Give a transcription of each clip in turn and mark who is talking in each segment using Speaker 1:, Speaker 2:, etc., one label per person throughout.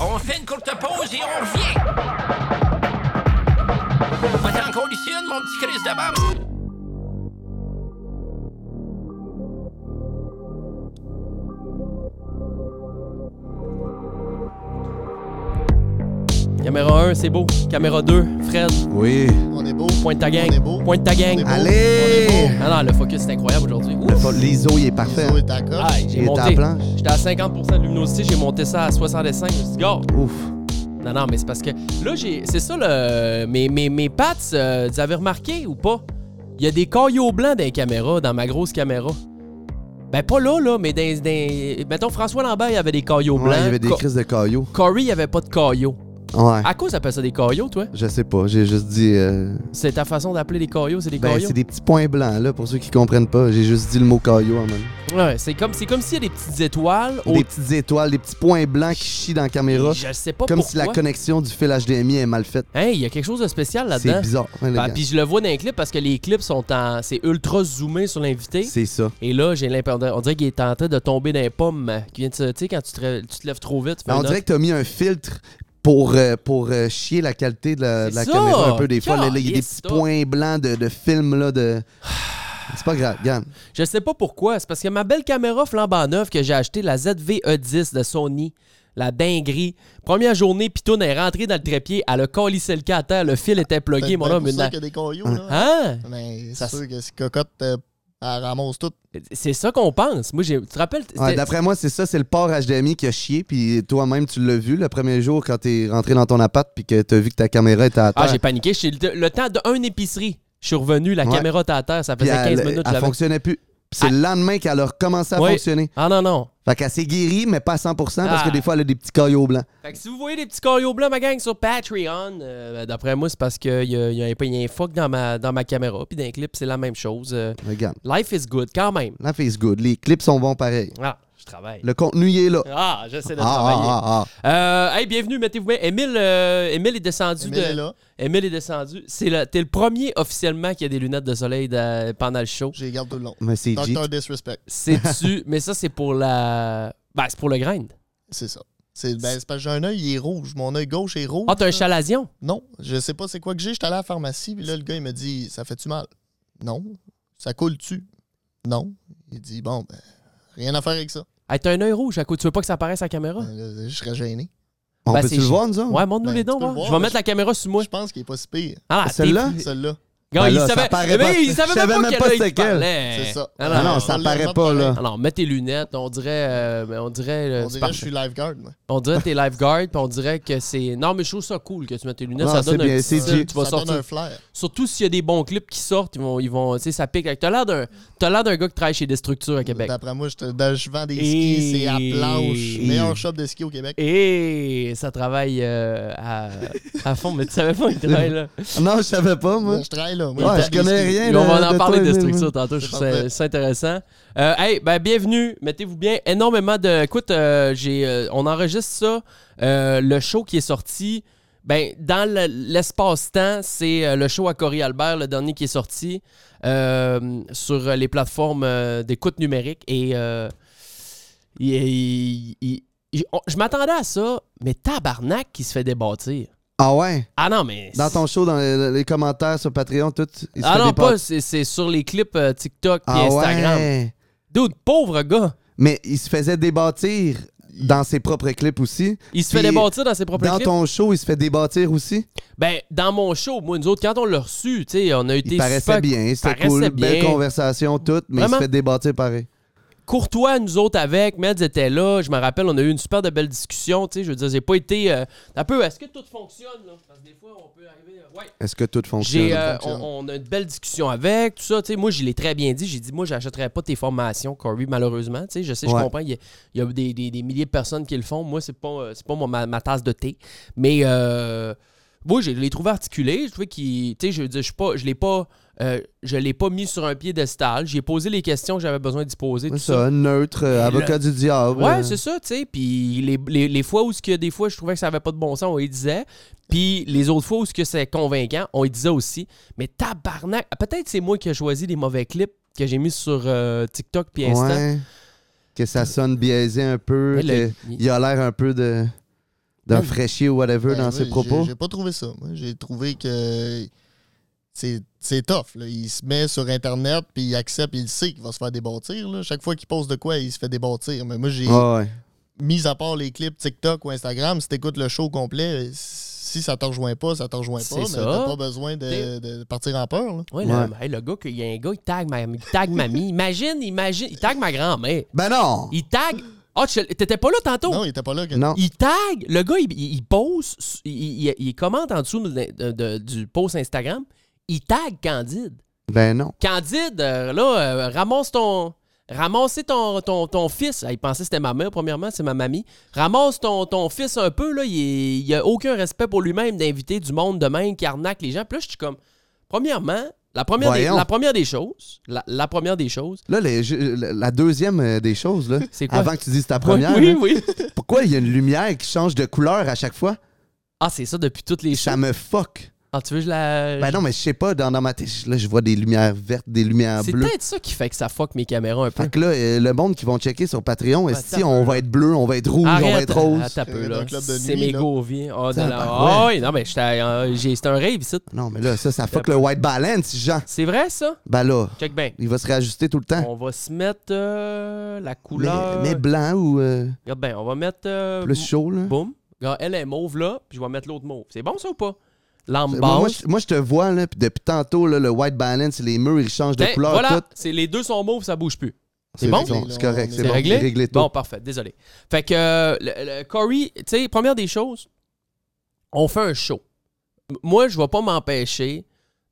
Speaker 1: On fait une courte pause et on revient. Faut être en conditionne, mon petit Chris de bam.
Speaker 2: Caméra 1, c'est beau. Caméra 2, Fred,
Speaker 3: Oui.
Speaker 4: On est
Speaker 3: Hmm.
Speaker 4: beau.
Speaker 2: pointe ta gang.
Speaker 4: On est beau.
Speaker 2: Pointe ta gang.
Speaker 4: On est beau.
Speaker 3: Allez!
Speaker 2: Ah non, le focus est incroyable aujourd'hui. Ouf!
Speaker 3: Le fo- L'ISO, il est parfait.
Speaker 4: L'ISO est à coche.
Speaker 2: Aïe, j'ai
Speaker 3: Il est à
Speaker 2: monté.
Speaker 3: la planche.
Speaker 2: J'étais à 50 de luminosité, j'ai monté ça à 65. Je me suis dit, Gars,
Speaker 3: Ouf.
Speaker 2: Non, non, mais c'est parce que là, j'ai. C'est ça, le... mes, mes, mes pattes, euh, vous avez remarqué ou pas? Il y a des caillots blancs dans les caméras, dans ma grosse caméra. Ben, pas là, là, mais dans. dans- Mettons, François Lambert, il avait des caillots blancs.
Speaker 3: Ouais, il y avait des
Speaker 2: Co-
Speaker 3: crises de cailloux.
Speaker 2: Corey, il avait pas de caillots.
Speaker 3: Ouais.
Speaker 2: À quoi ça appelle ça des caillots, toi?
Speaker 3: Je sais pas, j'ai juste dit. euh,
Speaker 2: C'est ta façon d'appeler les caillots, c'est des
Speaker 3: Ben,
Speaker 2: caillots?
Speaker 3: c'est des petits points blancs, là, pour ceux qui comprennent pas. J'ai juste dit le mot caillou en même
Speaker 2: Ouais, c'est comme, c'est comme s'il y a des petites étoiles. au-
Speaker 3: Des petites étoiles, des petits points blancs qui chient dans la caméra.
Speaker 2: Je sais pas
Speaker 3: Comme
Speaker 2: pourquoi.
Speaker 3: si la connexion du fil HDMI est mal faite.
Speaker 2: Hein, il y a quelque chose de spécial là-dedans.
Speaker 3: C'est bizarre. hein, les
Speaker 2: Ah,
Speaker 3: gars.
Speaker 2: puis je le vois dans les clips parce que les clips sont en. C'est ultra zoomé sur l'invité.
Speaker 3: C'est ça.
Speaker 2: Et là, j'ai l'impression. On dirait qu'il est en train de tomber dans les pommes. euh, Qui vient de se- tu sais, quand tu te, re- tu te lèves trop vite. tu fais
Speaker 3: Ben, on
Speaker 2: une
Speaker 3: dirait que t'as mis un filtre pour, euh, pour euh, chier la qualité de la, de la
Speaker 2: C'est ça!
Speaker 3: caméra un peu des fois. Là, là, il y a des
Speaker 2: Calisse,
Speaker 3: petits
Speaker 2: ça.
Speaker 3: points blancs de, de film là de. C'est pas grave, regarde.
Speaker 2: autre. Je sais pas pourquoi. C'est parce que ma belle caméra flambant neuve que j'ai achetée, la ZVE10 de Sony, la dinguerie. Première journée, Pitoun est rentrée dans le trépied. Elle a collissé le cas à terre. Le fil
Speaker 3: Ah,
Speaker 2: était
Speaker 4: C'est
Speaker 3: ben,
Speaker 2: plugué, mon
Speaker 4: bien
Speaker 2: homme.
Speaker 4: pour
Speaker 2: une-
Speaker 4: ça qu'il y a des cailloux, là.
Speaker 2: Hein?
Speaker 4: Mais
Speaker 2: Ça
Speaker 4: c'est sûr que si cocotte, euh, elle ramasse tout.
Speaker 2: C'est ça qu'on pense. Moi, j'ai- tu te rappelles?
Speaker 3: Ouais,
Speaker 2: c'était-
Speaker 3: D'après moi, c'est ça, c'est le port HDMI qui a chié, puis toi-même, tu l'as vu le premier jour quand t'es rentré dans ton appart, puis que t'as vu que ta caméra était à terre.
Speaker 2: ah, j'ai paniqué. J'ai le, le temps d'une épicerie. Je suis revenu, la
Speaker 3: Ouais.
Speaker 2: caméra était à terre. Ça
Speaker 3: Puis
Speaker 2: faisait 15
Speaker 3: elle,
Speaker 2: minutes Ah. que je
Speaker 3: elle
Speaker 2: l'avais.
Speaker 3: fonctionnait plus. Puis c'est le lendemain qu'elle a recommencé à
Speaker 2: Ouais.
Speaker 3: fonctionner.
Speaker 2: Ah non, non.
Speaker 3: Fait qu'elle s'est guérie, mais pas à 100% parce
Speaker 2: Ah.
Speaker 3: que des fois, elle a des petits caillots blancs.
Speaker 2: Fait que si vous voyez des petits corios blancs, ma gang, sur Patreon, euh, d'après moi, c'est parce qu'il y a, y a un peu- y a un fuck dans ma, dans ma caméra. Puis dans les clips, c'est la même chose. Euh,
Speaker 3: Regarde,
Speaker 2: life is good, quand même.
Speaker 3: la face good. Les clips sont bons pareil.
Speaker 2: Ah, je travaille.
Speaker 3: Le contenu, il est là.
Speaker 2: Ah, j'essaie de
Speaker 3: Ah,
Speaker 2: travailler.
Speaker 3: ah, ah, ah.
Speaker 2: Euh, hey, bienvenue, mettez-vous bien. Émile, euh, Émile est descendu
Speaker 4: Émile
Speaker 2: de...
Speaker 4: est là.
Speaker 2: Émile est descendu. C'est le, t'es le premier officiellement qui a des lunettes de soleil de- pendant le show.
Speaker 4: Je les garde tout le long.
Speaker 3: Mais c'est G.
Speaker 4: Docteur Disrespect.
Speaker 2: C'est-tu... mais ça, c'est pour la... Ben, c'est pour le grind.
Speaker 4: C'est ça. C'est ben, c'est parce que j'ai un œil, il est rouge. Mon œil gauche est rouge.
Speaker 2: Ah, t'as un
Speaker 4: là.
Speaker 2: chalazion?
Speaker 4: Non, je sais pas c'est quoi que j'ai. J'étais allé à la pharmacie, puis là, le gars, il me dit Ça fait-tu mal Non. Ça coule-tu Non. Il dit Bon, ben, rien à faire avec ça.
Speaker 2: Hey, t'as un œil rouge. À quoi tu veux pas que ça apparaisse à la caméra?
Speaker 4: Ben, là, je serais gêné.
Speaker 3: On
Speaker 2: Ben,
Speaker 3: peut
Speaker 2: c'est
Speaker 3: tu le
Speaker 2: G.
Speaker 3: voir, nous autres?
Speaker 2: Ouais, montre-nous
Speaker 4: Ben,
Speaker 2: les
Speaker 4: tu
Speaker 2: dons.
Speaker 4: peux le
Speaker 2: hein.
Speaker 4: voir,
Speaker 2: Je vais
Speaker 4: mais
Speaker 2: mettre la caméra sur moi.
Speaker 4: Je pense qu'il est pas si pire.
Speaker 2: Ah,
Speaker 3: Celle-là?
Speaker 2: t'es-
Speaker 4: Celle-là.
Speaker 2: Gars,
Speaker 3: Ben
Speaker 2: il,
Speaker 3: là, ça
Speaker 2: savait,
Speaker 3: paraît
Speaker 2: mais
Speaker 3: pas-
Speaker 2: il savait
Speaker 3: je
Speaker 2: même
Speaker 3: savais
Speaker 2: pas
Speaker 3: même
Speaker 2: quel
Speaker 3: pas
Speaker 2: œil
Speaker 3: c'était
Speaker 2: tu
Speaker 3: quel.
Speaker 2: parlais.
Speaker 4: C'est ça.
Speaker 2: Eh. Non,
Speaker 3: Ah
Speaker 2: non,
Speaker 3: non,
Speaker 4: on
Speaker 3: ça
Speaker 4: le
Speaker 3: paraît
Speaker 4: montre
Speaker 3: pas, là.
Speaker 4: pareil.
Speaker 2: Alors, mets tes lunettes, on dirait. euh, mais on dirait. euh, c'est
Speaker 4: On dirait que je
Speaker 2: parfait.
Speaker 4: suis lifeguard. moi.
Speaker 2: on dirait tes lifeguards, puis on dirait que c'est. Non, mais je trouve ça cool que tu mettes tes lunettes.
Speaker 3: Non,
Speaker 2: ça
Speaker 3: c'est
Speaker 2: donne un
Speaker 3: bien,
Speaker 2: petit
Speaker 3: c'est
Speaker 2: style,
Speaker 3: G.
Speaker 2: tu vas
Speaker 4: ça
Speaker 2: sortir.
Speaker 4: donne un flair.
Speaker 2: Surtout s'il y a des bons clips qui sortent, ils vont. Ils vont tu sais, ça pique. T'as l'air d'un t'as l'air d'un gars qui travaille chez des structures à Québec.
Speaker 4: D'après moi, je, te- dans- je vends des
Speaker 2: Et-
Speaker 4: skis, c'est à planche.
Speaker 2: Et-
Speaker 4: Meilleur shop de ski au Québec.
Speaker 2: Et ça travaille euh, à, à fond, mais tu savais pas qu'il travaille là.
Speaker 3: Non, je savais pas, moi.
Speaker 4: Moi, je travaille là. Moi,
Speaker 3: Ouais,
Speaker 4: vends
Speaker 3: je
Speaker 4: des
Speaker 3: connais
Speaker 4: skis.
Speaker 3: rien.
Speaker 2: Et on va
Speaker 3: de-
Speaker 2: en
Speaker 3: de
Speaker 2: parler
Speaker 3: toi,
Speaker 2: de
Speaker 3: mais-
Speaker 2: structure tantôt, je
Speaker 4: C'est
Speaker 2: trouve ça,
Speaker 4: parfait.
Speaker 2: ça intéressant. Euh, hey, ben bienvenue, mettez-vous bien. Énormément de. Écoute, euh, j'ai, euh, on enregistre ça. euh, le show qui est sorti, ben dans le- l'espace-temps, c'est euh, le show à Cory Albert, le dernier qui est sorti euh, sur les plateformes euh, d'écoute numérique. Et euh, il- il- il- il- on- je m'attendais à ça, mais tabarnak qui se fait débattir.
Speaker 3: Ah ouais?
Speaker 2: Ah non, mais.
Speaker 3: Dans ton show, dans les, les commentaires sur Patreon, tout. il se
Speaker 2: Ah
Speaker 3: fait
Speaker 2: non,
Speaker 3: des
Speaker 2: pas,
Speaker 3: pâtes.
Speaker 2: c'est c'est sur les clips euh, TikTok et
Speaker 3: Ah
Speaker 2: Instagram.
Speaker 3: ouais.
Speaker 2: Dude, pauvre gars.
Speaker 3: Mais il se faisait débattir dans ses propres clips aussi.
Speaker 2: Il se
Speaker 3: Puis,
Speaker 2: fait débattre dans ses propres
Speaker 3: Dans
Speaker 2: clips.
Speaker 3: ton show, il se fait débattre aussi.
Speaker 2: Ben, dans mon show, moi, nous autres, quand on l'a reçu, tu sais, on a été
Speaker 3: Il paraissait
Speaker 2: super
Speaker 3: bien, c'était
Speaker 2: paraissait
Speaker 3: cool. Belle
Speaker 2: bien.
Speaker 3: conversation, tout, mais il
Speaker 2: Vraiment?
Speaker 3: se fait débattre pareil.
Speaker 2: courtois, nous autres, avec. Mads était là. Je me rappelle, on a eu une super de belle discussion, tu sais. Je veux dire, j'ai pas été... euh, un peu, est-ce que tout fonctionne, là? Parce que des fois, on peut arriver... euh, ouais.
Speaker 3: Est-ce que tout fonctionne?
Speaker 2: J'ai, euh,
Speaker 4: fonctionne.
Speaker 2: on, on a une belle discussion avec, tout ça. Tu sais, moi, je l'ai très bien dit. J'ai dit, moi, j'achèterais pas tes formations, Corey, malheureusement. Tu sais, je sais, je
Speaker 3: Ouais.
Speaker 2: comprends. Il y a, il y a des, des- des milliers de personnes qui le font. Moi, c'est pas, euh, c'est pas mon- ma, ma tasse de thé. Mais euh, moi, je l'ai trouvé articulé. Je trouvais qu'il. Tu sais, je veux dire, je suis pas- je l'ai pas. euh, je l'ai pas mis sur un piédestal. J'ai posé les questions que j'avais besoin d'y poser. Tout
Speaker 3: C'est
Speaker 2: ça.
Speaker 3: ça, neutre, euh,
Speaker 2: Le-
Speaker 3: avocat du diable.
Speaker 2: Ouais,
Speaker 3: euh,
Speaker 2: c'est ça, tu sais. Puis les, les- les fois où ce que des fois je trouvais que ça avait pas de bon sens, on les disait. Puis les autres fois où ce que c'est convaincant, on les disait aussi. Mais tabarnak, peut-être c'est moi qui ai choisi les mauvais clips que j'ai mis sur euh, TikTok puis Insta.
Speaker 3: ouais. Que ça sonne biaisé un peu.
Speaker 2: Mais le-
Speaker 3: que Il a l'air un peu de. d'un
Speaker 2: Ouais.
Speaker 3: fraîchier ou whatever
Speaker 4: Ben,
Speaker 3: dans
Speaker 4: moi,
Speaker 3: ses
Speaker 4: j'ai-
Speaker 3: propos?
Speaker 4: J'ai pas trouvé ça. Moi, j'ai trouvé que c'est c'est tough. là. Il se met sur Internet, puis il accepte, il sait qu'il va se faire débâtir. là. Chaque fois qu'il pose de quoi, il se fait débâtir. Mais moi, j'ai
Speaker 3: Ah ouais.
Speaker 4: mis à part les clips TikTok ou Instagram, si t'écoutes le show complet, si ça te rejoint pas, ça te rejoint
Speaker 2: C'est
Speaker 4: pas. Mais
Speaker 2: ça.
Speaker 4: t'as pas besoin de, de partir en peur. là.
Speaker 2: Ouais,
Speaker 3: Ouais.
Speaker 2: Le, hey, le gars, que- il y a un gars, il tag ma, il tag mamie. Imagine, imagine. Il tag ma grand-mère.
Speaker 3: Ben non!
Speaker 2: Il tag. Ah, tu- t'étais pas là tantôt?
Speaker 4: Non, il était pas là. que-
Speaker 3: Non.
Speaker 2: Il tag, le gars, il, il- il pose, il, il- il commente en dessous de- de- de- du post Instagram, il tag Candide.
Speaker 3: Ben non.
Speaker 2: Candide, euh, là, euh, ramasse ton. Ramassez ton, ton, ton fils. Ah, il pensait que c'était ma mère, premièrement, c'est ma mamie. Ramasse ton, ton fils un peu, là. Il, est- il a aucun respect pour lui-même d'inviter du monde de même qui arnaque les gens. Puis là, je suis comme. Premièrement, la première, des,
Speaker 3: Voyons.
Speaker 2: la première des choses. La, la première des choses.
Speaker 3: Là, les- je- la la deuxième euh, des choses, là,
Speaker 2: C'est quoi?
Speaker 3: avant que tu dises ta première, hein?
Speaker 2: Oui,
Speaker 3: là,
Speaker 2: oui.
Speaker 3: pourquoi il y a une lumière qui change de couleur à chaque fois?
Speaker 2: Ah, c'est ça depuis toutes les
Speaker 3: Ça
Speaker 2: choses.
Speaker 3: me fuck.
Speaker 2: Ah, tu veux, je la.
Speaker 3: Ben non, mais je sais pas, dans, dans ma tête, là, je vois des lumières vertes, des lumières
Speaker 2: C'est
Speaker 3: bleues.
Speaker 2: peut-être ça qui fait que ça fuck mes caméras un peu.
Speaker 3: Fait que là, euh, le monde qui vont checker sur Patreon, est-ce
Speaker 2: t'as
Speaker 3: on va être bleu, on va être rouge, on va être rose?
Speaker 2: attends un peu,
Speaker 4: Arrête
Speaker 2: là.
Speaker 4: un club de
Speaker 2: C'est
Speaker 4: nuit,
Speaker 2: mes
Speaker 4: là.
Speaker 2: viens. Oh, non, non.
Speaker 3: Tabarouette.
Speaker 2: Ah oui, non, mais j'étais, euh, j'ai- c'était un rave ici.
Speaker 3: Non, mais là, ça, ça fuck le white balance, Jean.
Speaker 2: C'est vrai, ça?
Speaker 3: Ben là,
Speaker 2: Check bien.
Speaker 3: il va se réajuster tout le temps.
Speaker 2: On va se mettre euh, la couleur.
Speaker 3: Mais, mais blanc ou euh,
Speaker 2: Regarde bien, on va mettre. euh,
Speaker 3: plus chaud, là.
Speaker 2: Boum. Regarde, elle est mauve là, puis je vais mettre l'autre mauve. C'est bon ça ou pas? Lampe
Speaker 3: Moi, moi,
Speaker 2: basse.
Speaker 3: je- moi, je te vois, là, puis depuis tantôt, là, le white balance, les murs, ils changent de
Speaker 2: Ben,
Speaker 3: couleur,
Speaker 2: voilà,
Speaker 3: tout.
Speaker 2: c'est, les deux sont mauves, ça bouge plus. C'est
Speaker 3: bon?
Speaker 2: bon?
Speaker 3: C'est correct,
Speaker 4: C'est
Speaker 3: c'est
Speaker 2: C'est
Speaker 3: bon.
Speaker 2: réglé?
Speaker 3: C'est réglé tout.
Speaker 2: Bon, parfait, désolé. Fait que, euh, le- le- Corey, tu sais, première des choses, on fait un show. M- Moi, je vais pas m'empêcher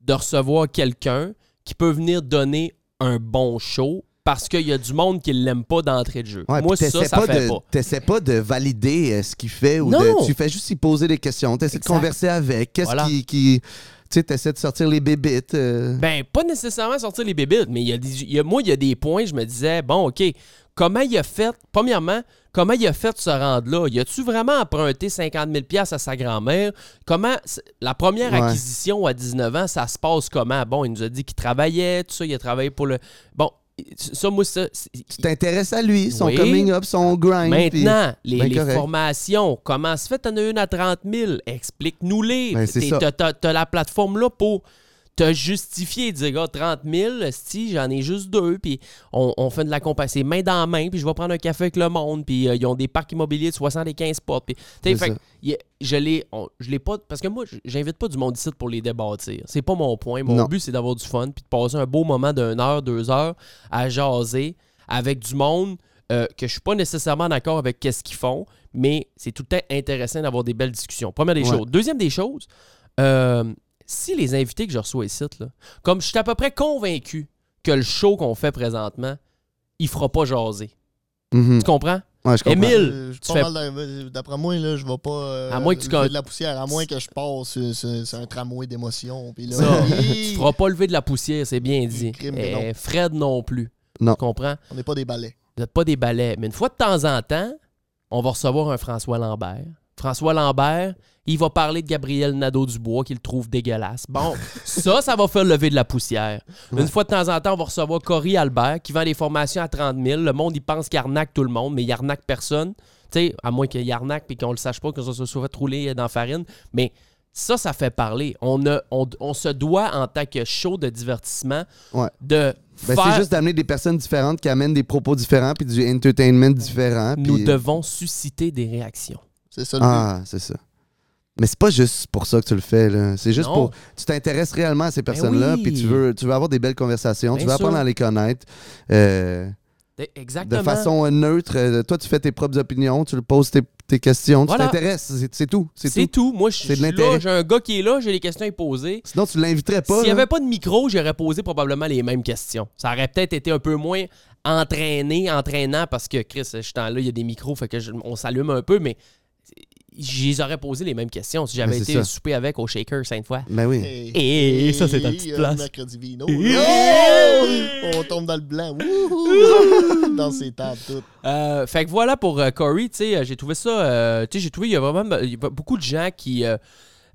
Speaker 2: de recevoir quelqu'un qui peut venir donner un bon show parce qu'il y a du monde qui l'aime pas d'entrée de jeu.
Speaker 3: Ouais,
Speaker 2: Moi,
Speaker 3: puis
Speaker 2: ça,
Speaker 3: t'essaies
Speaker 2: ça
Speaker 3: pas
Speaker 2: fait
Speaker 3: de,
Speaker 2: pas.
Speaker 3: t'essaies pas de valider euh, ce qu'il fait ou de-
Speaker 2: Non.
Speaker 3: tu fais juste y poser des questions, t'essaies de
Speaker 2: Exact.
Speaker 3: converser avec, qu'est-ce
Speaker 2: Voilà.
Speaker 3: qui, qui- tu sais, t'essaies de sortir les bébites. euh.
Speaker 2: Ben, pas nécessairement sortir les bébites, mais il y a des- il y a- moi, il y a des points, je me disais, bon, OK, comment il a fait, premièrement, comment il a fait se rendre là? Y a-tu vraiment emprunté 50 000 à sa grand-mère? Comment, c'est- la première
Speaker 3: Ouais.
Speaker 2: acquisition à 19 ans, ça se passe comment? Bon, il nous a dit qu'il travaillait, tout ça, il a travaillé pour le... Bon, ça, moi, ça... c'est-
Speaker 3: tu t'intéresses à lui, son
Speaker 2: Oui.
Speaker 3: coming up, son grind. puis-
Speaker 2: Maintenant, les,
Speaker 3: ben
Speaker 2: les
Speaker 3: correct.
Speaker 2: formations, comment se fait t'en as une à 30 000? Explique-nous-les.
Speaker 3: Ben, c'est
Speaker 2: T'es-
Speaker 3: ça.
Speaker 2: t'as- T'as t'as la plateforme là pour te justifier et dire, gars, 30 000, si j'en ai juste deux, puis on, on fait de la compagnie, c'est main dans la main, puis je vais prendre un café avec le monde, puis euh, ils ont des parcs immobiliers de 75 portes. Puis, tu sais,
Speaker 3: C'est
Speaker 2: fait
Speaker 3: ça.
Speaker 2: que, y a- je l'ai on- je l'ai pas, parce que moi, j- j'invite pas du monde ici pour les débattir. C'est pas mon point. Mon
Speaker 3: Non.
Speaker 2: but, c'est d'avoir du fun, puis de passer un beau moment d'une heure, deux heures à jaser avec du monde euh, que je suis pas nécessairement d'accord avec qu'est-ce qu'ils font, mais c'est tout le temps intéressant d'avoir des belles discussions. Première des
Speaker 3: Ouais.
Speaker 2: choses. Deuxième des choses, euh, si les invités que je reçois ici, là, comme je suis à peu près convaincu que le show qu'on fait présentement, il fera pas jaser.
Speaker 3: Mhm.
Speaker 2: Tu comprends?
Speaker 3: Ouais, je comprends.
Speaker 2: Émile,
Speaker 4: Euh, je suis
Speaker 2: tu
Speaker 4: pas
Speaker 2: fais-
Speaker 4: mal d'av- D'après moi, là, je vais pas. euh,
Speaker 2: À moins que tu
Speaker 4: lever
Speaker 2: con-
Speaker 4: de la poussière, à moins que je passe sur, sur- sur un tramway d'émotion. Puis là,
Speaker 2: Ça,
Speaker 4: hi,
Speaker 2: tu feras pas lever de la poussière, c'est bien dit.
Speaker 4: Crime que
Speaker 2: Eh,
Speaker 4: non.
Speaker 2: Fred non plus.
Speaker 3: Non.
Speaker 2: Tu comprends?
Speaker 4: on n'est pas des balais.
Speaker 2: Vous n'êtes pas des balais. Mais une fois de temps en temps, on va recevoir un François Lambert. François Lambert, il va parler de Gabriel Nadeau-Dubois qu'il trouve dégueulasse. Bon, ça, ça va faire lever de la poussière. Une fois de temps en temps, on va recevoir Cory Albert qui vend des formations à 30 000. Le monde, il pense qu'il arnaque tout le monde, mais il arnaque personne. Tu sais, à moins qu'il y ait arnaque puis qu'on le sache pas, que ça se soit fait rouler dans la farine. Mais ça, ça fait parler. On, a, on, on se doit, en tant que show de divertissement,
Speaker 3: Ouais.
Speaker 2: de
Speaker 3: Ben,
Speaker 2: faire
Speaker 3: c'est juste d'amener des personnes différentes qui amènent des propos différents puis du entertainment différent.
Speaker 2: nous
Speaker 3: puis- euh,
Speaker 2: devons susciter des réactions.
Speaker 4: C'est ça le but.
Speaker 3: Ah, c'est ça. Mais c'est pas juste pour ça que tu le fais. là. C'est juste
Speaker 2: Non. Ben
Speaker 3: pour. Tu t'intéresses réellement à ces personnes-là,
Speaker 2: oui.
Speaker 3: puis tu veux, tu veux avoir des belles conversations, tu
Speaker 2: Bien
Speaker 3: veux
Speaker 2: sûr.
Speaker 3: apprendre à les connaître. euh,
Speaker 2: Eh, Exactement.
Speaker 3: de façon euh, neutre. euh, Toi, tu fais tes propres opinions, tu le poses tes, tes questions,
Speaker 2: Voilà.
Speaker 3: tu t'intéresses. C'est- C'est tout. C'est
Speaker 2: C'est
Speaker 3: tout.
Speaker 2: tout. Moi, je
Speaker 3: C'est de
Speaker 2: suis là,
Speaker 3: l'intérêt.
Speaker 2: j'ai un gars qui est là, j'ai les questions à lui poser.
Speaker 3: Sinon, tu l'inviterais pas.
Speaker 2: S'il n'y
Speaker 3: là.
Speaker 2: avait pas de micro, j'aurais posé probablement les mêmes questions. Ça aurait peut-être été un peu moins entraîné, entraînant, parce que Chris, je suis en là, il y a des micros, fait que je- on s'allume un peu, mais j'y aurais posé les mêmes questions si j'avais
Speaker 3: Mais c'est
Speaker 2: été
Speaker 3: ça.
Speaker 2: souper avec au Shaker cinq fois.
Speaker 3: Ben oui.
Speaker 2: Et ça, c'est ta petite
Speaker 4: euh,
Speaker 2: place.
Speaker 4: Mercredi vino.
Speaker 2: Et-
Speaker 4: Oh! on tombe dans le blanc. Wouhou! dans ses tables, tout.
Speaker 2: Euh, fait que voilà pour euh, Corey, tu sais, euh, j'ai trouvé ça, euh, tu sais, j'ai trouvé, il y a vraiment euh, il y a beaucoup de gens qui, euh,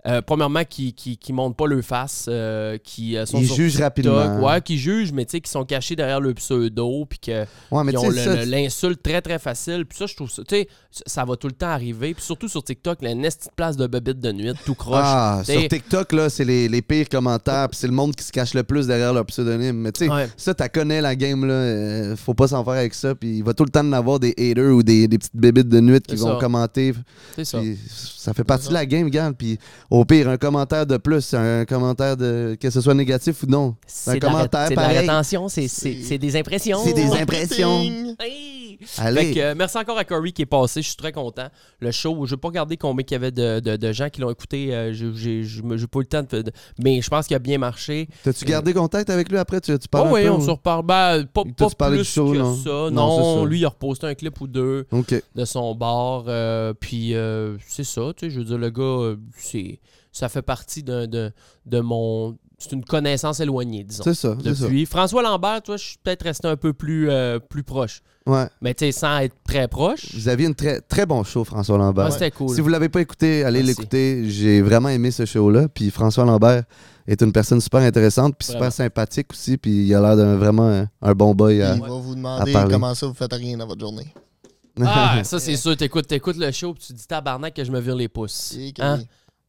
Speaker 2: euh, premièrement, qui, qui, qui montrent pas leur face, euh, qui euh, sont
Speaker 3: Ils
Speaker 2: sur
Speaker 3: jugent
Speaker 2: TikTok,
Speaker 3: rapidement.
Speaker 2: Ouais, qui jugent, mais tu sais, qui sont cachés derrière le pseudo, puis que
Speaker 3: Ouais, mais
Speaker 2: ils
Speaker 3: tu
Speaker 2: ont
Speaker 3: sais,
Speaker 2: le-
Speaker 3: ça,
Speaker 2: le- l'insulte très, très facile. Puis ça, je trouve ça, tu sais, ça- ça va tout le temps arriver. Puis surtout sur TikTok, la nestie de place de bébite de nuit, tout croche.
Speaker 3: Ah,
Speaker 2: T'sais-
Speaker 3: sur TikTok, là, c'est les, les pires commentaires, puis c'est le monde qui se cache le plus derrière leur pseudonyme. Mais tu sais,
Speaker 2: Ouais.
Speaker 3: ça, t'as connais la game, là. euh, faut pas s'en faire avec ça, puis il va tout le temps en avoir des haters ou des, des petites bébites de nuit qui
Speaker 2: C'est
Speaker 3: vont
Speaker 2: ça.
Speaker 3: commenter.
Speaker 2: C'est ça.
Speaker 3: Puis ça fait partie de la game, Gal. Puis au pire, un commentaire de plus, un commentaire de que ce soit négatif ou non.
Speaker 5: C'est de, la,
Speaker 3: commentaire
Speaker 5: c'est de la
Speaker 3: pareil.
Speaker 5: rétention, c'est, c'est- c'est des impressions.
Speaker 3: C'est
Speaker 4: Oh,
Speaker 3: des impressions.
Speaker 4: Ting!
Speaker 2: Hey! Fait
Speaker 3: Allez,
Speaker 2: que, euh, merci encore à Corey qui est passé. Je suis très content. Le show, je vais pas regarder combien il y avait de, de- de gens qui l'ont écouté. Euh, j'ai- j'ai j'ai- j'ai pas eu le temps de. de- mais je pense qu'il a bien marché.
Speaker 3: t'as-tu gardé contact avec lui après? Tu, tu parles
Speaker 2: euh, Oh
Speaker 3: un
Speaker 2: oui,
Speaker 3: peu,
Speaker 2: on
Speaker 3: ou-
Speaker 2: se reparle. Ben, pas
Speaker 3: Il t'a
Speaker 2: pas
Speaker 3: parlé
Speaker 2: plus
Speaker 3: du show,
Speaker 2: que
Speaker 3: non?
Speaker 2: ça. Non,
Speaker 3: Non, c'est ça.
Speaker 2: lui, il a reposté un clip ou deux
Speaker 3: OK.
Speaker 2: de son bar. euh, puis euh, c'est ça, tu sais, je veux dire, le gars, euh, c'est ça fait partie d'un- de, de mon... C'est une connaissance éloignée, disons.
Speaker 3: C'est ça, c'est ça.
Speaker 2: Depuis François Lambert, toi, je suis peut-être resté un peu plus, euh, plus proche.
Speaker 3: Ouais.
Speaker 2: Mais tu sais, sans être très proche,
Speaker 3: Vous aviez une très, très bon show, François Lambert.
Speaker 2: ah, c'était cool.
Speaker 3: Si vous l'avez pas écouté, allez
Speaker 2: Merci.
Speaker 3: l'écouter. J'ai vraiment aimé ce show-là. Puis François Lambert est une personne super intéressante, puis
Speaker 2: Vraiment.
Speaker 3: super sympathique aussi. Puis il a l'air d'un vraiment un, un bon boy. euh. à-
Speaker 4: Il va vous demander
Speaker 3: À parler.
Speaker 4: comment ça vous faites rien dans votre journée.
Speaker 2: Hein? Ah, ça, c'est sûr, t'écoutes, t'écoutes le show, puis tu te dis tabarnak que je me vire les pouces.
Speaker 4: Et que-
Speaker 2: Hein?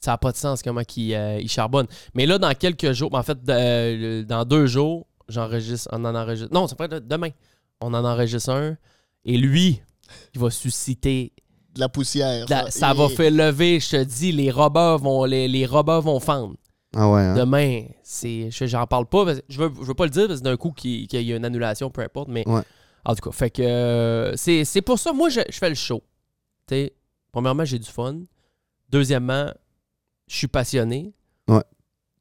Speaker 2: Ça n'a pas de sens comment euh, il, charbonne. Mais là, dans quelques jours, ben, en fait, euh, le- dans deux jours, j'enregistre, on en enregistre. Non, c'est pas de- demain. On en enregistre un. Et lui, il va susciter.
Speaker 4: De la poussière.
Speaker 2: de la- ça va
Speaker 4: Et-
Speaker 2: faire lever, je te dis, les robots vont, les, les robots vont fendre.
Speaker 3: Ah ouais. hein?
Speaker 2: Demain, c'est. je- J'en parle pas. parce que- je, veux, je veux pas le dire parce que d'un coup qu'il qu'il y a une annulation, peu importe, mais.
Speaker 3: Ouais.
Speaker 2: En tout cas, fait que euh, c'est c'est pour ça, moi je, je fais le show. Tu sais, premièrement, j'ai du fun. Deuxièmement, je suis passionné.
Speaker 3: Ouais.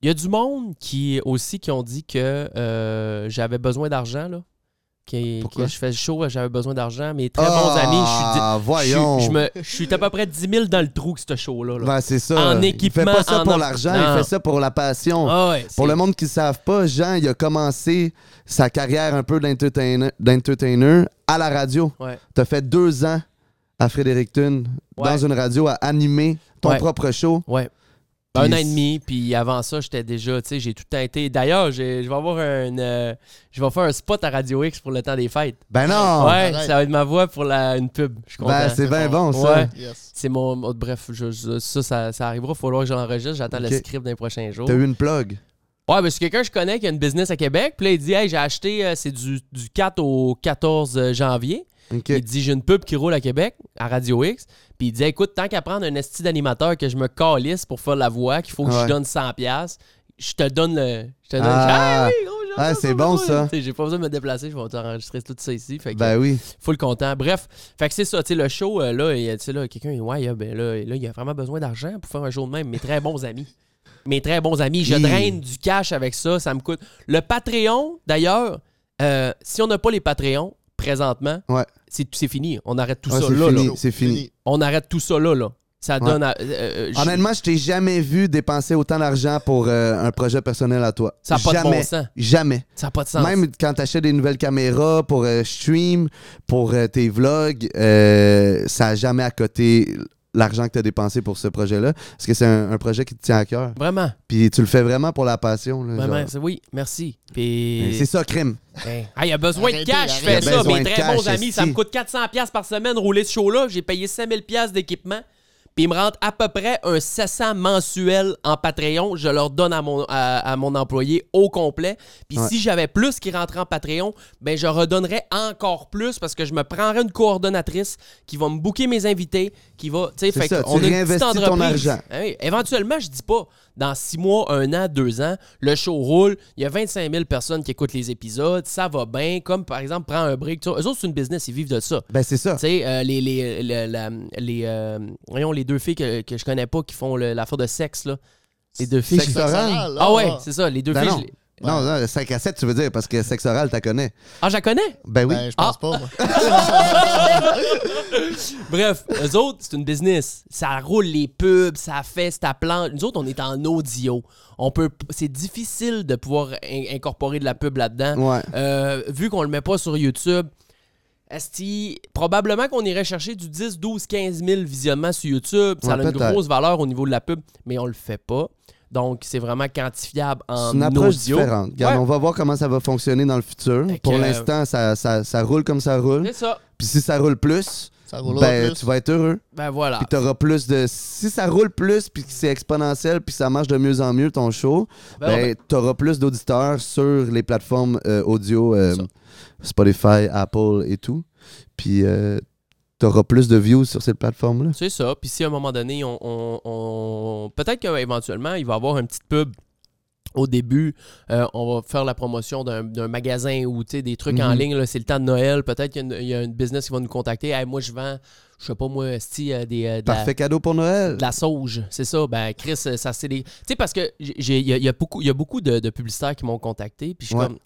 Speaker 2: Il y a du monde qui aussi qui ont dit que euh, j'avais besoin d'argent là. Que,
Speaker 3: Pourquoi?
Speaker 2: que je fais le show, j'avais besoin d'argent. Mes très bons
Speaker 3: Ah,
Speaker 2: amis, je suis di- je suis.
Speaker 3: voyons.
Speaker 2: je me- Je suis à peu près 10 000 dans le trou que ce show-là. là.
Speaker 3: Ben, c'est ça.
Speaker 2: En
Speaker 3: Il
Speaker 2: équipement,
Speaker 3: fait pas ça
Speaker 2: en
Speaker 3: pour
Speaker 2: en-
Speaker 3: l'argent,
Speaker 2: Non.
Speaker 3: il fait ça pour la passion.
Speaker 2: Ah ouais,
Speaker 3: Pour
Speaker 2: c'est-
Speaker 3: le monde qui ne savent pas, Jean, il a commencé sa carrière un peu d'entertainer- d'entertainer à la radio.
Speaker 2: Ouais.
Speaker 3: Tu as fait deux ans à Fredericton
Speaker 2: Ouais.
Speaker 3: dans une radio à animer ton
Speaker 2: Ouais.
Speaker 3: propre show.
Speaker 2: Ouais. Un
Speaker 3: Puis-
Speaker 2: an et demi, puis avant ça, j'étais déjà, tu sais, j'ai tout le temps été. D'ailleurs, j'ai- je vais avoir un. euh, je vais faire un spot à Radio X pour le temps des fêtes.
Speaker 3: Ben non!
Speaker 2: ouais,
Speaker 4: arrête.
Speaker 2: ça va être ma voix pour la, une pub. Je suis content.
Speaker 3: Ben, c'est bien bon, ça.
Speaker 2: Ouais.
Speaker 4: Yes.
Speaker 2: c'est mon. mon- Bref, je- je- ça, ça, ça arrivera. Il falloir que j'enregistre. J'attends
Speaker 3: Ok.
Speaker 2: le script dans les prochains jours.
Speaker 3: T'as eu une plug.
Speaker 2: Ouais, mais c'est quelqu'un que je connais qui a une business à Québec. Puis là, il dit Hey, j'ai acheté, euh, c'est du, du 4 au 14 janvier.
Speaker 3: OK.
Speaker 2: Il dit J'ai une pub qui roule à Québec, à Radio X. Puis il dit Écoute, tant qu'à prendre un esti d'animateur que je me calisse pour faire la voix, qu'il faut que
Speaker 3: Ouais.
Speaker 2: je donne 100$, je te donne le. Je te donne.
Speaker 3: Ah.
Speaker 2: Ah oui, gros, j'en
Speaker 3: Ah,
Speaker 2: ai
Speaker 3: c'est
Speaker 2: pas
Speaker 3: bon,
Speaker 2: besoin.
Speaker 3: ça.
Speaker 2: Tu sais, J'ai pas besoin de me déplacer, je vais t'enregistrer tout ça ici. Fait que,
Speaker 3: Ben oui.
Speaker 2: full content. Bref, fait que c'est ça, tu sais, le show, euh, là, il y a- tu sais, là, quelqu'un, ouais, il y a- ben, là, là, il a vraiment besoin d'argent pour faire un show de même. Mes très bons amis. Mes très bons amis. Je
Speaker 3: Hi.
Speaker 2: draine du cash avec ça, ça me coûte. Le Patreon, d'ailleurs, euh, si on n'a pas les Patreons présentement,
Speaker 3: Ouais.
Speaker 2: c'est c'est fini. On arrête tout
Speaker 3: Ouais,
Speaker 2: ça
Speaker 3: c'est
Speaker 2: là,
Speaker 3: fini.
Speaker 2: là.
Speaker 3: C'est fini.
Speaker 2: On arrête tout ça là, là. Ça
Speaker 3: Ouais.
Speaker 2: donne à- euh, euh, je-
Speaker 3: Honnêtement, je t'ai jamais vu dépenser autant d'argent pour euh, un projet personnel à toi.
Speaker 2: ça n'a pas de
Speaker 3: jamais.
Speaker 2: bon sens.
Speaker 3: Jamais.
Speaker 2: Ça n'a pas de sens.
Speaker 3: Même quand t'achètes des nouvelles caméras pour euh, stream, pour euh, tes vlogs, euh, ça n'a jamais à côté l'argent que t'as dépensé pour ce projet-là. Parce que c'est un, un projet qui te tient à cœur.
Speaker 2: Vraiment,
Speaker 3: Puis tu le fais vraiment pour la passion. là,
Speaker 2: vraiment,
Speaker 3: genre.
Speaker 2: c'est- oui, merci.
Speaker 3: Mais
Speaker 2: Puis
Speaker 3: C'est ça, crime.
Speaker 2: Hey. Ah, il y a besoin
Speaker 4: Arrêtez,
Speaker 2: de cash, je fais
Speaker 4: arrêtez.
Speaker 2: ça.
Speaker 3: Il y
Speaker 2: Mes
Speaker 3: a besoin de
Speaker 2: très bons
Speaker 3: cash,
Speaker 2: amis, ça
Speaker 3: esti.
Speaker 2: me coûte 400$ par semaine rouler ce show-là. J'ai payé 5000$ d'équipement. Puis ils me rentrent à peu près un 700 mensuel en Patreon. Je leur donne à mon, à, à mon employé au complet. Puis
Speaker 3: Ouais.
Speaker 2: si j'avais plus qui rentrait en Patreon, ben je redonnerais encore plus parce que je me prendrais une coordonnatrice qui va me booker mes invités, qui va... tu sais,
Speaker 3: C'est
Speaker 2: fait
Speaker 3: ça,
Speaker 2: qu'on
Speaker 3: tu
Speaker 2: a une petite
Speaker 3: réinvestis ton
Speaker 2: entreprise.
Speaker 3: argent.
Speaker 2: Ah oui, Éventuellement, je dis pas, dans six mois, un an, deux ans, le show roule, il y a 25 000 personnes qui écoutent les épisodes, ça va bien, comme par exemple, prends un break. tu vois. Eux autres, c'est une business, ils vivent de ça.
Speaker 3: Ben c'est ça.
Speaker 2: Tu sais, euh, les, les, le- la- les, euh, voyons, les deux filles que, que je connais pas qui font le- l'affaire de sexe, là. Les deux filles.
Speaker 3: Sexe
Speaker 2: je-
Speaker 3: oral?
Speaker 4: oral, là.
Speaker 2: Ah ouais, c'est ça, les deux
Speaker 3: Ben
Speaker 2: filles.
Speaker 3: non.
Speaker 2: je les-
Speaker 3: Non, non, 5 à 7, tu veux dire, parce que sexe oral, t'as connais.
Speaker 2: Ah, je la connais?
Speaker 3: Ben oui.
Speaker 4: Ben, je pense pas. moi.
Speaker 2: Bref, eux autres, c'est une business. Ça roule les pubs, ça fait, ça plante. Nous autres, on est en audio. On peut, c'est difficile de pouvoir in- incorporer de la pub là-dedans.
Speaker 3: Ouais.
Speaker 2: Euh, vu qu'on le met pas sur YouTube, Asti, probablement qu'on irait chercher du 10, 12, 15 000 visionnements sur YouTube. Ça
Speaker 3: Ouais,
Speaker 2: a une
Speaker 3: peut-être.
Speaker 2: grosse valeur au niveau de la pub, mais on le fait pas. Donc, c'est vraiment quantifiable en
Speaker 3: C'est une approche
Speaker 2: audio.
Speaker 3: différente. Regarde,
Speaker 2: Ouais.
Speaker 3: On va voir comment ça va fonctionner dans le futur.
Speaker 2: Fait que,
Speaker 3: Pour
Speaker 2: euh,
Speaker 3: l'instant, ça, ça- ça roule comme ça roule.
Speaker 2: C'est ça.
Speaker 3: Puis si ça roule plus,
Speaker 4: Ça roulera
Speaker 3: ben,
Speaker 4: plus.
Speaker 3: tu vas être heureux.
Speaker 2: Ben voilà.
Speaker 3: Puis t'auras plus de. Si ça roule plus, puis que c'est exponentiel, puis que ça marche de mieux en mieux ton show,
Speaker 2: Ben,
Speaker 3: ben, t'auras plus d'auditeurs sur les plateformes euh, audio, euh,
Speaker 2: Ça.
Speaker 3: Spotify, Apple et tout. Puis euh, t'auras plus de views sur cette plateforme-là.
Speaker 2: C'est ça. Puis si à un moment donné, on, on- on- peut-être qu'éventuellement, il va y avoir une petite pub. Au début, euh, on va faire la promotion d'un, d'un magasin ou tu sais, des trucs en
Speaker 3: Mhm.
Speaker 2: ligne. là. c'est le temps de Noël. Peut-être qu'il y a une, il y a une business qui va nous contacter. Hey, moi, je vends, je sais pas moi, esti, euh, des, euh, de la-
Speaker 3: Parfait cadeau pour Noël.
Speaker 2: de la sauge, c'est ça. Ben, Chris, euh, ça, c'est des. Tu sais, parce que j'ai- j'ai- il y, a- il y a beaucoup, il y a beaucoup de, de publicitaires qui m'ont contacté. Puis je suis
Speaker 3: Ouais.
Speaker 2: comme.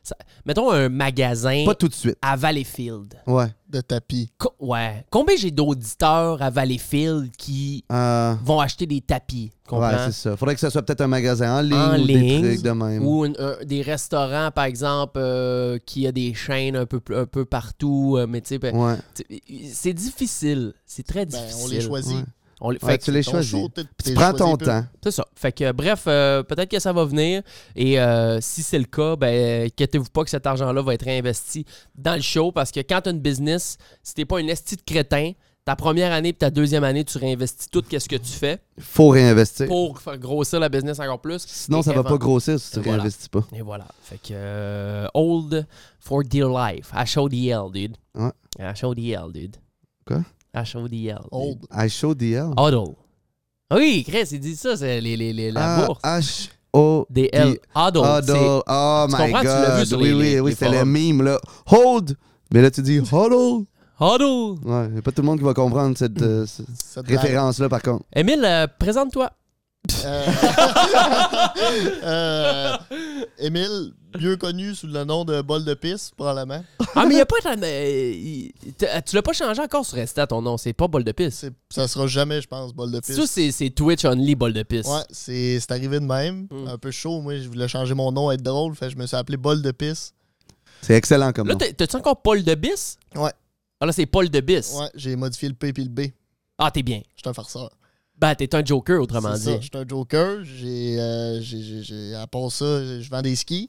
Speaker 2: ça- mettons un magasin
Speaker 3: Pas tout de suite.
Speaker 2: à Valleyfield.
Speaker 3: Ouais.
Speaker 4: de tapis.
Speaker 2: Co- ouais. Combien j'ai d'auditeurs à Valleyfield qui
Speaker 3: Euh,
Speaker 2: vont acheter des tapis, tu comprends?
Speaker 3: ouais, c'est ça. Faudrait que ça soit peut-être un magasin en ligne
Speaker 2: En
Speaker 3: ou
Speaker 2: ligne,
Speaker 3: des trucs de même.
Speaker 2: Ou une- un- des restaurants, par exemple, euh, qui a des chaînes un peu, un peu partout. euh, mais tu sais, ben,
Speaker 3: Ouais.
Speaker 2: tu- c'est difficile. C'est très
Speaker 4: Ben,
Speaker 2: difficile.
Speaker 4: on les choisit.
Speaker 3: Ouais.
Speaker 2: On les-
Speaker 3: Ouais,
Speaker 2: fait que-
Speaker 3: tu les
Speaker 4: Ton
Speaker 3: choisis.
Speaker 4: show, t'es- t'es
Speaker 3: Tu prends
Speaker 4: choisi
Speaker 3: ton
Speaker 4: peu.
Speaker 3: temps.
Speaker 2: C'est ça. Fait que, euh, bref, euh, peut-être que ça va venir. Et euh, si c'est le cas, ben, inquiétez-vous pas que cet argent-là va être réinvesti dans le show parce que quand tu as une business, si t'es pas une esti de crétin, ta première année et ta deuxième année, tu réinvestis tout ce que tu fais
Speaker 3: Faut réinvestir.
Speaker 2: pour faire grossir la business encore plus.
Speaker 3: Sinon,
Speaker 2: Et
Speaker 3: ça va
Speaker 2: invent-
Speaker 3: pas grossir si tu
Speaker 2: Et voilà.
Speaker 3: réinvestis pas.
Speaker 2: Et voilà. Fait que euh, Old for Dear Life. HODL, dude.
Speaker 3: Ouais.
Speaker 2: HODL, dude.
Speaker 3: Quoi?
Speaker 2: HODL.
Speaker 4: Old.
Speaker 3: I show DL.
Speaker 2: Huddle. Oui, Chris, il dit ça, c'est les, les, les-
Speaker 3: Ah,
Speaker 2: la bourse.
Speaker 3: H O
Speaker 2: DL. Huddle. c'est-
Speaker 3: Huddle. Oh
Speaker 2: Tu
Speaker 3: my
Speaker 2: comprends? Tu l'as vu
Speaker 3: god.
Speaker 2: sur
Speaker 3: Oui,
Speaker 2: les-
Speaker 3: oui,
Speaker 2: les-
Speaker 3: oui,
Speaker 2: les
Speaker 3: c'était le
Speaker 2: forums.
Speaker 3: meme là. Hold. Mais là tu dis huddle.
Speaker 2: Huddle!
Speaker 3: Ouais, y a pas tout le monde qui va comprendre cette, euh, ce-
Speaker 4: Ça te
Speaker 3: référence là par contre.
Speaker 2: Émile, euh, présente-toi.
Speaker 4: Euh, euh, Émile, mieux connu sous le nom de Bol de Pisse, probablement.
Speaker 2: Ah, mais il a pas. tant- euh, il- t'as- tu l'as pas changé encore sur Insta, ton nom. C'est pas Bol de Pisse.
Speaker 4: C'est- Ça sera jamais, je pense, Bol de
Speaker 2: Ça,
Speaker 4: Pisse.
Speaker 2: c'est c'est Twitch Only Bol de Pisse.
Speaker 4: Ouais, c'est c'est arrivé de même.
Speaker 2: Mm.
Speaker 4: Un peu chaud. Moi, je voulais changer mon nom, être drôle. Fait que je me suis appelé Bol de Pisse.
Speaker 3: C'est excellent comme
Speaker 2: Là,
Speaker 3: nom.
Speaker 2: t'as- t'as-tu encore Paul de Bis?
Speaker 4: Ouais.
Speaker 2: Ah, là, c'est Paul de Bis.
Speaker 4: Ouais, j'ai modifié le P et le B.
Speaker 2: Ah, t'es bien.
Speaker 4: Je suis un farceur.
Speaker 2: Ben, t'es un Joker, autrement
Speaker 4: C'est ça,
Speaker 2: dit.
Speaker 4: Je suis un joker. J'ai, euh, j'ai- j'ai- j'ai- à part ça, je vends des skis.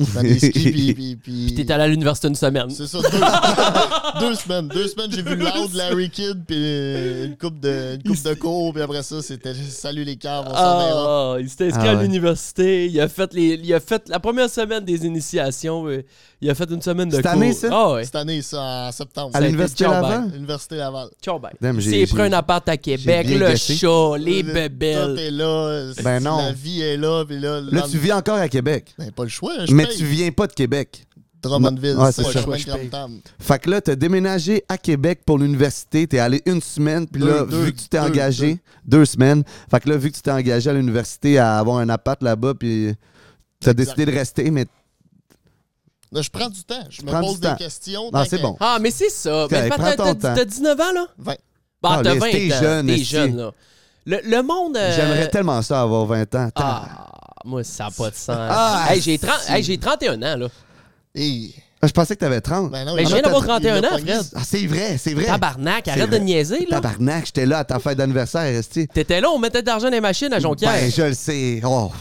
Speaker 4: Je vends des skis, puis... puis, puis-
Speaker 2: T'es allé à l'université une semaine.
Speaker 4: C'est ça, deux, deux semaines. Deux semaines, j'ai vu Loud, Larry Kidd, puis euh, une coupe de, une coupe de cours, puis après ça, c'était « Salut les caves, on s'en verra.
Speaker 2: Ah, il s'est inscrit
Speaker 3: Ah
Speaker 2: à
Speaker 3: ouais.
Speaker 2: l'université. Il a fait les, il a fait la première semaine des initiations. euh, Il a fait une semaine de
Speaker 3: Cette
Speaker 2: cours.
Speaker 3: année, ça?
Speaker 2: Ah ouais.
Speaker 4: Cette année, ça, en septembre.
Speaker 3: À
Speaker 2: ça a
Speaker 3: l'université
Speaker 2: été Schaubach.
Speaker 3: Laval.
Speaker 4: L'Université Laval.
Speaker 2: Ciao, bye.
Speaker 3: Damn,
Speaker 2: Il
Speaker 3: j'ai-
Speaker 2: s'est pris
Speaker 3: j'ai-
Speaker 2: un appart à Québec,
Speaker 3: bien
Speaker 2: le
Speaker 3: guessé.
Speaker 2: chat, les
Speaker 4: Le- Tout
Speaker 2: bébelles.
Speaker 4: est là. c'est-
Speaker 3: Ben non.
Speaker 4: La vie est là, puis là... le
Speaker 3: Là
Speaker 4: lendemain-
Speaker 3: tu vis encore à Québec.
Speaker 4: Ben, pas le choix, je
Speaker 3: Mais
Speaker 4: paye.
Speaker 3: tu viens pas de Québec.
Speaker 4: Drummondville,
Speaker 3: Ouais,
Speaker 4: c'est
Speaker 3: c'est
Speaker 4: ça,
Speaker 3: ça.
Speaker 4: Drummond
Speaker 3: Je paye.
Speaker 4: Tam-Tam.
Speaker 3: Fait que là, t'as déménagé à Québec pour l'université, t'es allé une semaine, puis
Speaker 4: Deux,
Speaker 3: là,
Speaker 4: deux,
Speaker 3: vu que tu t'es
Speaker 4: deux,
Speaker 3: engagé, deux. semaines, fait que là, vu que tu t'es engagé à l'université à avoir un appart là-bas, puis t'as
Speaker 4: Exact.
Speaker 3: décidé de rester, mais
Speaker 4: Là, je prends du temps. Je me
Speaker 3: Prends du
Speaker 4: pose
Speaker 3: temps.
Speaker 4: des questions.
Speaker 3: non, c'est
Speaker 4: t'inquiète.
Speaker 3: bon.
Speaker 2: Ah, mais c'est ça.
Speaker 3: C'est
Speaker 2: Mais t'as-
Speaker 3: correct, prends
Speaker 2: t'as
Speaker 3: ton temps.
Speaker 2: t'as 19 ans, là?
Speaker 4: Vingt.
Speaker 2: Bah,
Speaker 3: Ah,
Speaker 2: t'as
Speaker 3: mais
Speaker 2: 20
Speaker 3: t'es
Speaker 2: ans.
Speaker 3: jeune,
Speaker 2: T'es
Speaker 3: esti.
Speaker 2: jeune, là. Le, le monde. euh,
Speaker 3: J'aimerais tellement ça avoir 20 ans. Attends.
Speaker 2: Ah, moi, ça n'a pas de sens.
Speaker 3: Ah,
Speaker 2: hey, j'ai 30
Speaker 3: si.
Speaker 2: hey, j'ai 31 ans, là.
Speaker 4: Et...
Speaker 3: Je pensais que t'avais 30.
Speaker 4: Ben non,
Speaker 2: Mais
Speaker 4: il-
Speaker 2: je
Speaker 4: il
Speaker 2: viens
Speaker 4: l'a
Speaker 2: d'avoir
Speaker 4: pogné,
Speaker 2: 31
Speaker 4: il l'a
Speaker 2: ans,
Speaker 4: pogné.
Speaker 2: Fred.
Speaker 3: Ah, c'est vrai, c'est vrai.
Speaker 2: Tabarnak,
Speaker 3: C'est
Speaker 2: arrête de
Speaker 3: vrai.
Speaker 2: niaiser, là.
Speaker 3: Tabarnak, j'étais là à ta fête d'anniversaire, Esti.
Speaker 2: T'étais là, on mettait de l'argent dans les machines à Jonquière.
Speaker 3: Ben, je le sais. Oh,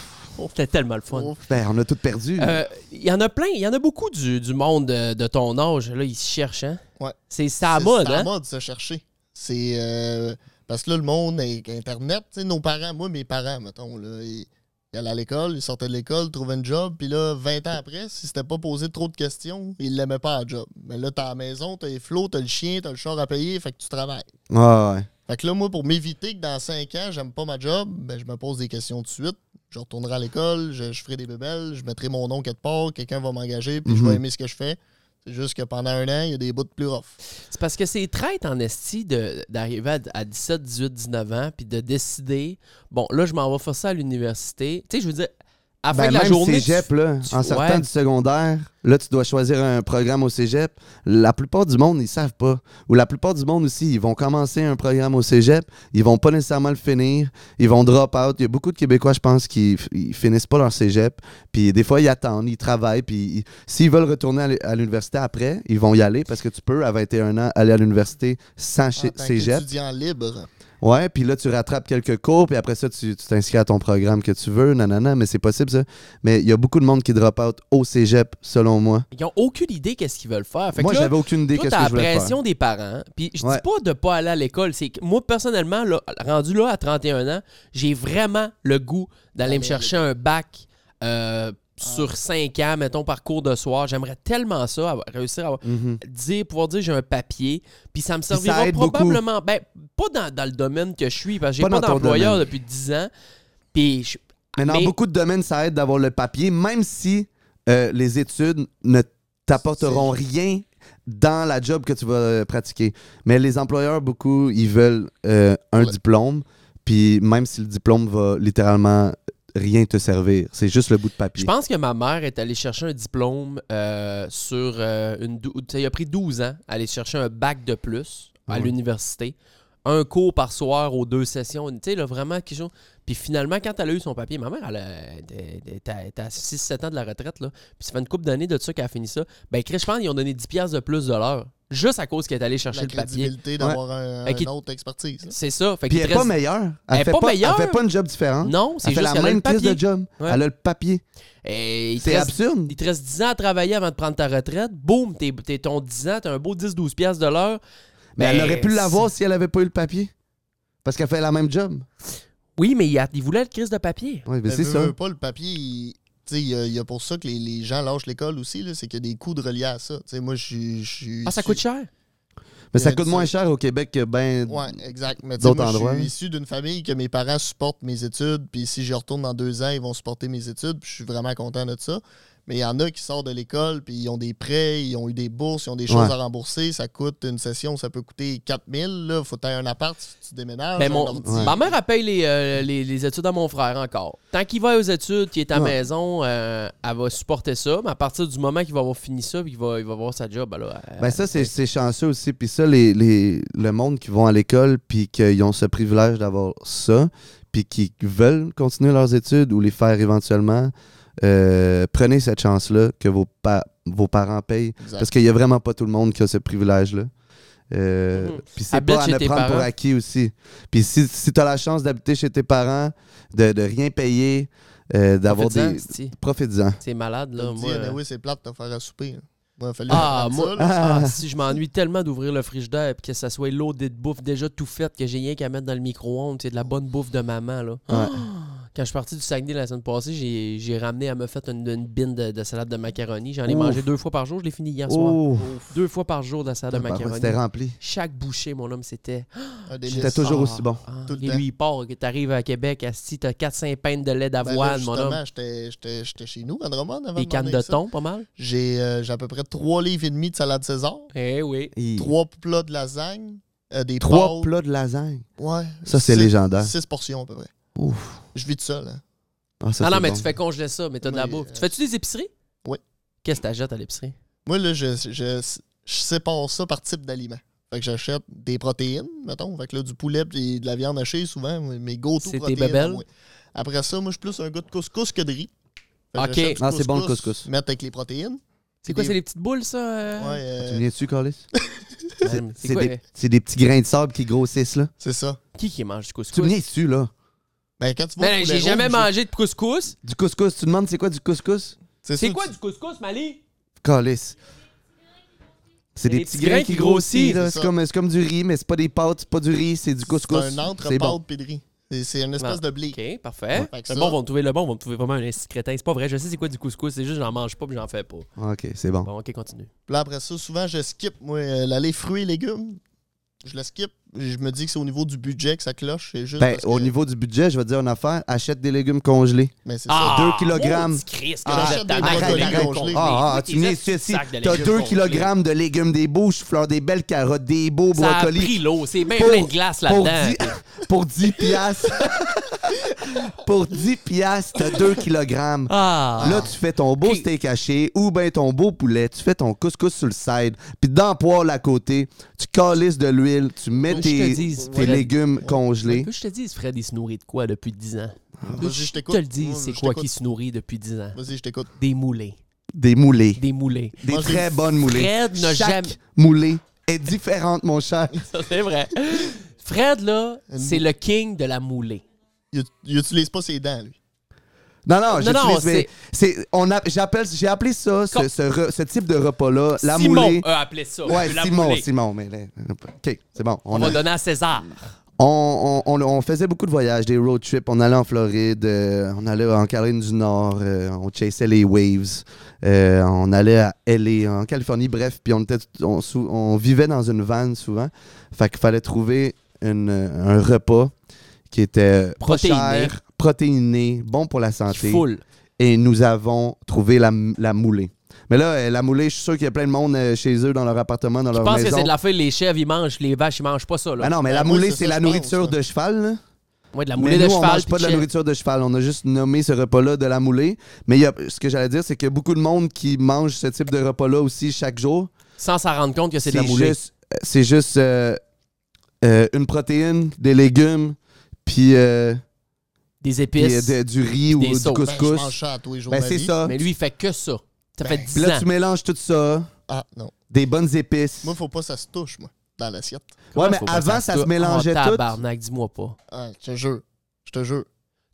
Speaker 2: C'était tellement le fun.
Speaker 3: ben, on a tout perdu.
Speaker 2: Euh, Il y en a plein, il y en a beaucoup du, du monde euh, de, ton âge. Là, ils se cherchent, hein?
Speaker 4: Ouais.
Speaker 2: C'est ça à
Speaker 4: C'est-
Speaker 2: mode,
Speaker 4: c'est à
Speaker 2: hein?
Speaker 4: mode, se chercher. C'est. euh, parce que là, le monde avec Internet, tu sais, nos parents, moi, mes parents, mettons, là, ils, ils allaient à l'école, ils sortaient de l'école, trouvaient un job, puis là, 20 ans après, s'ils s'étaient pas posé trop de questions, ils l'aimaient pas à job. Mais là, t'as la maison, t'as les flots, t'as le chien, t'as le char à payer, fait que tu travailles.
Speaker 3: Ouais, ouais.
Speaker 4: Fait que là, moi, pour m'éviter que dans 5 ans, j'aime pas ma job, ben, je me pose des questions tout de suite. Je retournerai à l'école, je, je ferai des bébelles, je mettrai mon nom quelque part, quelqu'un va m'engager, puis je
Speaker 3: Mhm.
Speaker 4: vais aimer ce que je fais. C'est juste que pendant un an, il y a des bouts de plus rough.
Speaker 2: C'est parce que c'est traite en esti de- d'arriver à, à 17, 18, 19 ans, puis de décider, bon, là, je m'en vais faire ça à l'université. Tu sais, je veux dire, à la fin
Speaker 3: Ben,
Speaker 2: de la
Speaker 3: même
Speaker 2: journée. tu-
Speaker 3: cégep, là,
Speaker 2: tu-
Speaker 3: en sortant
Speaker 2: ouais.
Speaker 3: du secondaire, là, tu dois choisir un programme au cégep. La plupart du monde, ils savent pas. Ou la plupart du monde aussi, ils vont commencer un programme au cégep, ils vont pas nécessairement le finir, ils vont drop out. Il y a beaucoup de Québécois, je pense, qui f- ils finissent pas leur cégep. Puis des fois, ils attendent, ils travaillent. Puis ils- s'ils veulent retourner à l'u- à l'université après, ils vont y aller parce que tu peux, à 21 ans, aller à l'université sans
Speaker 4: en
Speaker 3: chez-
Speaker 4: tant
Speaker 3: cégep.
Speaker 4: qu'étudiant libre.
Speaker 3: Ouais, puis là, tu rattrapes quelques cours, puis après ça, tu tu t'inscris à ton programme que tu veux, nanana, mais c'est possible ça. Mais il y a beaucoup de monde qui drop out au cégep, selon moi.
Speaker 2: Ils n'ont aucune idée qu'est-ce qu'ils veulent faire. Fait que
Speaker 3: moi,
Speaker 2: là,
Speaker 3: j'avais aucune idée
Speaker 2: Toi,
Speaker 3: qu'est-ce
Speaker 2: t'as
Speaker 3: que
Speaker 2: la
Speaker 3: je voulais
Speaker 2: pression
Speaker 3: faire.
Speaker 2: des parents. hein. Puis je
Speaker 3: Ouais.
Speaker 2: dis pas de pas aller à l'école. C'est que moi, personnellement, là, rendu là à 31 ans, j'ai vraiment le goût d'aller me chercher un bac euh, sur 5 ans, mettons, par cours de soir. J'aimerais tellement ça, avoir- réussir à avoir-
Speaker 3: Mhm.
Speaker 2: dire, pouvoir dire j'ai un papier. Puis ça me
Speaker 3: ça
Speaker 2: servira
Speaker 3: aide beaucoup.
Speaker 2: probablement. Ben, pas dans, dans le domaine que je suis, parce que j'ai
Speaker 3: Pas
Speaker 2: pas,
Speaker 3: dans ton
Speaker 2: d'employeur
Speaker 3: domaine.
Speaker 2: depuis 10 ans. Puis je-
Speaker 3: Mais dans
Speaker 2: Mais-
Speaker 3: beaucoup de domaines, ça aide d'avoir le papier, même si euh, les études ne t'apporteront rien dans la job que tu vas euh, pratiquer. Mais les employeurs, beaucoup, ils veulent euh, un
Speaker 4: Ouais.
Speaker 3: diplôme, puis même si le diplôme va littéralement rien te servir, c'est juste le bout de papier.
Speaker 2: Je pense que ma mère est allée chercher un diplôme euh, sur euh, une. dou- tu sais, Il a pris 12 ans à aller chercher un bac de plus à
Speaker 3: Ouais.
Speaker 2: l'université. Un cours par soir aux deux sessions. Tu sais, là, vraiment quelque chose. Puis finalement, quand elle a eu son papier, ma mère, elle, a- elle était elle était à 6-7 ans de la retraite, là. Puis ça fait une couple d'années de ça qu'elle a fini ça. Ben, Chris, je pense qu'ils ont donné 10$ piastres de plus de l'heure. Juste à cause qu'elle est allée chercher
Speaker 4: La
Speaker 2: le papier.
Speaker 4: crédibilité d'avoir un,
Speaker 2: Fait qu'il-
Speaker 4: une autre expertise.
Speaker 2: C'est ça. Fait
Speaker 3: Puis
Speaker 2: qu'il
Speaker 3: elle
Speaker 2: te
Speaker 3: n'est pas
Speaker 2: reste-
Speaker 3: meilleure.
Speaker 2: Elle est
Speaker 3: Elle fait
Speaker 2: pas
Speaker 3: pas-
Speaker 2: meilleure.
Speaker 3: elle fait pas une job différente.
Speaker 2: Non, c'est
Speaker 3: Elle fait
Speaker 2: juste
Speaker 3: la
Speaker 2: qu'elle a le
Speaker 3: même crise
Speaker 2: papier.
Speaker 3: de job.
Speaker 2: Ouais.
Speaker 3: Elle a le papier.
Speaker 2: Et il te
Speaker 3: C'est
Speaker 2: reste
Speaker 3: absurde.
Speaker 2: Il te reste 10 ans à travailler avant de prendre ta retraite. Boum, t'es, t'es ton 10 ans, t'as un beau 10-12 piastres de l'heure.
Speaker 3: Mais elle
Speaker 2: Ben,
Speaker 3: aurait pu l'avoir si elle avait pas eu le papier. Parce qu'elle fait la même job.
Speaker 2: Oui, mais il, a- il voulait le crise de papier.
Speaker 3: Oui, mais
Speaker 4: Mais
Speaker 3: c'est
Speaker 4: veux,
Speaker 3: ça.
Speaker 4: veux pas le papier. il- tu sais, Il y, a- il y a pour ça que les, les gens lâchent l'école aussi, là, c'est qu'il y a des coûts de reliés à ça. Tu sais, moi, je suis- je suis.
Speaker 2: Ah, ça
Speaker 4: je
Speaker 2: coûte
Speaker 4: suis-
Speaker 2: cher.
Speaker 3: Mais ça
Speaker 4: Euh,
Speaker 3: coûte
Speaker 4: ça-
Speaker 3: moins cher au Québec que ben.
Speaker 4: Ouais, exact. Mais tu sais,
Speaker 3: D'autres
Speaker 4: moi,
Speaker 3: endroits.
Speaker 4: je suis issu d'une famille que mes parents supportent mes études, puis si j'y retourne dans deux ans, ils vont supporter mes études, puis je suis vraiment content de ça. Mais il y en a qui sortent de l'école, puis ils ont des prêts, ils ont eu des bourses, ils ont des choses
Speaker 3: Ouais.
Speaker 4: à rembourser. Ça coûte une session, ça peut coûter 4000. Là, faut tailler un appart, tu, tu déménages.
Speaker 2: Ben,
Speaker 4: un
Speaker 2: mon,
Speaker 4: ordi.
Speaker 2: Ma mère, elle paye les, euh, les- les études à mon frère encore. Tant qu'il va aux études, qu'il est à la
Speaker 3: Ouais.
Speaker 2: maison, euh, elle va supporter ça. Mais à partir du moment qu'il va avoir fini ça, puis qu'il va, il va avoir sa job, ben là, elle-
Speaker 3: Ben ça, c'est c'est chanceux aussi. Puis ça, les, les- le monde qui vont à l'école puis qu'ils ont ce privilège d'avoir ça, puis qui veulent continuer leurs études ou les faire éventuellement, euh, prenez cette chance-là que vos, pa- vos parents payent.
Speaker 4: Exact.
Speaker 3: Parce qu'il n'y a vraiment pas tout le monde qui a ce privilège-là. Euh,
Speaker 2: Mhm.
Speaker 3: Puis c'est
Speaker 2: Habite
Speaker 3: pas à
Speaker 2: chez
Speaker 3: ne
Speaker 2: tes
Speaker 3: prendre pour
Speaker 2: parents.
Speaker 3: acquis aussi. Puis si, si tu as la chance d'habiter chez tes parents, de, de rien payer, euh, d'avoir
Speaker 2: Profites-en,
Speaker 3: des.
Speaker 2: c'ti.
Speaker 3: Profites-en.
Speaker 2: C'est malade, là.
Speaker 4: Comme dit,
Speaker 2: Moi,
Speaker 4: eh ben
Speaker 2: euh,
Speaker 4: oui, c'est plate de te faire à souper. hein. Moi, il fallait
Speaker 2: Ah,
Speaker 4: apprendre
Speaker 2: moi,
Speaker 4: ça, là.
Speaker 2: ah, si je m'ennuie tellement d'ouvrir le frigidaire et que ça soit l'eau de bouffe déjà tout faite que j'ai rien qu'à mettre dans le micro-ondes, c'est de la bonne bouffe de maman. Là.
Speaker 3: Ouais.
Speaker 2: Quand je suis parti du Saguenay la semaine passée, j'ai j'ai ramené à me faire une, une bine de, de salade de macaroni. J'en ai
Speaker 3: Ouf.
Speaker 2: mangé deux fois par jour, je l'ai fini hier soir.
Speaker 3: Oh!
Speaker 2: Deux fois par jour de la salade de
Speaker 3: Ben ouais,
Speaker 2: macaroni.
Speaker 3: C'était rempli.
Speaker 2: Chaque bouchée, mon homme, c'était.
Speaker 4: Un délice.
Speaker 3: J'étais toujours
Speaker 2: Ah,
Speaker 3: aussi bon.
Speaker 2: ah,
Speaker 4: Tout le
Speaker 2: et
Speaker 4: temps.
Speaker 2: lui, il part, que t'arrives à Québec, si t'as 4-5 pintes de lait
Speaker 4: Ben là,
Speaker 2: d'avoine, mon homme.
Speaker 4: justement, j'étais- j'étais j'étais chez nous, à Drummond, avant
Speaker 2: Des cannes
Speaker 4: demander
Speaker 2: de
Speaker 4: ça.
Speaker 2: thon, pas mal.
Speaker 4: J'ai euh, j'ai à peu près 3 livres et demi de salade César,
Speaker 2: Eh oui.
Speaker 3: Hi.
Speaker 4: 3 plats de lasagne, euh, des
Speaker 3: Trois
Speaker 4: pâtes,
Speaker 3: plats de lasagne.
Speaker 4: Ouais.
Speaker 3: Ça, c'est
Speaker 4: Six-
Speaker 3: légendaire.
Speaker 4: Six portions à peu près.
Speaker 3: Ouf.
Speaker 4: Je vis tout seul. hein.
Speaker 3: Ah, ça,
Speaker 2: non, non,
Speaker 3: c'est
Speaker 2: mais
Speaker 3: bon.
Speaker 2: tu fais congeler ça, mais t'as de la
Speaker 4: Mais,
Speaker 2: bouffe.
Speaker 4: euh,
Speaker 2: Tu fais-tu des épiceries?
Speaker 4: Oui.
Speaker 2: Qu'est-ce que t'achètes à l'épicerie?
Speaker 4: Moi, là, je, je, je sépare ça par type d'aliment. Fait que j'achète des protéines, mettons. Fait que là, du poulet et de la viande hachée, souvent, moi, mes go-to
Speaker 2: C'est tes
Speaker 4: protéines.
Speaker 2: bébelles?
Speaker 4: moi. Après ça, moi, je suis plus un gars de couscous que de riz. Fait que
Speaker 2: Ok.
Speaker 4: j'achète du
Speaker 3: Ah, c'est bon, le couscous.
Speaker 4: Mettre avec les protéines.
Speaker 2: C'est quoi,
Speaker 4: Des-
Speaker 2: c'est les petites boules, ça?
Speaker 4: Ouais,
Speaker 2: euh?
Speaker 3: Tu
Speaker 4: euh,
Speaker 3: me viens-tu, Carlis?
Speaker 2: Ouais, mais C'est
Speaker 3: C'est
Speaker 2: quoi? euh,
Speaker 3: des, c'est des petits grains de sable qui grossissent, là.
Speaker 4: c'est ça.
Speaker 2: Qui qui mange du couscous?
Speaker 3: Tu me viens-tu, là?
Speaker 4: Ben, quand tu vas au
Speaker 2: Ben,
Speaker 4: poulet
Speaker 2: j'ai jamais
Speaker 4: rouge,
Speaker 2: mangé de couscous.
Speaker 3: Du couscous. Tu demandes c'est quoi du couscous?
Speaker 2: C'est
Speaker 4: sûr,
Speaker 2: quoi
Speaker 4: tu-
Speaker 2: du couscous, Mali?
Speaker 3: Carlis. C'est des, petits grains qui grossissent, là.
Speaker 4: C'est
Speaker 3: C'est
Speaker 4: ça.
Speaker 3: comme, c'est comme du riz, mais c'est pas des pâtes, c'est pas du riz, c'est du couscous.
Speaker 4: C'est un entre
Speaker 3: C'est bon.
Speaker 4: pâte pis de riz. C'est- C'est une espèce de blé.
Speaker 2: Ah, Ok, parfait.
Speaker 4: Fait que
Speaker 2: Le
Speaker 4: ça-
Speaker 2: bon, vont me trouver le bon, vont me trouver vraiment un esti de crétin. C'est pas vrai, je sais c'est quoi du couscous, c'est juste j'en mange pas puis j'en fais pas.
Speaker 3: Ah, Ok, c'est bon.
Speaker 2: Bon, ok, continue.
Speaker 4: Puis là, après ça, souvent, je skip, moi, euh, l'allée fruits et légumes. Je la skip. Je me dis que c'est au niveau du budget que ça cloche. C'est juste.
Speaker 3: Ben,
Speaker 4: parce
Speaker 3: au
Speaker 4: que-
Speaker 3: niveau du budget, je vais te dire une affaire. Achète des légumes congelés.
Speaker 4: Mais
Speaker 2: Ah,
Speaker 4: c'est ça.
Speaker 3: deux kilogrammes.
Speaker 2: maudit Christ, que
Speaker 4: Ah,
Speaker 2: j'ai
Speaker 4: j'achète
Speaker 2: de la
Speaker 4: des
Speaker 2: marque
Speaker 4: brocolis
Speaker 2: de légumes
Speaker 4: congelés.
Speaker 2: congelés.
Speaker 3: Ah, ah,
Speaker 2: Toi,
Speaker 3: tu
Speaker 2: t'es
Speaker 3: viens
Speaker 2: un
Speaker 3: ici, ici.
Speaker 2: sac de
Speaker 3: T'as
Speaker 2: légumes
Speaker 3: 2
Speaker 2: congelés.
Speaker 3: kg de légumes des bouches, fleurs des belles carottes, des beaux
Speaker 2: Ça a
Speaker 3: brocolis.
Speaker 2: pris l'eau, c'est bien
Speaker 3: Pour-
Speaker 2: plein de glace
Speaker 3: pour
Speaker 2: là-dedans.
Speaker 3: 10 pour 10 piastres. Pour 10 piastres, t'as 2 kilogrammes.
Speaker 2: Ah!
Speaker 3: Là, tu fais ton beau
Speaker 2: Qui-
Speaker 3: steak haché ou ben ton beau poulet, tu fais ton couscous sur le side, puis dans le poêle à côté, tu calisses de l'huile, tu mets
Speaker 2: Moi, je te
Speaker 3: tes,
Speaker 2: dis,
Speaker 3: tes
Speaker 2: Fred-
Speaker 3: légumes
Speaker 2: Mais
Speaker 3: congelés.
Speaker 2: que je te dis, Fred, il se nourrit de quoi depuis 10 ans?
Speaker 4: Vas-y, je
Speaker 2: je te
Speaker 4: t'écoute.
Speaker 2: le dis,
Speaker 4: Moi,
Speaker 2: c'est
Speaker 4: je
Speaker 2: quoi
Speaker 4: t'écoute.
Speaker 2: qui se nourrit depuis 10 ans?
Speaker 4: Vas-y, je t'écoute.
Speaker 2: Des moulés.
Speaker 3: Des moulés.
Speaker 2: Des moulés.
Speaker 3: Des
Speaker 4: Moi, j'ai-
Speaker 3: très bonnes moulées.
Speaker 2: Fred n'a
Speaker 3: Chaque
Speaker 2: jamais-
Speaker 3: moulée est différente, mon cher.
Speaker 2: Ça, c'est vrai. Fred, là, c'est le king de la moulée.
Speaker 4: Il, il utilise pas ses dents, lui.
Speaker 3: Non, non,
Speaker 2: Non, non,
Speaker 3: j'utilise, mais c'est- on a- j'appelle, j'ai appelé ça, ce,
Speaker 2: Com-
Speaker 3: ce re- ce type de repas-là, la
Speaker 2: Simon
Speaker 3: moulée.
Speaker 2: a appelé ça.
Speaker 3: Ouais,
Speaker 2: la
Speaker 3: Simon,
Speaker 2: moulée.
Speaker 3: Simon, mais là, OK, c'est bon.
Speaker 2: On
Speaker 3: On,
Speaker 2: va
Speaker 3: a-
Speaker 2: donner à César.
Speaker 3: on- on- on- on faisait beaucoup de voyages, des road trips. On allait en Floride, euh, on allait en Caroline du Nord, euh, on chassait les waves, euh, on allait à LA, en Californie, bref. Puis on, était, on, sou- on vivait dans une van souvent. Fait qu'il fallait trouver une- euh, un repas qui était pas
Speaker 2: Protéiné.
Speaker 3: cher, protéiné, bon pour la santé
Speaker 2: Full.
Speaker 3: et nous avons trouvé la, la moulée. Mais là, euh, la moulée, je suis sûr qu'il y a plein de monde euh, chez eux, dans leur appartement, dans
Speaker 2: Je
Speaker 3: leur
Speaker 2: pense que
Speaker 3: maison.
Speaker 2: c'est de la feuille, les chèvres, ils mangent, les vaches, ils mangent pas ça. Là.
Speaker 3: Ah non, mais
Speaker 4: Ben,
Speaker 3: la
Speaker 4: moi,
Speaker 3: moulée,
Speaker 4: c'est
Speaker 3: c'est
Speaker 4: ça,
Speaker 3: la
Speaker 4: je pense,
Speaker 3: nourriture
Speaker 4: là.
Speaker 3: de cheval. là.
Speaker 2: Ouais, de la moulée
Speaker 3: mais
Speaker 2: de
Speaker 3: nous, on
Speaker 2: cheval.
Speaker 3: mange pas
Speaker 2: puis
Speaker 3: de la
Speaker 2: chèvre.
Speaker 3: nourriture de cheval. On a juste nommé ce repas-là de la moulée. Mais il y a- ce que j'allais dire, c'est que beaucoup de monde qui mange ce type de repas-là aussi chaque jour,
Speaker 2: Sans s'en rendre compte que c'est de la moulée.
Speaker 3: juste, euh, c'est juste euh, euh, une protéine, des légumes, puis, euh,
Speaker 2: Des
Speaker 3: puis,
Speaker 2: épices.
Speaker 3: euh, de- du riz ou
Speaker 2: des
Speaker 3: du
Speaker 2: sauces. Ben,
Speaker 4: Ben, je
Speaker 3: couscous.
Speaker 4: mange ça à tous les jours.
Speaker 3: Ben,
Speaker 4: de ma
Speaker 3: c'est
Speaker 4: vie.
Speaker 3: ça.
Speaker 2: Mais lui, il fait que ça. Ça fait
Speaker 4: Ben,
Speaker 2: 10
Speaker 3: Puis là,
Speaker 2: ans.
Speaker 3: tu mélanges tout ça,
Speaker 4: Ah, non.
Speaker 3: des bonnes épices.
Speaker 4: Moi, faut pas que ça se touche, moi, dans l'assiette.
Speaker 3: Ouais, mais
Speaker 2: Faut pas
Speaker 3: avant,
Speaker 2: faire
Speaker 3: ça se mélangeait
Speaker 2: oh,
Speaker 3: tout.
Speaker 2: tabarnak, dis-moi pas.
Speaker 4: Ah, je te jure. Je te jure.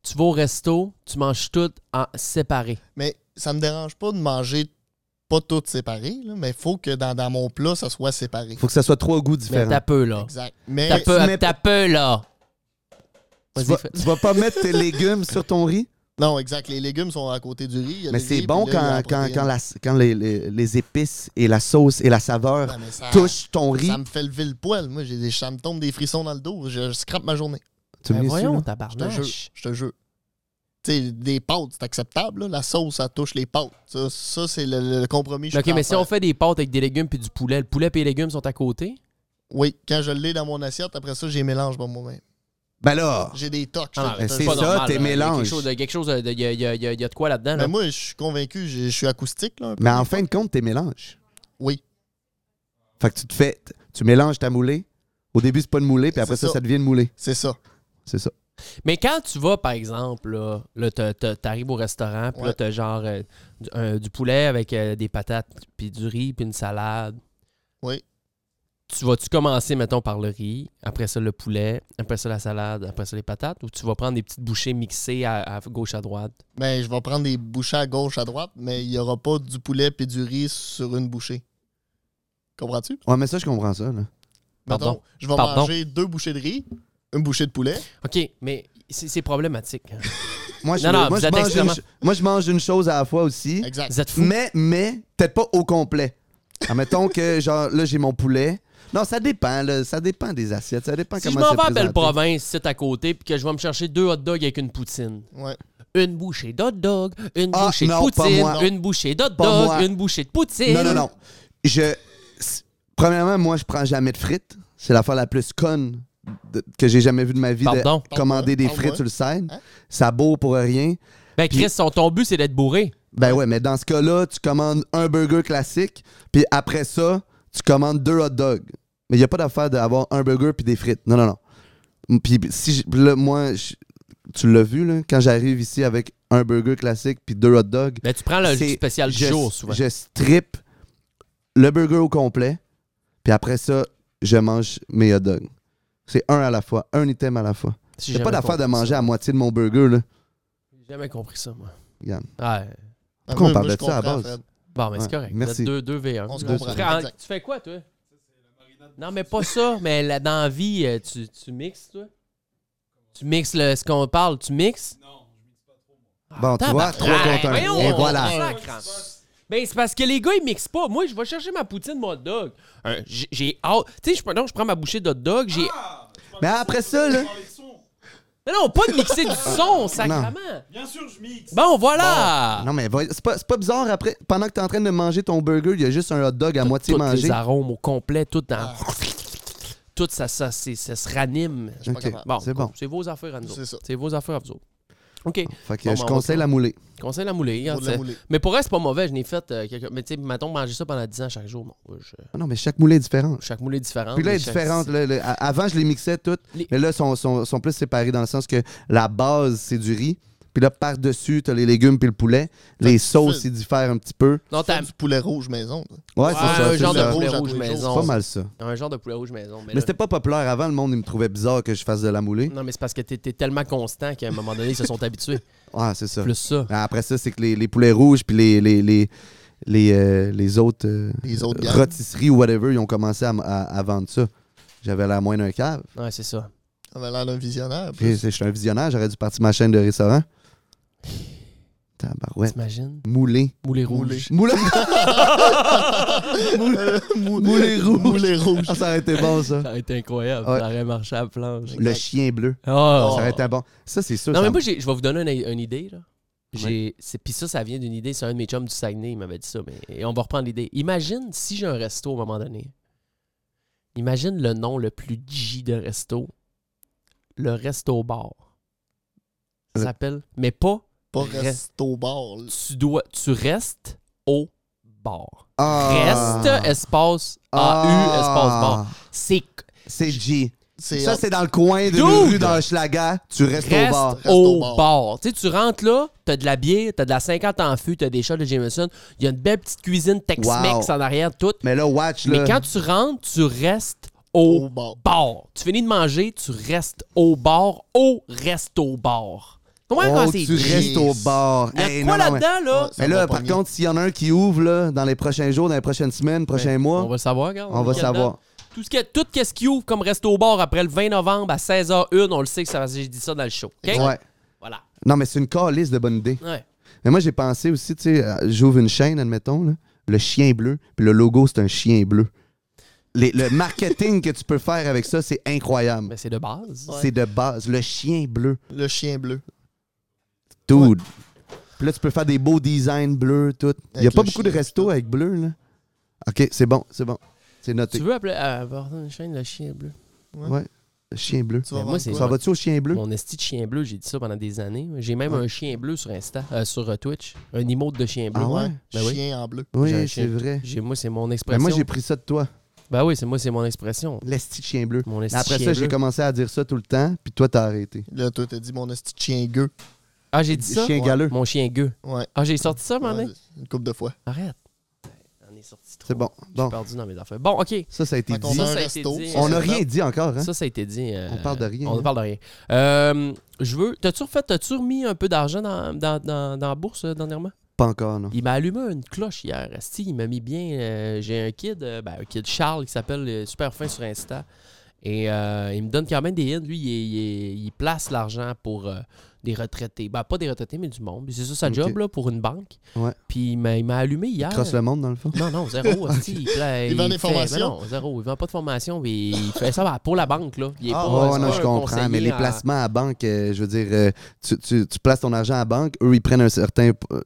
Speaker 2: Tu vas au resto, tu manges tout en séparé.
Speaker 4: Mais ça me dérange pas de manger pas tout séparé, là, mais faut que dans, dans mon plat, ça soit séparé.
Speaker 3: Faut que ça soit trois goûts
Speaker 2: Mais
Speaker 3: différents.
Speaker 2: t'as peu, là.
Speaker 4: Exact. Mais
Speaker 2: Ah. T'as
Speaker 3: tu
Speaker 2: peu,
Speaker 3: mets-
Speaker 2: t'as peu, là.
Speaker 3: tu,
Speaker 2: Vas-y,
Speaker 3: vas,
Speaker 2: fais-
Speaker 3: tu vas pas mettre tes légumes sur ton riz.
Speaker 4: non, exact. Les légumes sont à côté du riz. il y a
Speaker 3: Mais
Speaker 4: le
Speaker 3: c'est
Speaker 4: riz,
Speaker 3: bon
Speaker 4: puis là, il y a
Speaker 3: quand,
Speaker 4: la
Speaker 3: quand,
Speaker 4: protéine.
Speaker 3: quand, la- quand les, les- les épices et la sauce et la saveur
Speaker 4: Ouais, mais ça-
Speaker 3: touchent ton riz.
Speaker 4: Ça me fait lever le poil. Moi, j'ai des, ça me tombe des frissons dans le dos. Je, je scrape ma journée.
Speaker 3: Tu me
Speaker 2: Ben
Speaker 3: dis
Speaker 2: voyons,
Speaker 4: Je te jure.
Speaker 2: tabarnache.
Speaker 4: Je te jure. Tu sais, des pâtes, c'est acceptable. là. La sauce, ça touche les pâtes. Ça, ça, c'est le, le- le compromis. que je
Speaker 2: OK,
Speaker 4: suis prêt
Speaker 2: mais
Speaker 4: à
Speaker 2: si on
Speaker 4: faire.
Speaker 2: fait des pâtes avec des légumes puis du poulet, le poulet et les légumes sont à côté?
Speaker 4: Oui, quand je l'ai dans mon assiette, après ça, j'ai mélange par moi-même.
Speaker 3: Ben là,
Speaker 4: J'ai des tocs.
Speaker 2: Ah,
Speaker 4: je-
Speaker 2: mais
Speaker 4: je-
Speaker 3: Ben, c'est
Speaker 2: pas
Speaker 3: ça,
Speaker 2: normal,
Speaker 3: tes
Speaker 2: là. Il y a
Speaker 3: mélanges.
Speaker 2: quelque chose de- Quelque chose de... Il y a- il y a- il y a il y a de quoi là-dedans, là?
Speaker 4: Mais moi, je suis convaincu, je je suis acoustique. Là, un peu.
Speaker 3: mais en fin de compte, t'es mélanges.
Speaker 4: Oui.
Speaker 3: Fait que tu te fais. Tu mélanges ta moulée. Au début, c'est pas une moulée, puis après
Speaker 4: C'est
Speaker 3: ça, ça,
Speaker 4: ça.
Speaker 3: devient une moulée.
Speaker 4: C'est ça.
Speaker 3: C'est ça.
Speaker 2: Mais quand tu vas, par exemple, là, là, t'as- t'as- t'arrives au restaurant, puis là,
Speaker 4: Ouais.
Speaker 2: t'as genre euh, du, un- du poulet avec euh, des patates, puis du riz, puis une salade.
Speaker 4: Oui.
Speaker 2: Tu vas-tu commencer, mettons, par le riz, après ça, le poulet, après ça, la salade, après ça, les patates, ou tu vas prendre des petites bouchées mixées à, à gauche, à droite?
Speaker 4: Mais Ben, je vais prendre des bouchées à gauche, à droite, mais il n'y aura pas du poulet et du riz sur une bouchée. Comprends-tu?
Speaker 3: Ouais, mais ça, je comprends ça. là.
Speaker 2: Pardon.
Speaker 4: Mettons, je vais
Speaker 2: Pardon.
Speaker 4: manger deux bouchées de riz, une bouchée de poulet.
Speaker 2: OK, mais c'est c'est problématique. hein.
Speaker 3: Moi, je,
Speaker 2: Non, non,
Speaker 3: moi,
Speaker 2: vous
Speaker 3: je
Speaker 2: êtes
Speaker 3: mange une,
Speaker 2: extrêmement-
Speaker 3: ch- moi, je mange une chose à la fois aussi.
Speaker 4: Exact.
Speaker 2: Vous êtes fous.
Speaker 3: Mais, mais, peut-être pas au complet. Admettons que, genre, là, j'ai mon poulet. Non, ça dépend, là. Ça dépend des assiettes. Ça dépend
Speaker 2: Si je
Speaker 3: comment
Speaker 2: m'en
Speaker 3: c'est
Speaker 2: vais à
Speaker 3: présenté.
Speaker 2: Belle-Province, c'est à côté, puis que je vais me chercher deux hot dogs avec une poutine.
Speaker 4: Ouais.
Speaker 2: une bouchée d'hot dog, une
Speaker 3: Ah,
Speaker 2: bouchée
Speaker 3: non,
Speaker 2: de
Speaker 3: pas
Speaker 2: poutine,
Speaker 3: moi.
Speaker 2: une bouchée d'hot
Speaker 3: Pas
Speaker 2: dog,
Speaker 3: moi.
Speaker 2: une bouchée de poutine.
Speaker 3: Non, non, non. Je. s- Premièrement, moi, je prends jamais de frites. C'est l'affaire la plus conne de- que j'ai jamais vue de ma vie
Speaker 2: Pardon.
Speaker 3: de commander des
Speaker 4: Pardon.
Speaker 3: frites sur le side.
Speaker 4: Hein?
Speaker 3: Ça beau pour rien.
Speaker 2: Ben, Chris, son, ton but, c'est d'être bourré.
Speaker 3: Ben ouais, mais dans ce cas-là, tu commandes un burger classique, puis après ça, tu commandes deux hot dogs. Mais il n'y a pas d'affaire d'avoir un burger puis des frites. Non, non, non. Puis si je- là, moi, je- tu l'as vu, là, quand j'arrive ici avec un burger classique puis deux hot dogs,
Speaker 2: Ben, tu prends le
Speaker 3: c'est-
Speaker 2: spécial du
Speaker 3: je-
Speaker 2: jour, souvent.
Speaker 3: Je strip le burger au complet, puis après ça, je mange mes hot dogs. C'est un à la fois, un item à la fois.
Speaker 2: J'ai
Speaker 3: J'ai
Speaker 2: jamais
Speaker 3: pas d'affaire de
Speaker 2: compris
Speaker 3: manger
Speaker 2: ça.
Speaker 3: à moitié de mon burger, là.
Speaker 2: J'ai jamais compris ça, moi.
Speaker 3: Regarde.
Speaker 2: Ouais.
Speaker 3: Pourquoi
Speaker 4: Moi,
Speaker 3: on parle
Speaker 4: moi,
Speaker 3: de
Speaker 4: je
Speaker 3: ça à
Speaker 4: comprends,
Speaker 3: base?
Speaker 4: Fred.
Speaker 2: Bon, mais c'est
Speaker 3: Ouais,
Speaker 2: correct.
Speaker 3: merci.
Speaker 2: 2, 2 v 1.
Speaker 4: On se comprend, exact.
Speaker 2: tu fais quoi, toi? Non, mais pas ça. Mais la, dans la vie, euh, tu, tu mixes, toi? Tu mixes le, ce qu'on parle, tu mixes?
Speaker 3: Bon, tu vois,
Speaker 2: Ah, Tabarnak.
Speaker 3: trois contre un.
Speaker 2: Voyons,
Speaker 3: Et
Speaker 2: on
Speaker 3: voilà.
Speaker 2: sacre. Ben, c'est parce que les gars, ils mixent pas. Moi, je vais chercher ma poutine, mon hot dog. Euh, j'ai- J'ai hâte. Tu sais, je, prends- non, je prends ma bouchée d'hot dog. J'ai.
Speaker 3: Mais après ça, là,
Speaker 2: Non, non, pas de mixer du son, sacrement.
Speaker 6: Bien sûr, je mixe.
Speaker 2: Bon, voilà.
Speaker 3: Non, mais voy- c'est pas, c'est pas bizarre après. Pendant que t'es en train de manger ton burger, il y a juste un hot dog à moitié
Speaker 2: Tous les
Speaker 3: mangé.
Speaker 2: arômes au complet, tout dans. tout ça, ça, c'est- ça se ranime.
Speaker 4: Je suis pas
Speaker 3: Ok.
Speaker 4: capable.
Speaker 2: Bon,
Speaker 3: C'est bon.
Speaker 2: C'est vos affaires à nous autres.
Speaker 4: C'est ça.
Speaker 2: C'est vos affaires à vous autres. OK.
Speaker 3: Fait que
Speaker 2: Bon, ben,
Speaker 3: je
Speaker 2: on va
Speaker 3: conseille
Speaker 2: te-
Speaker 3: la moulée.
Speaker 2: Conseil la moulée.
Speaker 4: Faut
Speaker 2: regarde,
Speaker 4: de la
Speaker 2: c'est-
Speaker 4: mouler.
Speaker 2: mais pour vrai, c'est pas mauvais. Je n'ai fait. euh, quelques- Mais tu sais, mettons, manger ça pendant 10 ans chaque jour. Bon, je-
Speaker 3: Ah non, mais chaque moulée est différente.
Speaker 2: Chaque moulée est différente.
Speaker 3: Puis là,
Speaker 2: mais
Speaker 3: elle est
Speaker 2: chaque-
Speaker 3: différente. là, le- a- avant, je les mixais toutes,
Speaker 2: Les-
Speaker 3: mais là, sont, sont, sont plus séparés dans le sens que la base, c'est du riz. Puis là, par-dessus, t'as les légumes puis le poulet. Les
Speaker 4: tu
Speaker 3: sauces,
Speaker 4: fais-
Speaker 3: ils diffèrent un petit peu.
Speaker 2: Non,
Speaker 4: Fais
Speaker 2: t'as.
Speaker 4: du poulet rouge maison. toi.
Speaker 3: Ouais,
Speaker 2: Ouais,
Speaker 3: c'est ça.
Speaker 2: un
Speaker 3: c'est
Speaker 2: genre
Speaker 3: ça.
Speaker 2: de poulet
Speaker 4: Rouge à
Speaker 2: rouge
Speaker 4: tous les jours,
Speaker 2: maison.
Speaker 3: C'est pas mal ça.
Speaker 2: Un genre de poulet rouge maison. Mais
Speaker 3: Mais
Speaker 2: là-
Speaker 3: c'était pas populaire avant. Le monde, il me trouvait bizarre que je fasse de la moulée.
Speaker 2: Non, mais c'est parce que t'es t'es tellement constant qu'à un moment donné, ils se sont habitués.
Speaker 3: Ah, c'est ça.
Speaker 2: Plus ça.
Speaker 3: Après ça, c'est que les, les poulets rouges puis les, les, les, les, euh, les autres, euh,
Speaker 4: Les autres gammes.
Speaker 3: rôtisseries ou whatever, ils ont commencé à, m- à- à vendre ça. J'avais la moins d'un cave.
Speaker 2: Ouais, c'est ça.
Speaker 4: Ça avait l'air d'un visionnaire.
Speaker 3: Puis, c'est- Je suis un visionnaire, j'aurais dû partir ma chaîne de restaurant. Tabarouette.
Speaker 2: T'imagines?
Speaker 3: Moulé.
Speaker 2: Moulé rouge.
Speaker 3: Moulé.
Speaker 4: Moulet rouge. Moulet rouge.
Speaker 3: Ah, ça aurait été bon, ça.
Speaker 2: Ça aurait été incroyable.
Speaker 3: Ouais.
Speaker 2: Ça aurait marché à la planche.
Speaker 3: Le chien bleu.
Speaker 2: Ah.
Speaker 3: Ça aurait été bon. Ça, c'est sûr.
Speaker 2: Non,
Speaker 3: ça
Speaker 2: mais
Speaker 3: me-
Speaker 2: moi, j'ai- je vais vous donner une, une idée. Là. J'ai, c'est, puis ça, ça vient d'une idée. C'est un de mes chums du Saguenay, il m'avait dit ça. Mais et on va reprendre l'idée. Imagine si j'ai un resto à un moment donné. Imagine le nom le plus G de resto. Le resto bar. Ça
Speaker 3: Le-
Speaker 2: s'appelle. Mais pas
Speaker 4: Pas
Speaker 2: Reste-
Speaker 4: resto bar. là.
Speaker 2: tu dois. Tu restes au bar.
Speaker 3: Ah.
Speaker 2: Reste espace AU
Speaker 3: Ah.
Speaker 2: espace bar. C'est
Speaker 3: C'est G.
Speaker 4: C'est
Speaker 3: Ça, c'est dans le coin de
Speaker 2: Dude!
Speaker 3: rue dans Schlaga. Tu restes au
Speaker 2: Reste
Speaker 3: bar.
Speaker 4: Reste
Speaker 2: au
Speaker 4: au
Speaker 2: bar.
Speaker 4: bar.
Speaker 2: Tu sais, tu rentres là, t'as de la bière, t'as de la 50 en fût, t'as des shots de Jameson. Il y a une belle petite cuisine Tex-Mex
Speaker 3: Wow.
Speaker 2: en arrière, tout.
Speaker 3: Mais là, watch,
Speaker 2: Mais
Speaker 3: là.
Speaker 2: quand tu rentres, tu restes au
Speaker 4: Au bar.
Speaker 2: bar. Tu finis de manger, tu restes au bar, au resto bar. Comment
Speaker 3: Oh,
Speaker 2: quand c'est
Speaker 3: tu
Speaker 2: gris?
Speaker 3: restes au bar.
Speaker 2: Il y a
Speaker 3: Hey,
Speaker 2: quoi
Speaker 3: non, non, mais-
Speaker 2: là-dedans, là?
Speaker 4: Ouais, ça
Speaker 3: Mais là,
Speaker 4: va
Speaker 3: par
Speaker 4: pogner.
Speaker 3: contre, s'il y en a un qui ouvre là, dans les prochains jours, dans les prochaines semaines, prochains mois,
Speaker 2: On va le savoir, regarde.
Speaker 3: on va
Speaker 2: Lequel dedans?
Speaker 3: savoir.
Speaker 2: Tout ce, qui, tout ce qui ouvre comme resto bar après le 20 novembre à 16h01, on le sait que ça va- j'ai dit ça dans le show. OK?
Speaker 3: Ouais.
Speaker 2: Voilà.
Speaker 3: Non, mais c'est une calice de bonnes idées.
Speaker 2: Ouais.
Speaker 3: Mais moi, j'ai pensé aussi, tu sais, euh, j'ouvre une chaîne, admettons, là, le chien bleu, puis le logo, c'est un chien bleu. Les- le marketing que tu peux faire avec ça, c'est incroyable.
Speaker 2: Mais Ben, c'est de base.
Speaker 3: C'est de base. Le chien bleu.
Speaker 4: Le chien bleu.
Speaker 3: Dude. Puis là, tu peux faire des beaux designs bleus, tout. Il n'y a
Speaker 4: Avec
Speaker 3: pas
Speaker 4: le
Speaker 3: beaucoup de
Speaker 4: chien,
Speaker 3: restos
Speaker 4: tout.
Speaker 3: avec bleu, là. OK, c'est bon, c'est bon. C'est
Speaker 2: Tu
Speaker 3: noté.
Speaker 2: veux appeler à aborder une chaîne le chien bleu?
Speaker 3: Ouais. Le chien bleu.
Speaker 4: Tu vas
Speaker 2: Mais moi,
Speaker 4: voir
Speaker 2: c'est-
Speaker 4: quoi?
Speaker 3: Ben, Ça va-tu au chien bleu?
Speaker 2: Mon esti de chien bleu, j'ai dit ça pendant des années. J'ai même
Speaker 3: Ouais.
Speaker 2: un chien bleu sur Insta, euh, sur euh, Twitch. Un emote de chien bleu.
Speaker 3: Ah ouais?
Speaker 2: Ben oui.
Speaker 4: Chien en bleu.
Speaker 2: J'ai un chien.
Speaker 3: Oui, c'est vrai.
Speaker 2: J'ai- moi, c'est mon
Speaker 3: Mais
Speaker 2: expression.
Speaker 3: moi, j'ai pris ça de toi.
Speaker 2: Ben oui, c'est moi, c'est mon expression.
Speaker 3: L'esti de chien bleu.
Speaker 2: Mon esti de
Speaker 3: Après
Speaker 2: chien
Speaker 3: ça,
Speaker 2: bleu.
Speaker 3: j'ai commencé à dire ça tout le temps, puis toi, t'as arrêté.
Speaker 4: Là, toi, t'as dit mon esti de chien gueux.
Speaker 2: Ah, j'ai dit ça?
Speaker 3: Chien
Speaker 4: Ouais.
Speaker 3: galeux.
Speaker 2: Mon chien gueux.
Speaker 4: Ouais.
Speaker 2: Ah, j'ai sorti ça, maman?
Speaker 4: Ouais, Une couple de fois.
Speaker 2: Arrête. Ben, On est sorti trop.
Speaker 3: C'est bon.
Speaker 2: J'ai
Speaker 3: Bon, Hein?
Speaker 2: perdu dans mes affaires. Bon, OK.
Speaker 3: ça, ça a été
Speaker 4: Fait qu'on
Speaker 3: dit.
Speaker 4: a
Speaker 2: Ça,
Speaker 4: un
Speaker 2: ça a été
Speaker 4: resto.
Speaker 2: dit. hein.
Speaker 3: On
Speaker 4: a
Speaker 3: n'a rien dit encore, hein?
Speaker 2: Ça, ça a été dit. euh,
Speaker 3: On parle de rien,
Speaker 2: On ne
Speaker 3: hein.
Speaker 2: parle de rien. Euh, je veux. T'as-tu refait, t'as-tu remis un peu d'argent dans, dans, dans, dans la bourse euh, dernièrement?
Speaker 3: Pas encore, non.
Speaker 2: Il m'a allumé une cloche hier. esti, il m'a mis bien. euh, J'ai un kid, euh, ben, un kid Charles qui s'appelle euh, Super Fin sur Insta. Et euh, il me donne quand même des hints. Lui, il, est- il est- il place l'argent pour euh, des retraités. Ben, pas des retraités, mais du monde. C'est ça sa
Speaker 3: Ok.
Speaker 2: job, là, pour une banque.
Speaker 3: Ouais.
Speaker 2: Puis il m'a il m'a allumé hier.
Speaker 3: Crosse le monde, dans le fond.
Speaker 2: Non, non, zéro. esti, il, pla-
Speaker 4: Il vend des
Speaker 2: fait-
Speaker 4: formations?
Speaker 2: ben non, zéro. Il vend pas de formation. mais il fait ça ben, pour la banque, là. Il est
Speaker 3: Ah,
Speaker 2: pas-
Speaker 3: ouais,
Speaker 2: c'est
Speaker 3: non,
Speaker 2: pas
Speaker 3: je
Speaker 2: un
Speaker 3: comprends, mais
Speaker 2: conseiller
Speaker 3: les
Speaker 2: en-
Speaker 3: placements à banque, euh, je veux dire, euh, tu, tu- tu places ton argent à banque, eux, ils prennent un certain euh,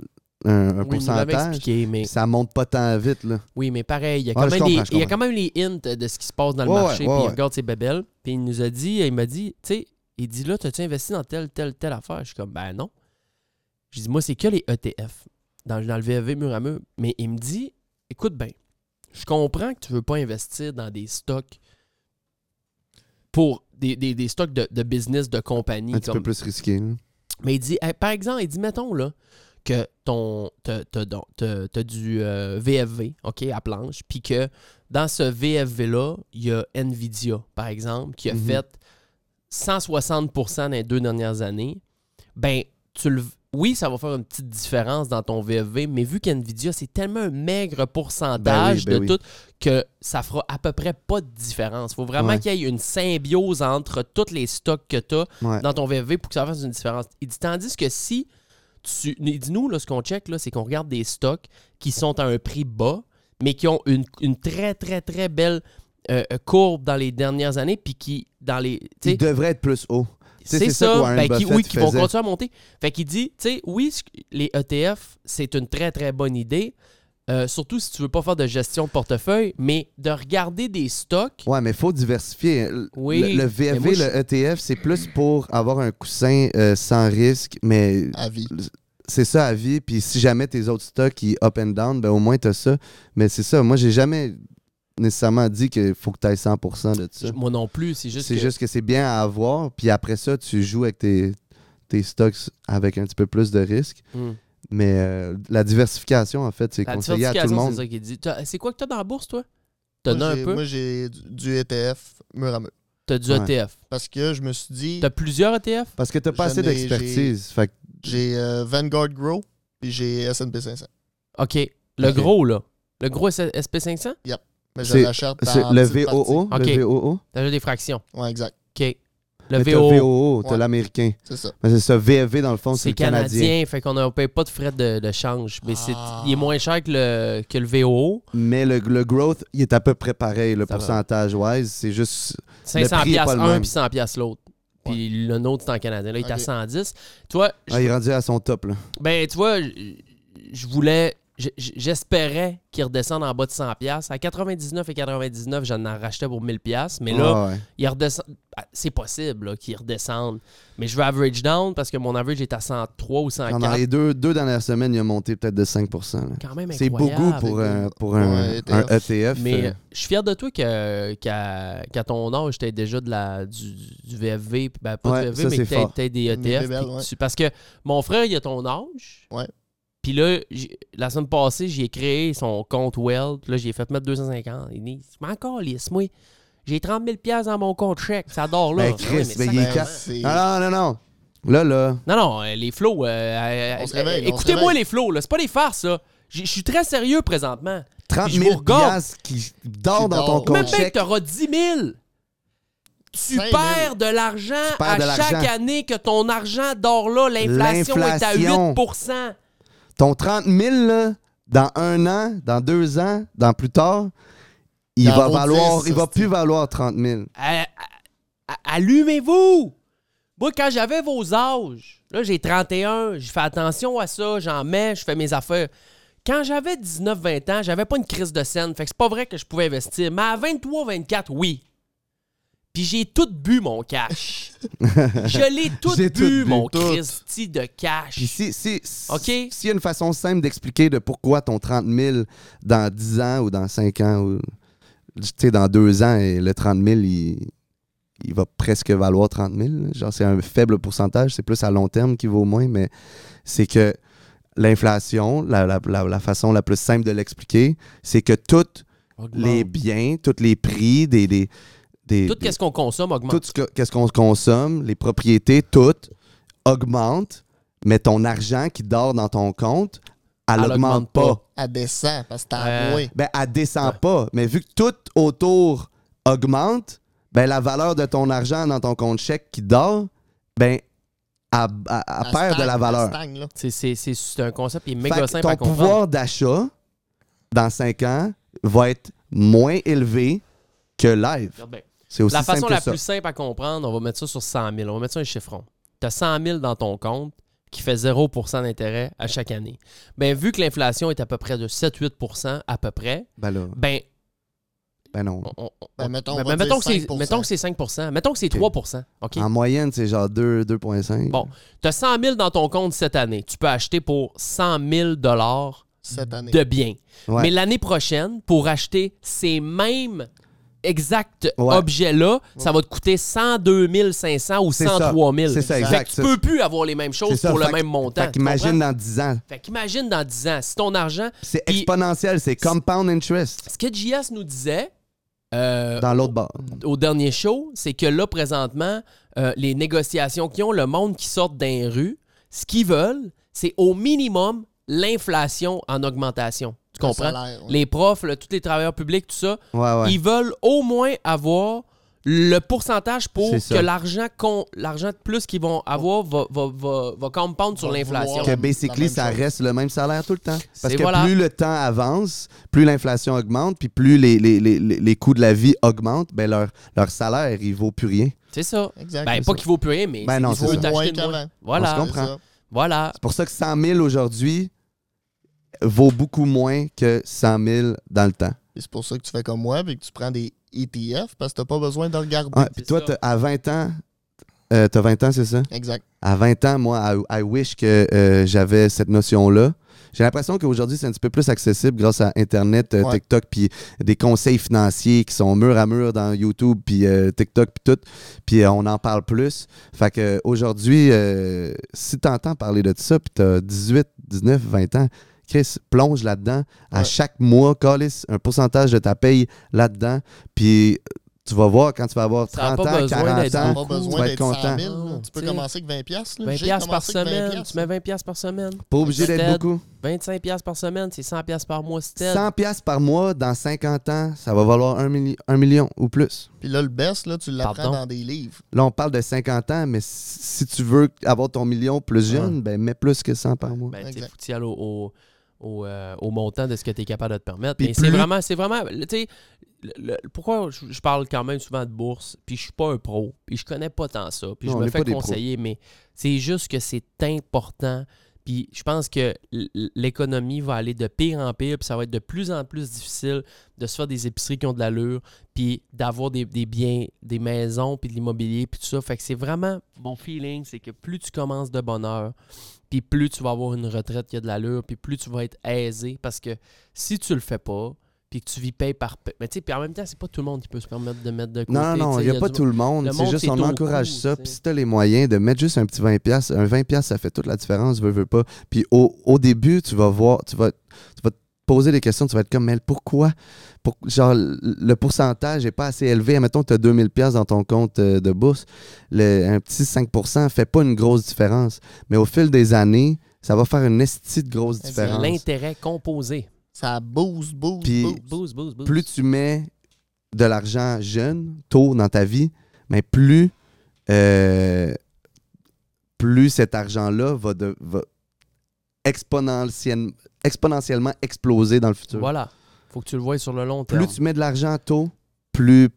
Speaker 3: un, un
Speaker 2: Oui, il nous l'avait
Speaker 3: pourcentage,
Speaker 2: expliqué, mais...
Speaker 3: puis ça monte pas tant vite, là.
Speaker 2: Oui, mais pareil, il y a
Speaker 3: Ouais,
Speaker 2: quand,
Speaker 3: Ah, je
Speaker 2: même,
Speaker 3: comprends,
Speaker 2: les,
Speaker 3: je
Speaker 2: il y a
Speaker 3: comprends.
Speaker 2: quand même les hints de ce qui se passe dans le
Speaker 3: Ouais,
Speaker 2: marché.
Speaker 3: ouais,
Speaker 2: puis il
Speaker 3: ouais.
Speaker 2: regarde ses bébelles. Puis il nous a dit, il m'a dit, tu sais, il dit là, t'as-tu investi dans telle, telle, telle affaire? Je suis comme, ben non. Je dis, moi, c'est que les ETF dans, dans le VEV mur à mur. Mais il me dit, écoute bien, je comprends que tu veux pas investir dans des stocks pour des, des- des stocks de, de business, de compagnie.
Speaker 3: Un petit
Speaker 2: comme-
Speaker 3: peu plus risqué. là.
Speaker 2: mais il dit, hey, par exemple, il dit, mettons là, que ton t'as t'as- donc, t'as- t'as du euh, VFV, OK, à planche, puis que dans ce VFV-là, il y a NVIDIA, par exemple, qui a
Speaker 3: Mhm.
Speaker 2: fait 160 dans les deux dernières années. Ben, tu le. Oui, ça va faire une petite différence dans ton VFV, mais vu qu'NVIDIA, c'est tellement un maigre pourcentage
Speaker 3: Ben oui, ben
Speaker 2: de
Speaker 3: oui.
Speaker 2: tout que ça fera à peu près pas de différence. Il faut vraiment
Speaker 3: Ouais.
Speaker 2: qu'il y ait une symbiose entre tous les stocks que tu as
Speaker 3: Ouais.
Speaker 2: dans ton VV pour que ça fasse une différence. Il dit tandis que si tu. Il dit nous, là, ce qu'on check, là, c'est qu'on regarde des stocks qui sont à un prix bas, mais qui ont une, une très, très, très belle euh, euh, courbe dans les dernières années, puis qui, dans les. tu sais,
Speaker 3: Il devrait être plus haut. Tu sais,
Speaker 2: c'est
Speaker 3: ça que
Speaker 2: ça,
Speaker 3: Warren
Speaker 2: ben, qui,
Speaker 3: Buffett
Speaker 2: oui, qui vont
Speaker 3: faisait.
Speaker 2: E continuer à monter. Fait qu'il dit, tu sais, oui, ce- les ETF, c'est une très, très bonne idée, euh, surtout si tu veux pas faire de gestion de portefeuille, mais de regarder des stocks.
Speaker 3: Ouais, mais il faut diversifier. L-
Speaker 2: Oui,
Speaker 3: Le, le VFV,
Speaker 2: mais moi,
Speaker 3: le ETF, c'est plus pour avoir un coussin euh, sans risque, mais
Speaker 4: à vie.
Speaker 3: c'est ça à vie. Puis si jamais tes autres stocks, ils up and down, ben au moins t'as ça. Mais c'est ça. Moi, j'ai jamais nécessairement dit qu'il faut que tu ailles 100% de ça.
Speaker 2: Moi non plus, c'est juste.
Speaker 3: C'est
Speaker 2: que-
Speaker 3: juste que c'est bien à avoir. Puis après ça, tu joues avec tes, tes stocks avec un petit peu plus de risque.
Speaker 2: Hmm.
Speaker 3: Mais euh, la diversification, en fait, c'est
Speaker 2: La
Speaker 3: conseillé à tout le
Speaker 2: diversification, c'est
Speaker 3: monde.
Speaker 2: ça qui dit. T'as- C'est quoi que t'as dans la bourse, toi? T'en
Speaker 4: Moi,
Speaker 2: as un
Speaker 4: j'ai-
Speaker 2: peu?
Speaker 4: Moi, j'ai du- du ETF mur à mur.
Speaker 2: T'as du
Speaker 3: Ouais.
Speaker 2: ETF.
Speaker 4: Parce que je me suis dit,
Speaker 2: T'as plusieurs E ETF?
Speaker 3: Parce que t'as pas assez
Speaker 4: J'en ai- j'ai-
Speaker 3: d'expertise. Fait que
Speaker 4: j'ai euh, Vanguard Grow, puis j'ai S&P 500.
Speaker 2: OK. Le
Speaker 3: Ok.
Speaker 2: gros, là. Le gros S- SP500?
Speaker 4: Mais
Speaker 3: C'est-
Speaker 4: je l'achète
Speaker 3: c'est
Speaker 4: par
Speaker 3: le
Speaker 4: petites
Speaker 3: VOO.
Speaker 2: Ok.
Speaker 3: Le VOO.
Speaker 2: T'as juste des fractions.
Speaker 4: parties. Ouais, exact.
Speaker 2: OK. Le
Speaker 3: Mais t'as
Speaker 2: VO,
Speaker 3: VOO, t'as
Speaker 4: Ouais.
Speaker 3: l'américain.
Speaker 4: C'est ça.
Speaker 3: Mais c'est ça, VFV dans le fond, c'est
Speaker 2: c'est
Speaker 3: le canadien.
Speaker 2: canadien, fait qu'on ne paye pas de frais de, de change. Mais c'est,
Speaker 4: Ah.
Speaker 2: il est moins cher que le, que le VOO.
Speaker 3: Mais le, le growth, il est à peu près pareil, le
Speaker 2: Ça va.
Speaker 3: pourcentage-wise. C'est juste.
Speaker 2: 500
Speaker 3: prix est pas
Speaker 2: piastres
Speaker 3: le
Speaker 2: un,
Speaker 3: même.
Speaker 2: puis 100 piastres l'autre. Puis le nôtre, c'est en canadien. Là, il est à
Speaker 4: Ok.
Speaker 2: 110. Toi, je-
Speaker 3: Ah, il est rendu à son top, là.
Speaker 2: ben, tu vois, je je voulais... je- je- J'espérais qu'il redescende en bas de 100 piastres. À 99 et 99, j'en en rachetais pour 1000 piastres. Mais là,
Speaker 3: Ah ouais.
Speaker 2: il redescend. Ah, C'est possible là, qu'il redescende. Mais je veux average down parce que mon average est à 103 ou
Speaker 3: Pendant
Speaker 2: 104.
Speaker 3: les deux, deux dernières semaines, il a monté peut-être de 5 là.
Speaker 2: Quand même
Speaker 3: C'est
Speaker 2: incroyable.
Speaker 3: beaucoup pour, un, pour un,
Speaker 4: Ouais, E
Speaker 3: un ETF.
Speaker 2: Mais
Speaker 3: euh,
Speaker 2: euh, je suis fier de toi que- qu'à qu'à ton âge, tu déjà de la, du, du VFV. puis Ben, pas
Speaker 3: Ouais,
Speaker 2: du VFV,
Speaker 3: ça,
Speaker 2: mais
Speaker 3: c'est
Speaker 2: que
Speaker 3: fort.
Speaker 2: tu des ETF.
Speaker 4: Des BBL,
Speaker 2: puis
Speaker 4: ouais.
Speaker 2: tu- parce que mon frère, il a ton âge.
Speaker 4: Ouais.
Speaker 2: Puis là, j'ai- la semaine passée, j'ai créé son compte Weld. Puis Là, j'ai fait mettre 250. Il dit Mais encore, lisse, moi. J'ai 30 000 dans mon compte chèque. Ça dort là.
Speaker 3: Ben, Chris,
Speaker 2: Ouais, mais ça-
Speaker 3: ben, il est
Speaker 4: Ben,
Speaker 3: ca-
Speaker 4: c'est-
Speaker 3: Ah non, non, non. Là, là.
Speaker 2: Non, non, euh, les flots. euh, euh,
Speaker 4: On se réveille,
Speaker 2: euh,
Speaker 4: on se
Speaker 2: Écoutez-moi
Speaker 4: réveille.
Speaker 2: les flots, là. C'est pas des farces, ça. J'ai- Je suis très sérieux présentement.
Speaker 3: 30
Speaker 2: Puis je
Speaker 3: 000
Speaker 2: vous regarde.
Speaker 3: piastres qui dort
Speaker 4: Qui
Speaker 3: dans ton
Speaker 4: dort.
Speaker 3: compte
Speaker 2: Même bien que
Speaker 3: chèque.
Speaker 2: tu auras 10 000. Tu
Speaker 4: 5 000.
Speaker 2: perds de l'argent
Speaker 3: Tu perds
Speaker 2: à
Speaker 3: de l'argent.
Speaker 2: chaque année que ton argent dort là. L'inflation est à 8
Speaker 3: L'inflation. Ton 30 000, là, dans un an, dans deux ans, dans plus tard, il
Speaker 4: Il en
Speaker 3: va
Speaker 4: vaut
Speaker 3: valoir,
Speaker 4: 10,
Speaker 3: il va
Speaker 4: ça,
Speaker 3: plus valoir 30 000.
Speaker 2: À- à- à- Allumez-vous! Moi, quand j'avais vos âges, là, j'ai 31, je fais attention à ça, j'en mets, je fais mes affaires. Quand j'avais 19-20 ans, j'avais pas une crise de scène, fait que c'est pas vrai que je pouvais investir. Mais à 23-24, oui. Puis j'ai tout bu mon cash. je l'ai tout bu,
Speaker 3: J'ai tout bu,
Speaker 2: mon
Speaker 3: tout.
Speaker 2: Christy de cash.
Speaker 3: Puis si, si, si-
Speaker 2: OK.
Speaker 3: s'il y a une façon simple d'expliquer de pourquoi ton 30 000 dans 10 ans ou dans 5 ans ou tu sais, dans 2 ans, et le 30 000, il, il va presque valoir 30 000. là. Genre, c'est un faible pourcentage, c'est plus à long terme qui vaut moins, mais c'est que l'inflation, la, la- la- la façon la plus simple de l'expliquer, c'est que tous les biens, tous les prix, des, des, des-
Speaker 2: Tout
Speaker 3: des-
Speaker 2: ce qu'on consomme augmente.
Speaker 3: tout ce que- qu'est-ce qu'on consomme, les propriétés, toutes augmentent, mais ton argent qui dort dans ton compte, elle,
Speaker 2: Elle augmente
Speaker 3: augmente pas.
Speaker 2: pas.
Speaker 4: Elle descend parce que t'as
Speaker 2: Euh,
Speaker 4: avoué.
Speaker 3: Ben, elle descend pas. Mais vu que tout autour augmente, ben, la valeur de ton argent dans ton compte chèque qui dort, ben, elle, elle- elle perd
Speaker 4: Elle
Speaker 3: de
Speaker 4: stagne,
Speaker 3: la
Speaker 4: elle
Speaker 3: valeur.
Speaker 4: stagne, là.
Speaker 2: C'est- C'est c'est- c'est un concept qui est
Speaker 3: Fait
Speaker 2: méga
Speaker 3: que
Speaker 2: simple
Speaker 3: ton
Speaker 2: à comprendre.
Speaker 3: pouvoir d'achat dans 5 ans va être moins élevé que live.
Speaker 2: Regarde bien.
Speaker 3: C'est aussi
Speaker 2: La façon
Speaker 3: simple
Speaker 2: la
Speaker 3: que ça.
Speaker 2: plus simple à comprendre, on va mettre ça sur 100 000. On va mettre ça un chiffron. Tu as 100 000 dans ton compte qui fait 0 d'intérêt à chaque année. Bien, vu que l'inflation est à peu près de 7-8 à peu près,
Speaker 3: Ben là,
Speaker 2: ben,
Speaker 3: ben non.
Speaker 2: on- on- on-
Speaker 4: Ben, mettons, on
Speaker 2: ben,
Speaker 4: va dire
Speaker 2: mettons que c'est-
Speaker 4: 5%.
Speaker 2: mettons que c'est 5 mettons que c'est 3 OK?
Speaker 3: En moyenne, c'est genre 2, 2,5.
Speaker 2: Bon, tu as 100 000 dans ton compte cette année. Tu peux acheter pour 100 000
Speaker 4: Cette année.
Speaker 2: de biens.
Speaker 3: Ouais.
Speaker 2: Mais l'année prochaine, pour acheter ces mêmes exacts
Speaker 3: Ouais.
Speaker 2: objets-là, ça va te coûter 102 500 ou
Speaker 3: C'est ça.
Speaker 2: 103 000.
Speaker 3: C'est ça,
Speaker 4: Fait
Speaker 3: exact.
Speaker 2: Fait que tu peux plus avoir les mêmes choses pour le
Speaker 3: Fait que-
Speaker 2: même montant.
Speaker 3: Fait
Speaker 2: tu comprends?
Speaker 3: qu'imagine dans 10 ans.
Speaker 2: Fait qu'imagine dans 10 ans, si ton argent...
Speaker 3: C'est
Speaker 2: Puis-
Speaker 3: exponentiel, c'est compound interest
Speaker 2: Ce que JS nous disait euh,
Speaker 3: dans l'autre bord.
Speaker 2: au dernier show, c'est que là, présentement, euh, les négociations qui ont, le monde qui sort d'un rue, ce qu'ils veulent, c'est au minimum l'inflation en augmentation. Tu
Speaker 4: Le
Speaker 2: comprends?
Speaker 4: salaire, ouais.
Speaker 2: Les profs, là, tous les travailleurs publics, tout ça,
Speaker 3: Ouais, Ah ouais.
Speaker 2: ils veulent au moins avoir le pourcentage pour
Speaker 3: C'est ça.
Speaker 2: que l'argent qu'on- l'argent de plus qu'ils vont avoir va, va, va, va compound sur
Speaker 4: Va
Speaker 2: l'inflation.
Speaker 4: vouloir-
Speaker 3: Que
Speaker 4: la
Speaker 3: basically,
Speaker 4: même
Speaker 3: ça
Speaker 4: chose.
Speaker 3: reste le même salaire tout le temps. Parce
Speaker 2: C'est
Speaker 3: que
Speaker 2: voilà.
Speaker 3: plus le temps avance, plus l'inflation augmente, puis plus les, les, les, les- les coûts de la vie augmentent, ben leur, leur salaire, il vaut plus rien.
Speaker 2: C'est ça.
Speaker 4: Exact.
Speaker 2: Ben,
Speaker 4: C'est
Speaker 2: pas
Speaker 4: ça.
Speaker 2: qu'il vaut plus rien, mais
Speaker 3: Ben
Speaker 2: c'est
Speaker 3: non,
Speaker 2: qu'il
Speaker 3: c'est
Speaker 2: faut
Speaker 3: ça.
Speaker 2: t'acheter
Speaker 4: Moins
Speaker 2: de moins.
Speaker 4: qu'avant.
Speaker 3: On se
Speaker 2: Voilà,
Speaker 3: comprend.
Speaker 4: C'est ça.
Speaker 2: voilà.
Speaker 3: C'est pour ça que 100 000 aujourd'hui, vaut beaucoup moins que 100 000 dans le temps.
Speaker 4: Et c'est pour ça que tu fais comme moi, puis que tu prends des ETF parce que t'as pas besoin de regarder.
Speaker 3: Ouais, puis toi,
Speaker 2: ça.
Speaker 3: t'as- à 20 ans, euh, t'as 20 ans, c'est ça?
Speaker 4: Exact.
Speaker 3: À 20 ans, moi, I, I wish que euh, j'avais cette notion-là. J'ai l'impression qu'aujourd'hui, c'est un petit peu plus accessible grâce à Internet, euh,
Speaker 4: Ouais.
Speaker 3: TikTok, puis des conseils financiers qui sont mur à mur dans YouTube, puis euh, TikTok, puis tout. Puis euh, on en parle plus. Fait que euh, aujourd'hui, euh, si t'entends parler de ça, puis t'as 18, 19, 20 ans, Chris, plonge là-dedans. À
Speaker 4: Ouais.
Speaker 3: chaque mois, calisse un pourcentage de ta paye là-dedans. Puis euh, tu vas voir quand tu vas avoir
Speaker 2: Ça a
Speaker 3: 30
Speaker 2: pas
Speaker 3: ans,
Speaker 2: besoin
Speaker 3: 40
Speaker 2: d'être
Speaker 3: ans.
Speaker 4: Pas
Speaker 2: Beaucoup,
Speaker 3: tu vas
Speaker 4: besoin
Speaker 3: être
Speaker 4: d'être 100
Speaker 3: content.
Speaker 4: 000. là.
Speaker 2: Non,
Speaker 4: tu peux
Speaker 2: t'sais.
Speaker 4: commencer avec 20 piastres.
Speaker 2: 20
Speaker 4: J'ai
Speaker 2: piastres par
Speaker 4: commencé avec 20
Speaker 2: semaine.
Speaker 4: piastres.
Speaker 2: Tu mets 20 piastres par semaine.
Speaker 3: Pas obligé d'être
Speaker 2: Stead.
Speaker 3: beaucoup.
Speaker 2: 25 piastres par semaine, c'est 100 piastres par mois, c'était.
Speaker 3: 100 pièces par mois dans 50 ans, ça va valoir 1, million ou plus.
Speaker 4: Puis là, le best, là, tu l'apprends
Speaker 2: Pardon?
Speaker 4: dans des livres.
Speaker 3: Là, on parle de 50 ans, mais si tu veux avoir ton million plus jeune, ben mets plus que 100 par mois.
Speaker 2: Ben, tu sais,
Speaker 4: Exact.
Speaker 2: faut que tu y ailles au, au, au, euh, au montant de ce que tu es capable de te permettre.
Speaker 3: Puis
Speaker 2: Mais c'est
Speaker 3: plus-
Speaker 2: vraiment, c'est vraiment, le- tu sais, le- le- pourquoi je, je parle quand même souvent de bourse, puis je suis pas un pro, puis je connais pas tant ça, puis
Speaker 3: Non, on
Speaker 2: je me
Speaker 3: est pas
Speaker 2: fais
Speaker 3: des pros.
Speaker 2: conseiller, mais c'est juste que c'est important. Puis je pense que l- l'économie va aller de pire en pire, puis ça va être de plus en plus difficile de se faire des épiceries qui ont de l'allure, puis d'avoir des, des biens, des maisons, puis de l'immobilier, puis tout ça. Fait que c'est vraiment mon feeling, c'est que plus tu commences de bonne heure, puis plus tu vas avoir une retraite qui a de l'allure, puis plus tu vas être aisé, parce que si tu le fais pas, puis que tu vis paye par paye, mais tu sais, puis en même temps, c'est pas tout le monde qui peut se permettre de mettre de côté.
Speaker 3: Non, non, non,
Speaker 2: tu sais,
Speaker 3: il n'y a, pas
Speaker 2: du-
Speaker 3: tout le monde.
Speaker 2: le
Speaker 3: c'est
Speaker 2: monde,
Speaker 3: juste,
Speaker 2: c'est
Speaker 3: on
Speaker 2: au
Speaker 3: encourage
Speaker 2: coup,
Speaker 3: ça.
Speaker 2: tu
Speaker 3: Puis
Speaker 2: sais.
Speaker 3: si tu les moyens de mettre juste un petit 20$, piastres, un 20$, piastres, ça fait toute la différence, veux, veux pas. Puis au, au début, tu vas voir, tu vas, tu vas te poser des questions, tu vas être comme, mais pourquoi? Pour, genre, le- le pourcentage n'est pas assez élevé. Admettons que tu as 2000$ piastres dans ton compte euh, de bourse. Le- un petit 5% fait pas une grosse différence. Mais au fil des années, ça va faire une estie de grosse
Speaker 4: C'est
Speaker 3: différence.
Speaker 2: L'intérêt composé.
Speaker 4: Ça boost, boost,
Speaker 3: Puis-
Speaker 4: boost.
Speaker 2: Boost, boost, boost.
Speaker 3: plus tu mets de l'argent jeune, tôt dans ta vie, mais plus, euh, plus cet argent-là va, de, va exponentiel- exponentiellement exploser dans le futur.
Speaker 2: Voilà. Faut que tu le vois sur le long terme.
Speaker 3: Plus tu mets de l'argent tôt, plus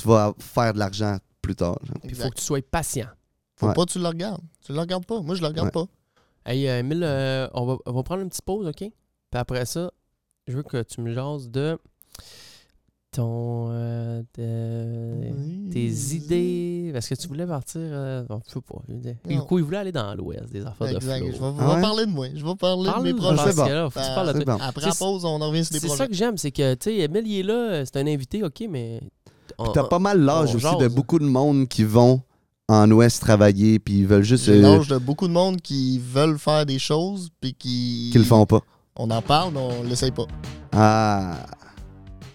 Speaker 3: tu vas faire de l'argent plus tard. genre.
Speaker 2: Puis
Speaker 4: Exact.
Speaker 2: faut que tu sois patient.
Speaker 4: Faut
Speaker 3: Ouais.
Speaker 4: pas que tu le regardes. Tu le regardes pas. Moi, je le regarde
Speaker 3: Ouais.
Speaker 4: pas.
Speaker 2: Hey, euh, Emile, euh, on, va, on va prendre une petite pause, OK? Puis après ça, je veux que tu me jases de ton. euh, de- tes idées. Parce que tu voulais partir. euh, bon, je sais pas. je veux dire. Du
Speaker 4: Non.
Speaker 2: coup, il voulait aller dans l'ouest, des affaires de
Speaker 4: Exact. Je vais,
Speaker 2: flow.
Speaker 4: je vais
Speaker 3: Ah ouais?
Speaker 4: parler de moi. Je vais parler
Speaker 2: Parle
Speaker 4: de mes
Speaker 2: parce
Speaker 4: projets.
Speaker 3: bon.
Speaker 2: que là, faut que tu
Speaker 4: Ben,
Speaker 2: parles de
Speaker 3: C'est
Speaker 2: toi.
Speaker 3: bon.
Speaker 4: Après la
Speaker 2: C'est-
Speaker 4: pause, on en revient sur des
Speaker 2: C'est
Speaker 4: projets.
Speaker 2: ça que j'aime, c'est que, tu sais, Emile, il est là, euh, c'est un invité, OK, mais. on-
Speaker 3: T'as pas mal l'âge
Speaker 2: Ah, on
Speaker 3: aussi
Speaker 2: jase,
Speaker 3: de
Speaker 2: hein.
Speaker 3: beaucoup de monde qui vont en Ouest travailler puis ils veulent juste
Speaker 4: J'ai
Speaker 3: euh,
Speaker 4: l'âge de beaucoup de monde qui veulent faire des choses puis qui.
Speaker 3: qu'ils le font pas.
Speaker 4: On en parle, mais on l'essaye pas.
Speaker 3: Ah,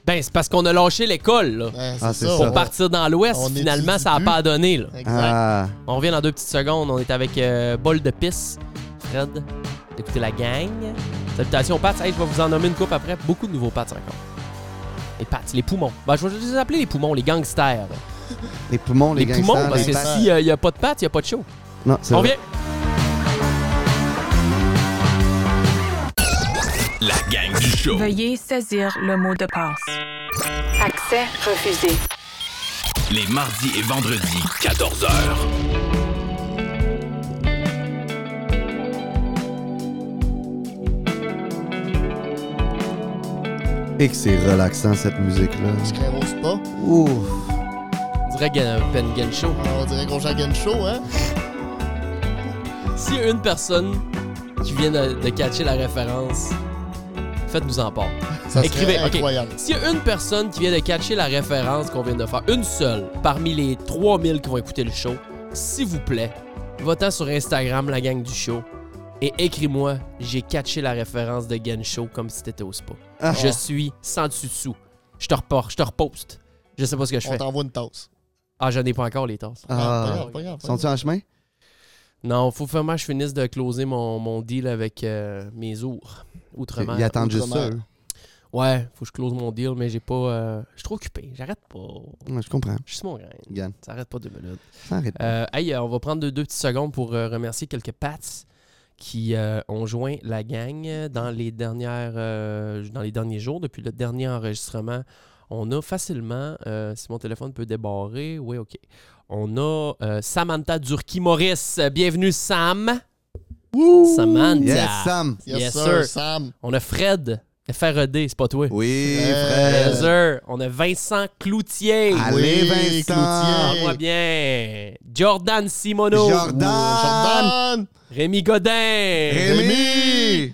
Speaker 2: Ben, c'est parce qu'on a lâché l'école, là.
Speaker 4: Ouais,
Speaker 3: Ah, c'est ça.
Speaker 2: Pour
Speaker 4: Ben, on-
Speaker 2: partir dans l'ouest,
Speaker 4: on
Speaker 2: finalement,
Speaker 4: étudie
Speaker 2: ça a
Speaker 4: plus.
Speaker 2: pas donné, là.
Speaker 4: Exact.
Speaker 3: ah,
Speaker 2: On revient dans deux petites secondes. On est avec euh, Bol de Pisse, Fred. Écoutez la gang. Salutations, Pat. Hey, je vais vous en nommer une coupe après. Beaucoup de nouveaux Pats encore. Les Pats, les poumons. Ben, je vais les appeler les poumons, les gangsters.
Speaker 3: les poumons, les,
Speaker 2: Les, poumons,
Speaker 3: gangsters,
Speaker 2: parce
Speaker 3: les
Speaker 2: que
Speaker 3: pattes.
Speaker 2: s'il n'y a pas de Pats, il n'y a pas de show.
Speaker 3: Non, c'est
Speaker 2: On
Speaker 3: vrai.
Speaker 2: revient.
Speaker 1: La gang du show.
Speaker 6: Veuillez saisir le mot de passe. Accès refusé.
Speaker 1: Les mardis et vendredis, 14h.
Speaker 3: Et que c'est relaxant cette musique-là.
Speaker 4: Je sclérose pas.
Speaker 3: Ouf.
Speaker 2: On dirait Gan- Pengen euh, Show.
Speaker 4: Ah, On dirait qu'on joue à Game Show, hein?
Speaker 2: S'il y a une personne qui vient de, de catcher la référence, faites-nous en part.
Speaker 4: Ça serait
Speaker 2: Écrivez, ok.
Speaker 4: incroyable.
Speaker 2: S'il y a une personne qui vient de catcher la référence qu'on vient de faire, une seule, parmi les 3000 qui vont écouter le show, s'il vous plaît, va-t'en sur Instagram, la gang du show, et écris-moi, j'ai catché la référence de Gen Show comme si t'étais au spa.
Speaker 3: Ah.
Speaker 2: Je suis sans dessus-dessous. Je te repars, je te reposte. Je sais pas ce que je
Speaker 4: On
Speaker 2: fais.
Speaker 4: t'envoie une tasse.
Speaker 2: Ah, j'en ai pas encore les tasses.
Speaker 4: Pas
Speaker 3: Ah.
Speaker 4: grave, pas grave, pas grave.
Speaker 3: Sont-ils en chemin?
Speaker 2: Non, faut vraiment que je finisse de closer mon, mon deal avec euh, mes ours. Outrement.
Speaker 3: Ils attendent juste ça.
Speaker 4: Outre-mer.
Speaker 3: eux.
Speaker 2: Ouais, faut que je close mon deal, mais j'ai pas. euh, je suis trop occupé. J'arrête pas.
Speaker 3: Ouais, je comprends.
Speaker 2: Je suis sur mon grain.
Speaker 3: Yann,
Speaker 2: Ça arrête pas deux minutes.
Speaker 3: ça arrête.
Speaker 2: Euh, hey, euh, on va prendre deux, deux petites secondes pour euh, remercier quelques pats qui euh, ont joint la gang euh, dans les, dernières, euh, dans les derniers jours. Depuis le dernier enregistrement, on a facilement, euh, si mon téléphone peut débarrer, oui, OK. On a euh, Samantha Durki-Morris. Euh, Bienvenue, Sam. Samantha.
Speaker 3: Yes, Sam.
Speaker 4: Yes,
Speaker 2: Yes,
Speaker 4: sir,
Speaker 2: sir.
Speaker 4: Sam.
Speaker 2: On a Fred, FRED, c'est pas toi.
Speaker 3: Oui,
Speaker 4: Euh,
Speaker 3: frère.
Speaker 2: Yes, sir. On a Vincent Cloutier.
Speaker 3: Allez,
Speaker 4: Oui,
Speaker 3: Vincent.
Speaker 4: Cloutier.
Speaker 2: Moi bien. Jordan Simoneau.
Speaker 3: Jordan.
Speaker 4: Jordan!
Speaker 2: Rémi Godin.
Speaker 3: Rémi.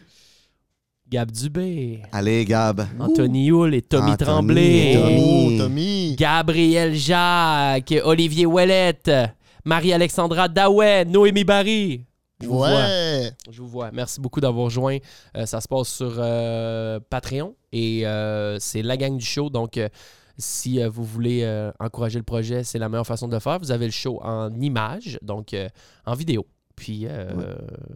Speaker 2: Gab Dubé.
Speaker 3: Allez, Gab.
Speaker 2: Anthony Hull et Tommy
Speaker 3: Anthony,
Speaker 2: Tremblay.
Speaker 3: Ah, Tommy.
Speaker 4: Oh, Tommy!
Speaker 2: Gabriel Jacques. Olivier Ouellette. Marie-Alexandra Daouet. Noémie Barry. Je vous vois.
Speaker 4: Ouais!
Speaker 2: Je vous vois. Merci beaucoup d'avoir joint. Euh, ça se passe sur euh, Patreon et euh, c'est la gang du show. Donc, euh, si euh, vous voulez euh, encourager le projet, c'est la meilleure façon de le faire. Vous avez le show en image, donc euh, en vidéo. Puis, euh,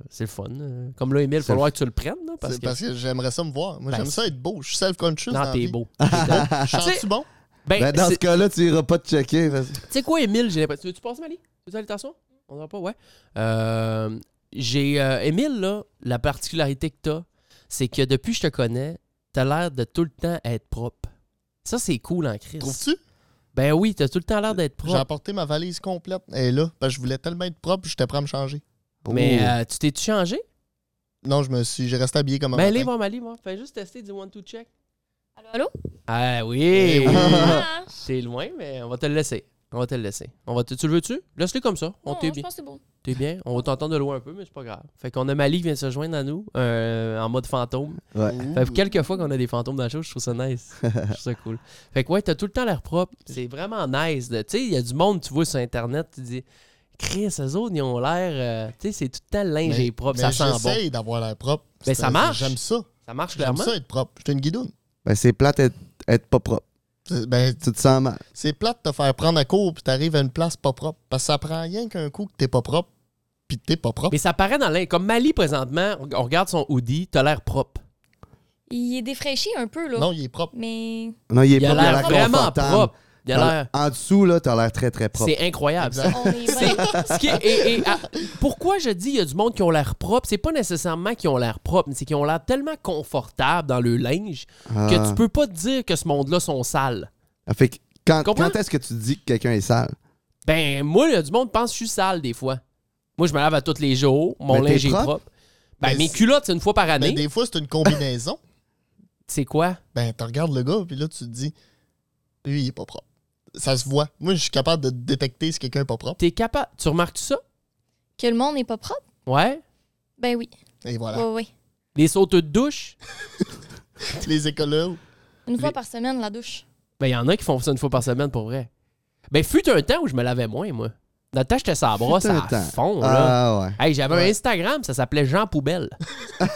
Speaker 2: c'est le fun. Euh, Comme là, Emile, il va
Speaker 3: C'est le
Speaker 2: falloir que tu le prennes. là, parce
Speaker 4: C'est
Speaker 2: que...
Speaker 4: parce que j'aimerais ça me voir. Moi,
Speaker 2: Ben,
Speaker 4: j'aime ça être beau. Je suis self-conscious. dans
Speaker 2: non,
Speaker 4: la
Speaker 2: t'es
Speaker 4: vie.
Speaker 2: beau.
Speaker 4: Je
Speaker 2: Tu sais-
Speaker 4: chante-tu bon?
Speaker 2: Ben,
Speaker 3: Ben, dans ce
Speaker 2: c'est-
Speaker 3: cas-là, tu iras pas te checker. parce-
Speaker 2: tu sais quoi, Emile, j'ai l'impression... Tu veux-tu passer, Mali? Tu veux aller t'asseoir? On ne va pas, ouais. Euh, j'ai... euh, Émile, là, la particularité que t'as, c'est que depuis que je te connais, t'as l'air de tout le temps être propre. Ça, c'est cool en crise.
Speaker 4: Trouves-tu?
Speaker 2: Ben oui, t'as tout le temps l'air d'être
Speaker 4: J'ai
Speaker 2: propre.
Speaker 4: apporté ma valise complète. Elle est là. Parce que je voulais tellement être propre, j'étais prêt à me changer.
Speaker 2: Mais euh, tu t'es-tu changé?
Speaker 4: Non, je me suis. J'ai resté habillé comme un.
Speaker 2: ben allez
Speaker 4: matin.
Speaker 2: voir Mali, moi. Fais juste tester du one-two check.
Speaker 7: Allô, allô?
Speaker 2: Ah oui!
Speaker 4: Eh oui.
Speaker 7: Ah,
Speaker 2: c'est loin, mais on va te le laisser. On va te le laisser. On va te- Tu le veux-tu? Laisse-le comme ça. On
Speaker 7: non,
Speaker 2: t'est
Speaker 7: je
Speaker 2: bien.
Speaker 7: pense que c'est bon.
Speaker 2: T'es bien? On va t'entendre de loin un peu, mais c'est pas grave. Fait qu'on a Mali qui vient se joindre à nous euh, en mode fantôme.
Speaker 3: Ouais.
Speaker 2: Fait que quelques fois qu'on a des fantômes dans le show, je trouve ça nice. je trouve ça cool. Fait que ouais, t'as tout le temps l'air propre. C'est vraiment nice. de- Tu sais, il y a du monde, tu vois, sur Internet, tu dis, Chris, eux autres, ils ont l'air. euh, tu sais, c'est tout le temps le linge
Speaker 4: Mais-
Speaker 2: est propre. Ça
Speaker 4: mais
Speaker 2: sent bon.
Speaker 4: J'essaye d'avoir l'air propre.
Speaker 2: Ben,
Speaker 4: C'est-
Speaker 2: ça marche.
Speaker 4: J'aime ça.
Speaker 2: Ça marche
Speaker 4: J'aime
Speaker 2: clairement.
Speaker 4: ça être propre. J'étais une guidoune.
Speaker 3: Ben, c'est plate être, être pas propre.
Speaker 4: C'est- Ben,
Speaker 3: Tu te sens mal.
Speaker 4: c'est plate de te faire prendre à court puis t'arrives à une place pas propre. Parce que ça prend rien qu'un coup que t'es pas propre puis t'es pas propre.
Speaker 2: Mais ça paraît dans l'inj. Comme Mali, présentement, on- on regarde son hoodie, t'as l'air propre.
Speaker 7: Il est défraîchi un peu, là.
Speaker 4: Non, il est propre.
Speaker 7: Mais
Speaker 3: Non, il est
Speaker 2: Il a
Speaker 3: propre,
Speaker 2: l'air vraiment
Speaker 3: confortable.
Speaker 2: propre. Il a
Speaker 3: T'as-
Speaker 2: l'air.
Speaker 3: En dessous, là, t'as l'air très, très propre.
Speaker 2: C'est incroyable. ça.
Speaker 7: on est
Speaker 2: C'est-
Speaker 7: bien.
Speaker 2: ce qui est- et- et, ah, pourquoi je dis il y a du monde qui ont l'air propre, c'est pas nécessairement qu'ils ont l'air propre, mais c'est qu'ils ont l'air tellement confortables dans le linge
Speaker 3: Ah.
Speaker 2: que tu peux pas te dire que ce monde-là sont sales.
Speaker 3: Fait que quand,
Speaker 2: Comprends?
Speaker 3: quand est-ce que tu dis que quelqu'un est sale?
Speaker 2: Ben, moi, il y a du monde qui pense que je suis sale des fois. Moi, je me lave à tous les jours, mon
Speaker 3: Mais t'es
Speaker 2: linge est
Speaker 3: propre? Ben,
Speaker 2: propre. Ben,
Speaker 4: Mais
Speaker 2: mes
Speaker 4: c'est-
Speaker 2: culottes, c'est une fois par
Speaker 4: Mais
Speaker 2: année.
Speaker 4: Ben, des fois, c'est une combinaison.
Speaker 2: C'est quoi?
Speaker 4: ben, tu regardes le gars, puis là, tu te dis, lui, il est pas propre. Ça se voit. Moi, je suis capable de détecter si quelqu'un est pas propre.
Speaker 2: T'es capable. Tu remarques ça?
Speaker 7: que le monde n'est pas propre?
Speaker 2: Ouais?
Speaker 7: Ben oui.
Speaker 4: Et
Speaker 7: Oui,
Speaker 4: voilà.
Speaker 7: oui. oui.
Speaker 2: Les sauteux de douche?
Speaker 4: Les écolos.
Speaker 7: Une fois
Speaker 2: Les-
Speaker 7: par semaine, la douche.
Speaker 2: Ben, il y en a qui font ça une fois par semaine pour vrai. Ben, fut un temps où je me lavais moins, moi. Dans le temps, j'étais ça brosse
Speaker 3: un
Speaker 2: à
Speaker 3: temps.
Speaker 2: fond, là.
Speaker 3: Ah ouais.
Speaker 2: Hey, j'avais un
Speaker 4: Ouais.
Speaker 2: Instagram, ça s'appelait Jean Poubelle. Je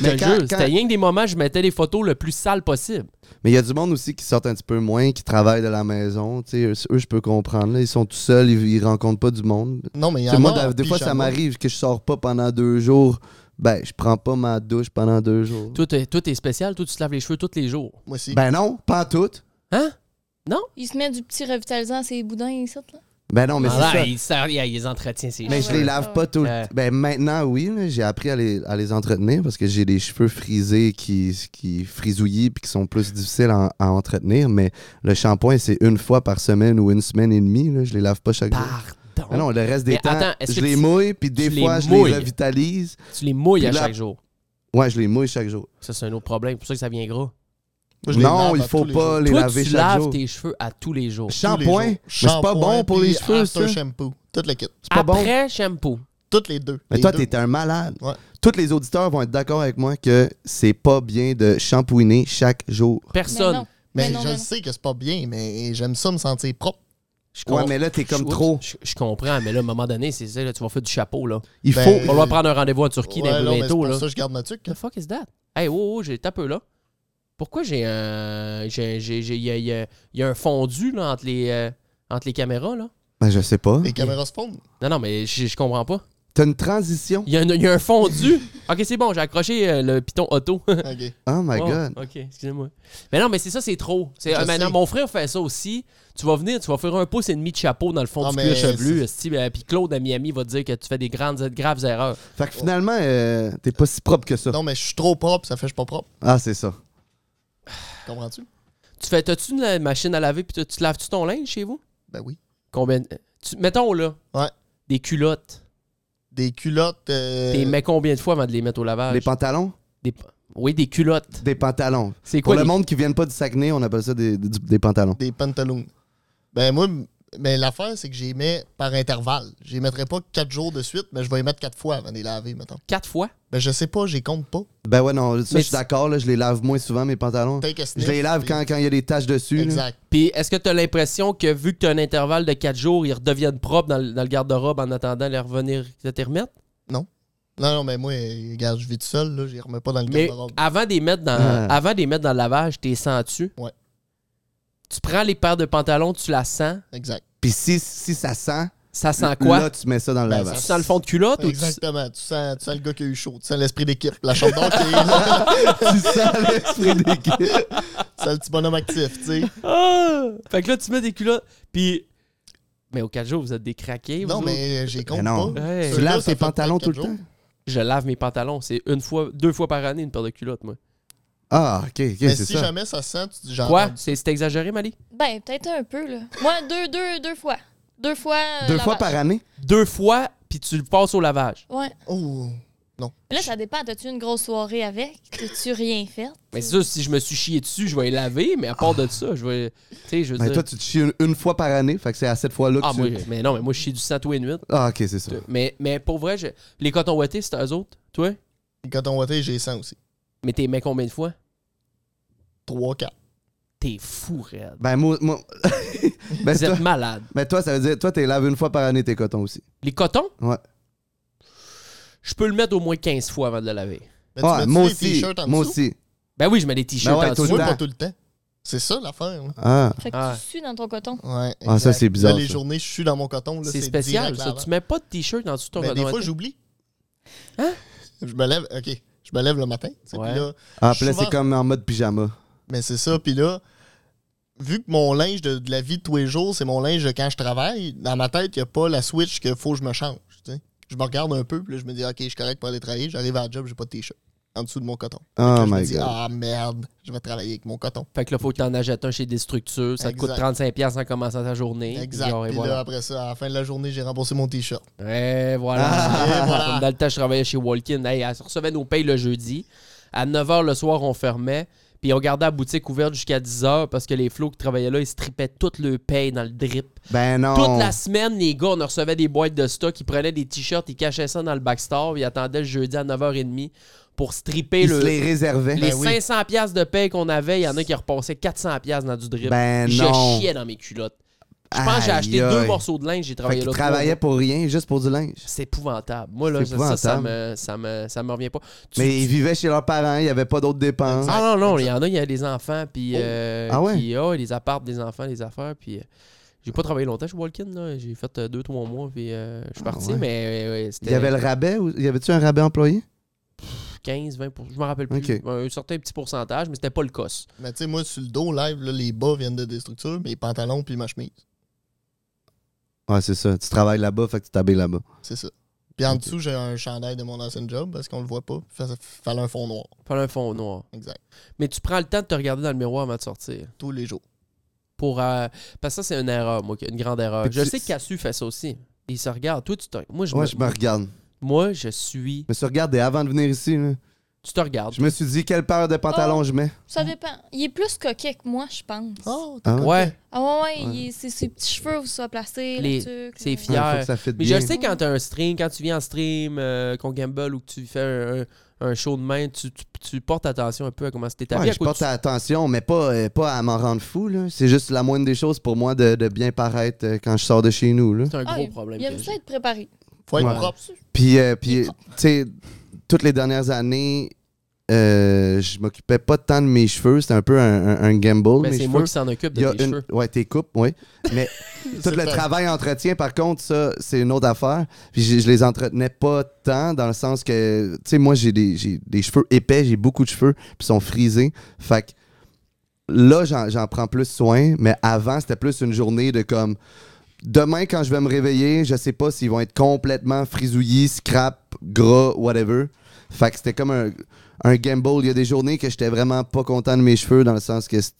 Speaker 3: Mais
Speaker 2: te
Speaker 3: quand-
Speaker 2: jure,
Speaker 3: quand-
Speaker 2: c'était rien que des moments où je mettais les photos le plus sales possible.
Speaker 3: Mais il y a du monde aussi qui sortent un petit peu moins, qui travaillent de la maison. Tu sais, eux, eux, je peux comprendre. là. Ils sont tout seuls, ils, ils rencontrent pas du monde.
Speaker 4: Non, mais il y
Speaker 3: Tu sais,
Speaker 4: en a.
Speaker 3: moi,
Speaker 4: en
Speaker 3: des- des fois,
Speaker 4: pyjama.
Speaker 3: ça m'arrive que je sors pas pendant deux jours. Ben, je prends pas ma douche pendant deux jours.
Speaker 2: Toi, t'es, toi, t'es spécial, toi, tu te laves les cheveux tous les jours.
Speaker 4: Moi aussi.
Speaker 3: Ben non, pas en tout.
Speaker 2: Hein?
Speaker 7: Il se met du petit revitalisant à ses boudins et ça, là.
Speaker 3: Ben non, mais
Speaker 2: Ah,
Speaker 3: c'est ça.
Speaker 2: Il, sert- il- il les entretient, ses
Speaker 3: Mais
Speaker 7: Ah
Speaker 3: je
Speaker 7: ouais.
Speaker 3: les lave pas tout le
Speaker 2: Ouais.
Speaker 3: temps. Ben maintenant, oui, là, j'ai appris à les, à les entretenir parce que j'ai des cheveux frisés qui, qui frisouillent puis qui sont plus difficiles à, à entretenir. Mais le shampoing, c'est une fois par semaine ou une semaine et demie. Là, je les lave pas chaque
Speaker 2: Bah,
Speaker 3: jour.
Speaker 2: Pardon.
Speaker 3: Ben non, le reste des
Speaker 2: Mais
Speaker 3: temps,
Speaker 2: attends, est-ce
Speaker 3: je
Speaker 2: que
Speaker 3: les
Speaker 2: tu-
Speaker 3: mouille puis des
Speaker 2: tu les
Speaker 3: fois, je
Speaker 2: mouilles?
Speaker 3: les revitalise.
Speaker 2: Tu les mouilles à
Speaker 3: Puis là-
Speaker 2: chaque jour.
Speaker 3: Ouais, je les mouille chaque jour.
Speaker 2: Ça, c'est un autre problème. C'est pour ça que ça vient gras.
Speaker 4: Moi, je les lave
Speaker 3: non,
Speaker 4: à
Speaker 3: il
Speaker 4: tous
Speaker 3: faut
Speaker 4: les
Speaker 3: pas
Speaker 4: jours.
Speaker 3: les
Speaker 2: Toi,
Speaker 3: laver
Speaker 2: tu
Speaker 3: chaque
Speaker 2: laves
Speaker 3: jour.
Speaker 2: tes cheveux à tous les jours.
Speaker 4: Tous les jours.
Speaker 3: Shampoing, mais c'est pas bon pour les
Speaker 4: puis
Speaker 3: cheveux, ça.
Speaker 4: after shampoo. Tout le kit.
Speaker 3: pas bon.
Speaker 2: Après shampoo.
Speaker 4: Toutes les deux.
Speaker 3: Mais
Speaker 4: Les
Speaker 3: toi,
Speaker 4: deux.
Speaker 3: t'es un malade.
Speaker 4: Ouais.
Speaker 3: Tous les auditeurs vont être d'accord avec moi que c'est pas bien de shampouiner chaque jour.
Speaker 7: Mais non.
Speaker 2: Personne.
Speaker 4: Mais,
Speaker 7: Mais non,
Speaker 4: je
Speaker 7: mais non.
Speaker 4: sais que c'est pas bien, mais j'aime ça me sentir propre.
Speaker 2: Je
Speaker 3: Ouais,
Speaker 2: com-
Speaker 3: mais là, t'es comme
Speaker 2: je-
Speaker 3: trop.
Speaker 2: Je, je comprends, mais là, à un moment donné, c'est ça, là, tu vas faire du chapeau, là.
Speaker 3: Il
Speaker 4: Ben,
Speaker 3: faut
Speaker 2: Il va falloir prendre un rendez-vous en Turquie
Speaker 4: Ouais,
Speaker 2: d'un peu
Speaker 4: non, mais c'est
Speaker 2: bientôt,
Speaker 4: pour
Speaker 2: là.
Speaker 4: ça que je garde ma tuque.
Speaker 2: The fuck is that? Hey, oh, oh j'ai tapé là. Pourquoi j'ai un. j'ai- j'ai- j'ai- Il y a, il y a- il y a un fondu, là, entre les, euh, entre les caméras, là.
Speaker 3: Ben, je sais pas.
Speaker 4: Les caméras se fondent.
Speaker 2: Non, non, mais je je comprends pas.
Speaker 3: T'as une transition.
Speaker 2: Il y a, un- il y a un fondu. ok, c'est bon, j'ai accroché euh, le piton auto.
Speaker 4: OK.
Speaker 3: Oh my
Speaker 2: Oh,
Speaker 3: god.
Speaker 2: OK, excusez-moi. Mais non, mais c'est ça, c'est trop. C'est,
Speaker 4: Je
Speaker 2: euh, maintenant,
Speaker 4: sais.
Speaker 2: mon frère fait ça aussi. Tu vas venir, tu vas faire un pouce et demi de chapeau dans le fond
Speaker 4: Ah,
Speaker 2: du
Speaker 4: mais
Speaker 2: cuir chevelu. esti, ben, Puis Claude à Miami va te dire que tu fais des grandes, graves erreurs.
Speaker 3: Fait que finalement, euh, t'es pas si propre que ça.
Speaker 4: Non, mais je suis trop propre, ça fait que je suis pas propre.
Speaker 3: Ah, c'est ça.
Speaker 4: Comprends-tu?
Speaker 2: Tu fais, t'as-tu une euh, machine à laver puis tu- tu laves-tu ton linge chez vous?
Speaker 4: Ben oui.
Speaker 2: Combien. tu- mettons là.
Speaker 4: Ouais.
Speaker 2: Des culottes.
Speaker 4: des culottes. euh,
Speaker 2: T'es mets combien de fois avant de les mettre au lavage?
Speaker 3: Les pantalons?
Speaker 2: Des pa- Oui, des culottes.
Speaker 3: Des pantalons.
Speaker 2: C'est
Speaker 3: Pour
Speaker 2: quoi?
Speaker 3: le
Speaker 2: les-
Speaker 3: monde qui viennent pas du Saguenay, on appelle ça des, des- des pantalons.
Speaker 4: des pantaloons. Ben moi, m- ben l'affaire, c'est que j'y mets par intervalle. J'y mettrai pas quatre jours de suite, mais je vais y mettre quatre fois avant de les laver, mettons.
Speaker 2: Quatre fois?
Speaker 4: Ben je sais pas, j'y compte pas.
Speaker 3: Ben ouais, non, ça,
Speaker 2: Mais
Speaker 3: je suis d'accord, là, je les lave moins souvent, mes pantalons.
Speaker 4: Take a
Speaker 3: Je
Speaker 4: sniff,
Speaker 3: les lave
Speaker 4: puis-
Speaker 3: quand quand il y a des taches dessus. là.
Speaker 4: Exact.
Speaker 2: Puis est-ce que tu as l'impression que vu que tu as un intervalle de 4 jours, ils redeviennent propres dans le, dans le garde-robe en attendant de les revenir de te remettre?
Speaker 4: Non, non, mais moi, euh, regarde, je vis tout seul, là, j'y remets pas dans le
Speaker 2: Mais
Speaker 4: garde-robe.
Speaker 2: avant de les mettre dans,
Speaker 3: Ah.
Speaker 2: avant de les mettre dans le lavage, t'es sens-tu?
Speaker 4: Ouais.
Speaker 2: Tu prends les paires de pantalons, tu la sens.
Speaker 4: Exact.
Speaker 3: Puis si, si ça sent,
Speaker 2: Ça sent quoi?
Speaker 3: là, tu mets ça dans le
Speaker 4: Ben,
Speaker 3: lavage.
Speaker 2: tu sens le fond de culotte ou tu-
Speaker 4: Exactement. Tu sens, tu sens le gars qui a eu chaud. Tu sens l'esprit d'équipe. La chambre d'or qui est là.
Speaker 3: tu sens l'esprit d'équipe.
Speaker 4: Tu sens le petit bonhomme actif, tu sais.
Speaker 2: Ah! Fait que là, tu mets des culottes, puis... Mais au 4 jours, vous êtes des craqués, vous
Speaker 4: Non,
Speaker 2: autres?
Speaker 4: mais j'y compte
Speaker 3: Mais non.
Speaker 4: pas.
Speaker 2: Hey.
Speaker 4: Ceux-là,
Speaker 3: Tu laves
Speaker 4: ça
Speaker 3: tes
Speaker 4: fait
Speaker 3: pantalons tout
Speaker 4: peut-être
Speaker 3: le
Speaker 4: quatre
Speaker 3: temps?
Speaker 4: jours.
Speaker 2: Je lave mes pantalons. C'est une fois, deux fois par année, une paire de culottes, moi.
Speaker 3: Ah, ok, ok,
Speaker 4: Mais
Speaker 3: c'est
Speaker 4: si
Speaker 3: ça.
Speaker 4: jamais ça sent, tu dis genre.
Speaker 2: Quoi? C'est c'est exagéré, Mali?
Speaker 7: Ben, peut-être un peu, là. Moi, deux, deux, deux fois. Deux fois. euh,
Speaker 3: Deux
Speaker 7: lavage.
Speaker 3: fois par année?
Speaker 2: Deux fois, puis tu le passes au lavage.
Speaker 7: Ouais.
Speaker 4: Oh.
Speaker 7: Mais là, ça dépend. T'as-tu une grosse soirée avec? T'as-tu rien fait?
Speaker 2: Mais c'est sûr, si je me suis chié dessus, je vais les laver, mais à part de ça, je vais... Tu sais, je veux
Speaker 3: Ben
Speaker 2: dire...
Speaker 3: toi, tu te chies une, une fois par année, fait que c'est à cette fois-là que
Speaker 2: Ah,
Speaker 3: tu...
Speaker 2: moi, mais non, mais moi, je chie du sang tous les nuits.
Speaker 3: Ah, ok, c'est ça.
Speaker 2: Mais, mais pour vrai, je- les cotons ouatés, c'est eux autres, toi?
Speaker 4: Les cotons wattés, j'ai sens aussi.
Speaker 2: Mais t'es mets combien de fois?
Speaker 4: 3, 4.
Speaker 2: T'es fou, raide.
Speaker 3: Ben moi... moi- ben,
Speaker 2: Vous
Speaker 3: toi,
Speaker 2: êtes malade.
Speaker 3: ben, toi, ça veut dire... Toi, t'es laves une fois par année tes cotons aussi.
Speaker 2: Les cotons?
Speaker 3: Ouais.
Speaker 2: Je peux le mettre au moins 15 fois avant de le laver.
Speaker 4: Mais Ben, tu
Speaker 3: Ouais,
Speaker 4: mets-tu
Speaker 3: moi
Speaker 4: des
Speaker 3: aussi,
Speaker 4: t-shirts en
Speaker 3: moi
Speaker 4: dessous?
Speaker 3: aussi.
Speaker 2: Ben oui, je mets des t-shirts
Speaker 3: Ben ouais,
Speaker 2: en
Speaker 3: tout le
Speaker 2: dessous.
Speaker 4: Moi,
Speaker 3: temps.
Speaker 4: pas tout le temps. C'est ça l'affaire. là.
Speaker 3: Ah,
Speaker 7: Fait que
Speaker 2: Ah.
Speaker 7: tu sues dans ton coton.
Speaker 4: Ouais.
Speaker 3: Ah, ça,
Speaker 4: exact.
Speaker 3: c'est bizarre,
Speaker 4: Là, les
Speaker 3: ça.
Speaker 4: journées, je suis dans mon coton. là,
Speaker 2: C'est
Speaker 4: c'est
Speaker 2: spécial,
Speaker 4: direct
Speaker 2: ça.
Speaker 4: là-bas.
Speaker 2: Tu mets pas de t-shirt en dessous de ton
Speaker 4: Mais
Speaker 2: coton
Speaker 4: des fois,
Speaker 2: ouaté.
Speaker 4: j'oublie.
Speaker 2: Hein?
Speaker 4: Je me lève, OK. Je me lève le matin. tu sais,
Speaker 2: Ouais.
Speaker 4: puis là,
Speaker 3: ah puis là, c'est
Speaker 4: Souvent-
Speaker 3: comme en mode pyjama.
Speaker 4: mais c'est ça. Puis là, vu que mon linge de, de la vie de tous les jours, c'est mon linge de quand je travaille, dans ma tête, il n'y a pas la switch qu'il faut que je me change. tu sais. Je me regarde un peu, puis là, je me dis, OK, je suis correct pour aller travailler. J'arrive à la job, j'ai pas de t-shirt en dessous de mon coton.
Speaker 3: Oh
Speaker 4: Là, je me
Speaker 3: my
Speaker 4: dis,
Speaker 3: God.
Speaker 4: ah merde, je vais travailler avec mon coton.
Speaker 2: Fait que là, faut que t'en achètes un chez des structures. Ça te coûte
Speaker 4: Exact.
Speaker 2: 35$ en commençant ta journée.
Speaker 4: Exact.
Speaker 2: Genre, et
Speaker 4: Puis là,
Speaker 2: voilà.
Speaker 4: après ça, à la fin de la journée, j'ai remboursé mon t-shirt.
Speaker 2: Et voilà.
Speaker 3: Ah.
Speaker 4: Et voilà.
Speaker 2: Comme dans le temps, je travaillais chez Walkin. Hey, elle recevait nos payes le jeudi. À 9h le soir, on fermait. Puis on gardait la boutique ouverte jusqu'à 10h parce que les flots qui travaillaient là, ils strippaient toutes le paye dans le drip.
Speaker 3: Ben non.
Speaker 2: Toute la semaine, les gars, on recevait des boîtes de stock. Ils prenaient des t-shirts, ils cachaient ça dans le backstore. Ils attendaient le jeudi à 9h30 pour stripper
Speaker 3: Ils se
Speaker 2: le,
Speaker 3: les Ben réservaient.
Speaker 2: les 500$ piastres de paye qu'on avait. Il y en a qui repassaient 400$ piastres dans du drip.
Speaker 3: Ben
Speaker 2: je
Speaker 3: non.
Speaker 2: chiais dans mes culottes. Je pense que j'ai acheté
Speaker 3: Aïe,
Speaker 2: deux
Speaker 3: aïe.
Speaker 2: morceaux de linge, j'ai
Speaker 3: Fait
Speaker 2: travaillé
Speaker 3: qu'ils
Speaker 2: là. trois
Speaker 3: travaillaient
Speaker 2: mois.
Speaker 3: pour rien, juste pour du linge.
Speaker 2: C'est épouvantable. Moi, là,
Speaker 3: C'est
Speaker 2: ça, ça, ça
Speaker 3: épouvantable.
Speaker 2: me, ça, me, ça me revient pas. Tu-
Speaker 3: Mais ils
Speaker 2: tu-
Speaker 3: vivaient chez leurs parents, il n'y avait pas d'autres dépenses.
Speaker 2: Ah non, non, il y en a, il y a des enfants, puis. euh,
Speaker 3: Ah ouais?
Speaker 2: puis, ah, les apparts, des enfants, les affaires, puis. euh, j'ai pas travaillé longtemps chez Walkin, là. J'ai fait euh, deux, trois mois, puis euh, je suis
Speaker 3: Ah
Speaker 2: parti,
Speaker 3: ouais.
Speaker 2: mais euh, ouais, c'était
Speaker 3: Il y avait le rabais ou y avait-tu un rabais employé
Speaker 2: 15, 20 pour- Je me rappelle plus.
Speaker 3: Ok.
Speaker 2: Un certain petit pourcentage, mais c'était pas le cos.
Speaker 4: Mais tu sais, moi, sur le dos live, là, les bas viennent de des structures, mes pantalons puis ma chemise.
Speaker 3: Ouais, c'est ça. Tu travailles là-bas, fait que tu t'habilles là-bas.
Speaker 4: C'est ça. Puis en
Speaker 3: Ok.
Speaker 4: dessous, j'ai un chandail de mon ancien job parce qu'on le voit pas. Puis fa- fallait un fond noir.
Speaker 2: Fallait un fond noir.
Speaker 4: Exact.
Speaker 2: Mais tu prends le temps de te regarder dans le miroir avant de sortir.
Speaker 4: Tous les jours.
Speaker 2: Pour, euh, parce que ça, c'est une erreur, moi, une grande erreur.
Speaker 3: Puis
Speaker 2: Je
Speaker 3: tu-
Speaker 2: sais que Cassu fait ça aussi. Il se regarde. Toi, tu te. Moi, je,
Speaker 3: Ouais,
Speaker 2: me-
Speaker 3: je me regarde.
Speaker 2: Moi, je suis.
Speaker 3: Je me suis regardé avant de venir ici. là.
Speaker 2: Tu te regardes.
Speaker 3: Je me suis dit quelle paire de pantalons
Speaker 2: Oh!
Speaker 3: je mets.
Speaker 7: Ça dépend. Il est plus coquet que moi, je pense.
Speaker 4: Oh,
Speaker 3: Ah ouais?
Speaker 2: Ouais,
Speaker 7: Ah ouais, ouais, il est- c'est ses petits cheveux où ça placé,
Speaker 2: Les-
Speaker 7: le truc.
Speaker 2: c'est
Speaker 7: là.
Speaker 3: Ouais,
Speaker 2: fier.
Speaker 3: faut que ça fitte
Speaker 2: Mais
Speaker 3: bien.
Speaker 2: je le sais quand t'as un stream, quand tu viens en stream, euh, qu'on gamble ou que tu fais un, un show de main, tu, tu, tu portes attention un peu à comment c'est établi.
Speaker 3: Ouais,
Speaker 2: à
Speaker 3: je
Speaker 2: quoi
Speaker 3: porte
Speaker 2: tu-
Speaker 3: attention, mais pas, euh, pas à m'en rendre fou. là. C'est juste la moindre des choses pour moi de, de bien paraître euh, quand je sors de chez nous. là.
Speaker 2: C'est un
Speaker 7: Ah,
Speaker 2: gros
Speaker 7: il-
Speaker 2: problème.
Speaker 7: Il
Speaker 2: que
Speaker 7: aime ça
Speaker 2: j'ai.
Speaker 7: être préparé.
Speaker 4: Faut être
Speaker 3: Ouais.
Speaker 4: propre.
Speaker 3: Puis, euh, puis tu sais, toutes les dernières années, euh, je m'occupais pas tant de mes cheveux. C'était un peu un, un- un gamble,
Speaker 2: Mais
Speaker 3: Oh, mes
Speaker 2: Ben, c'est moi
Speaker 3: cheveux.
Speaker 2: qui s'en occupe
Speaker 3: Il y
Speaker 2: de
Speaker 3: a
Speaker 2: tes
Speaker 3: une...
Speaker 2: cheveux.
Speaker 3: Ouais, tes coupes, oui. Mais tout
Speaker 4: C'est
Speaker 3: le
Speaker 4: ça.
Speaker 3: travail entretien, par contre, ça, c'est une autre affaire. Puis je, je les entretenais pas tant, dans le sens que, tu sais, moi, j'ai des, j'ai des cheveux épais, j'ai beaucoup de cheveux, puis ils sont frisés. Fait que là, j'en j'en prends plus soin, mais avant, c'était plus une journée de comme. Demain, quand je vais me réveiller, je sais pas s'ils vont être complètement frisouillis, scrap, gras, whatever. Fait que c'était comme un, un gamble. Il y a des journées que j'étais vraiment pas content de mes cheveux, dans le sens que c't-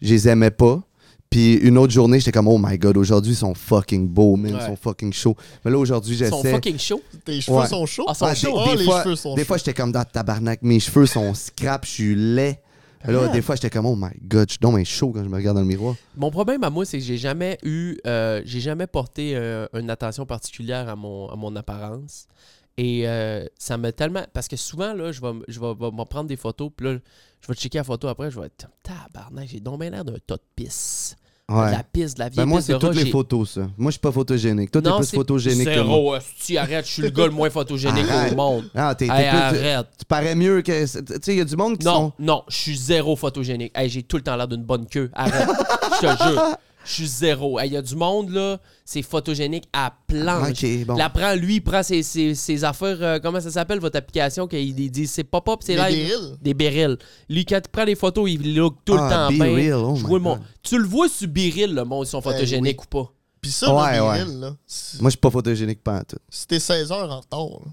Speaker 3: je les aimais pas. Puis une autre journée, j'étais comme, oh my god, aujourd'hui, ils sont fucking beaux, man, ils sont fucking chauds. Mais là, aujourd'hui,
Speaker 2: Ils sont
Speaker 3: j'essaie.
Speaker 2: fucking chauds.
Speaker 4: Tes cheveux
Speaker 3: Ouais.
Speaker 4: sont chauds.
Speaker 2: Ah, sont
Speaker 4: Ah,
Speaker 3: Ouais,
Speaker 4: des-
Speaker 3: des-
Speaker 4: ah,
Speaker 3: des
Speaker 4: les
Speaker 3: fois,
Speaker 4: cheveux sont
Speaker 3: des
Speaker 4: chauds.
Speaker 3: fois, j'étais comme dans tabarnak, mes cheveux sont scrap, je suis laid.
Speaker 2: Ah,
Speaker 3: Mais là, des fois, j'étais comme, oh my god, je suis donc bien chaud quand je me regarde dans le miroir.
Speaker 2: Mon problème à moi, c'est que j'ai jamais eu, euh, j'ai jamais porté euh, une attention particulière à mon, à mon apparence. Et euh, ça me tellement. Parce que souvent, là, je vais, m- je vais, vais m'en prendre des photos, puis là, je vais checker la photo après, je vais être tabarnak, j'ai donc bien l'air d'un tas de pisse. De
Speaker 3: Ouais.
Speaker 2: la pisse, de la vieille
Speaker 3: Ben moi,
Speaker 2: pisse de
Speaker 3: c'est toutes
Speaker 2: roche,
Speaker 3: les
Speaker 2: j'ai-
Speaker 3: photos, ça. Moi, je suis pas photogénique. Toi, t'es
Speaker 2: Non,
Speaker 3: plus
Speaker 2: c'est
Speaker 3: photogénique que moi.
Speaker 2: Zéro, hostie, arrête, je suis le gars le moins photogénique
Speaker 3: Arrête.
Speaker 2: au monde.
Speaker 3: Ah, t'es, t'es
Speaker 2: Hey,
Speaker 3: plus-
Speaker 2: arrête.
Speaker 3: tu parais mieux que. Tu sais, il y a du monde qui
Speaker 2: Non,
Speaker 3: sont.
Speaker 2: non, je suis zéro photogénique. Hey, j'ai tout le temps l'air d'une bonne queue. Arrête. Je te jure. Je suis zéro. Hey, Il y a du monde, là, c'est photogénique à planche.
Speaker 3: Ok, bon.
Speaker 2: La prend, lui, il prend ses, ses- ses affaires, euh, comment ça s'appelle, votre application, qu'il il dit c'est pop-up, c'est
Speaker 4: Des
Speaker 2: live.
Speaker 4: dérils.
Speaker 2: Des bérils. Lui, quand il prend les photos, il look tout le temps
Speaker 3: Ah,
Speaker 2: bien.
Speaker 3: Be Real, oh
Speaker 2: Je
Speaker 3: my
Speaker 2: vois le
Speaker 3: God.
Speaker 2: monde. Tu le vois sur Biril, le monde, ils sont photogéniques ou pas.
Speaker 4: Puis ça, là,
Speaker 3: Ouais,
Speaker 4: des
Speaker 3: ouais.
Speaker 4: dérils, là, si
Speaker 3: Moi, je suis pas photogénique pas en tout.
Speaker 4: si t'es 16 heures en retard, là,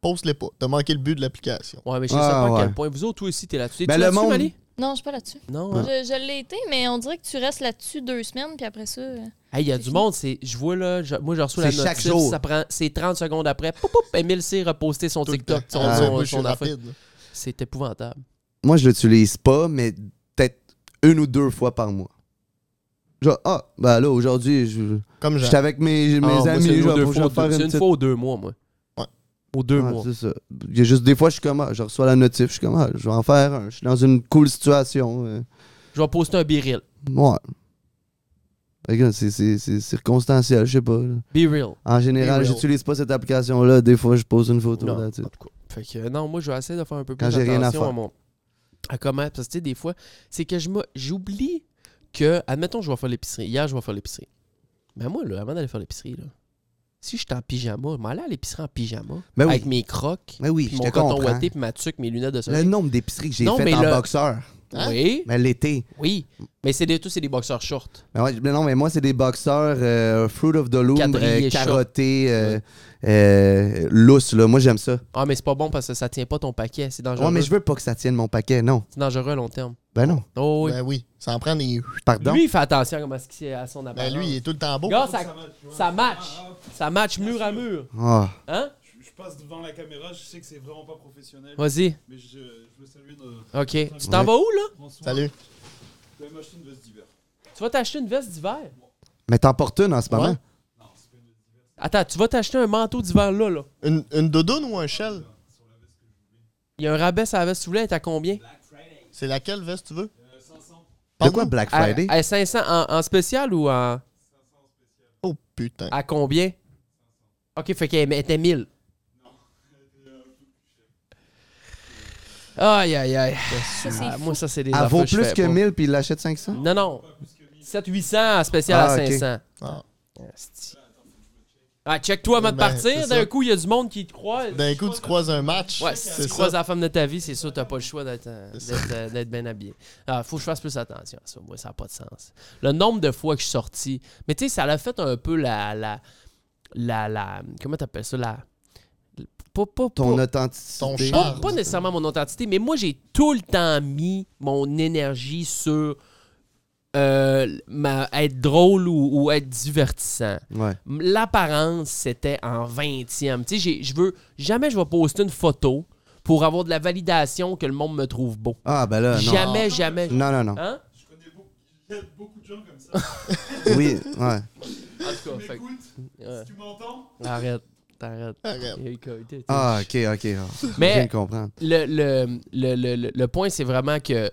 Speaker 4: poste-les pas. T'as manqué le but de l'application.
Speaker 2: Ouais, mais je sais
Speaker 3: Ah,
Speaker 2: pas à quel
Speaker 3: ouais.
Speaker 2: point. Vous autres, toi aussi, t'es là-dessus.
Speaker 3: Ben,
Speaker 2: T'es-tu
Speaker 3: le
Speaker 2: là-dessus,
Speaker 3: monde-
Speaker 2: Mali?
Speaker 7: Non, je suis pas là-dessus.
Speaker 2: Non. hein?
Speaker 7: Je, je l'ai été, mais on dirait que tu restes là-dessus deux semaines, puis après ça. euh,
Speaker 2: Hey, il y a du monde, c'est je vois là, je- moi je reçois la
Speaker 3: C'est chaque
Speaker 2: notif,
Speaker 3: jour.
Speaker 2: ça prend c'est 30 secondes après, poup, poup, Emile s'est reposté son
Speaker 4: Tout le
Speaker 2: TikTok,
Speaker 4: temps.
Speaker 2: son,
Speaker 4: Ah,
Speaker 2: son-
Speaker 4: moi, je suis
Speaker 2: son affaire.
Speaker 4: rapide, là.
Speaker 2: C'est épouvantable.
Speaker 3: Moi, je l'utilise pas, mais peut-être une ou deux fois par mois. Genre, ah, ben là, aujourd'hui, je
Speaker 4: Comme
Speaker 3: j'étais
Speaker 4: Jean.
Speaker 3: avec mes, mes
Speaker 2: Ah, moi,
Speaker 3: amis,
Speaker 2: c'est une,
Speaker 3: je
Speaker 2: ou
Speaker 3: vais
Speaker 2: deux
Speaker 3: faut que je
Speaker 2: fois,
Speaker 3: fasse
Speaker 2: deux- c'est
Speaker 3: une
Speaker 2: une
Speaker 3: petite.
Speaker 2: fois ou deux mois moi.
Speaker 4: Ouais.
Speaker 2: Aux deux
Speaker 3: Ouais,
Speaker 2: mois.
Speaker 3: c'est ça. Il y a juste des fois, je suis comme, ah, je reçois la notif, je suis comme, ah, je vais en faire un. Je suis dans une cool situation. euh.
Speaker 2: Je vais poster un biril.
Speaker 3: Ouais. Fait que c'est- c'est c'est circonstanciel, je sais pas. là.
Speaker 2: Be real.
Speaker 3: En général,
Speaker 4: Be real.
Speaker 3: j'utilise pas cette application-là. Des fois, je pose une photo
Speaker 2: Non, en
Speaker 3: là-dessus.
Speaker 2: tout cas. Fait que euh, non, moi je vais essayer de faire un peu plus
Speaker 3: Quand j'ai rien à
Speaker 2: attention à,
Speaker 3: faire.
Speaker 2: mon à comment parce que tu sais des fois, c'est que je me- j'oublie que admettons je vais faire l'épicerie, hier je vais faire l'épicerie. Mais moi là, avant d'aller faire l'épicerie là, si j'étais en pyjama, je m'allais à l'épicerie en pyjama
Speaker 3: Ben oui.
Speaker 2: avec mes crocs.
Speaker 3: Mais oui,
Speaker 2: puis
Speaker 3: je
Speaker 2: mon
Speaker 3: te
Speaker 2: coton
Speaker 3: comprends.
Speaker 2: ouaté, puis ma tuque, mes lunettes de
Speaker 3: Le
Speaker 2: soleil.
Speaker 3: nombre d'épiceries que j'ai
Speaker 2: Non, mais
Speaker 3: faites en
Speaker 2: le-
Speaker 3: boxeur.
Speaker 2: Oui,
Speaker 3: Mais l'été.
Speaker 2: oui. Mais c'est des, tous c'est des boxeurs shorts.
Speaker 3: Mais Ben ouais, mais non, mais moi, c'est des boxeurs euh, Fruit of the Loom,
Speaker 2: Quadrillés,
Speaker 3: euh, carottés, euh,
Speaker 2: Ouais.
Speaker 3: euh, lousses, là. Moi, j'aime ça.
Speaker 2: Ah, mais c'est pas bon parce que ça tient pas ton paquet. C'est dangereux.
Speaker 3: Ouais, mais je veux pas que ça tienne mon paquet, non.
Speaker 2: C'est dangereux à long terme.
Speaker 3: Ben non,
Speaker 2: Oh, oui.
Speaker 4: Ben oui, ça en prend des.
Speaker 3: pardon.
Speaker 2: lui, il fait attention à comment est-ce qu'il est à son appareil.
Speaker 4: Ben lui, il est tout le temps beau.
Speaker 2: Gars, ça, ça match. Ça match mur à mur.
Speaker 3: Ah.
Speaker 2: Hein?
Speaker 8: Je passe devant la caméra, je sais que c'est vraiment pas professionnel,
Speaker 2: Vas-y.
Speaker 8: mais je, je veux saluer notre
Speaker 2: OK. Tu t'en vas où, là?
Speaker 8: François.
Speaker 4: Salut.
Speaker 8: Tu vas m'acheter une veste d'hiver.
Speaker 2: Tu vas t'acheter une veste d'hiver.
Speaker 3: Mais t'en portes une en ce moment.
Speaker 2: Attends, tu vas t'acheter un manteau d'hiver là, là.
Speaker 4: Une, une doudoune ou un shell
Speaker 2: Il y a un rabais sur la veste, tu voulais, elle est à combien?
Speaker 4: C'est laquelle veste tu veux
Speaker 3: De
Speaker 4: Pardon?
Speaker 3: quoi Black
Speaker 2: À,
Speaker 3: Friday?
Speaker 2: à 500 en, en spécial ou en,
Speaker 4: Oh putain.
Speaker 2: à combien? OK, fait qu'elle était 1000. Aïe, aïe, aïe.
Speaker 7: ça, c'est
Speaker 2: Ah,
Speaker 7: fou.
Speaker 2: moi, ça, c'est des
Speaker 3: Elle
Speaker 2: affaires
Speaker 3: vaut
Speaker 2: je
Speaker 3: plus
Speaker 2: fais
Speaker 3: que
Speaker 2: pas.
Speaker 3: 1000 puis il l'achète 500?
Speaker 2: Non, non. 7-800 en spécial
Speaker 3: Ah,
Speaker 2: à
Speaker 3: ok.
Speaker 2: 500.
Speaker 4: Ah.
Speaker 2: Asti. Ah, check-toi avant de
Speaker 4: Ben,
Speaker 2: partir.
Speaker 4: c'est
Speaker 2: D'un
Speaker 4: ça.
Speaker 2: coup, il y a du monde qui te croit.
Speaker 4: D'un coup, tu croises un match.
Speaker 2: Ouais, si
Speaker 4: c'est
Speaker 2: tu
Speaker 4: ça.
Speaker 2: croises la femme de ta vie, c'est sûr, t'as pas le choix d'être euh,
Speaker 4: C'est
Speaker 2: d'être, euh, d'être bien habillé. Ah, faut que je fasse plus attention à ça. Moi, ça n'a pas de sens. Le nombre de fois que je suis sorti. Mais tu sais, ça l'a fait un peu la. la, la, la comment t'appelles ça La. Pas, pas,
Speaker 3: Ton
Speaker 2: pas-
Speaker 3: authenticité.
Speaker 4: Ton
Speaker 2: pas-
Speaker 4: charme.
Speaker 2: pas nécessairement mon identité, mais moi, j'ai tout le temps mis mon énergie sur euh, ma, être drôle ou- ou être divertissant.
Speaker 3: Ouais.
Speaker 2: M- l'apparence, c'était en 20e. Tu sais, j'ai- je veux. Jamais je vais poster une photo pour avoir de la validation que le monde me trouve beau.
Speaker 3: Ah, ben là, non.
Speaker 2: jamais, jamais.
Speaker 3: Non, non, non.
Speaker 2: Hein?
Speaker 8: Je connais beaucoup, il y a beaucoup de gens comme ça.
Speaker 3: Oui, ouais.
Speaker 2: En tout cas, fait
Speaker 8: Écoute,
Speaker 2: que- ouais.
Speaker 8: tu m'entends
Speaker 2: Arrête. Arrête.
Speaker 4: Arrête.
Speaker 2: Il y a eu COVID, tu sais.
Speaker 3: Ah, ok, ok. ah. Je viens
Speaker 2: Mais
Speaker 3: de comprendre.
Speaker 2: le, le, le, le, le- le point, c'est vraiment que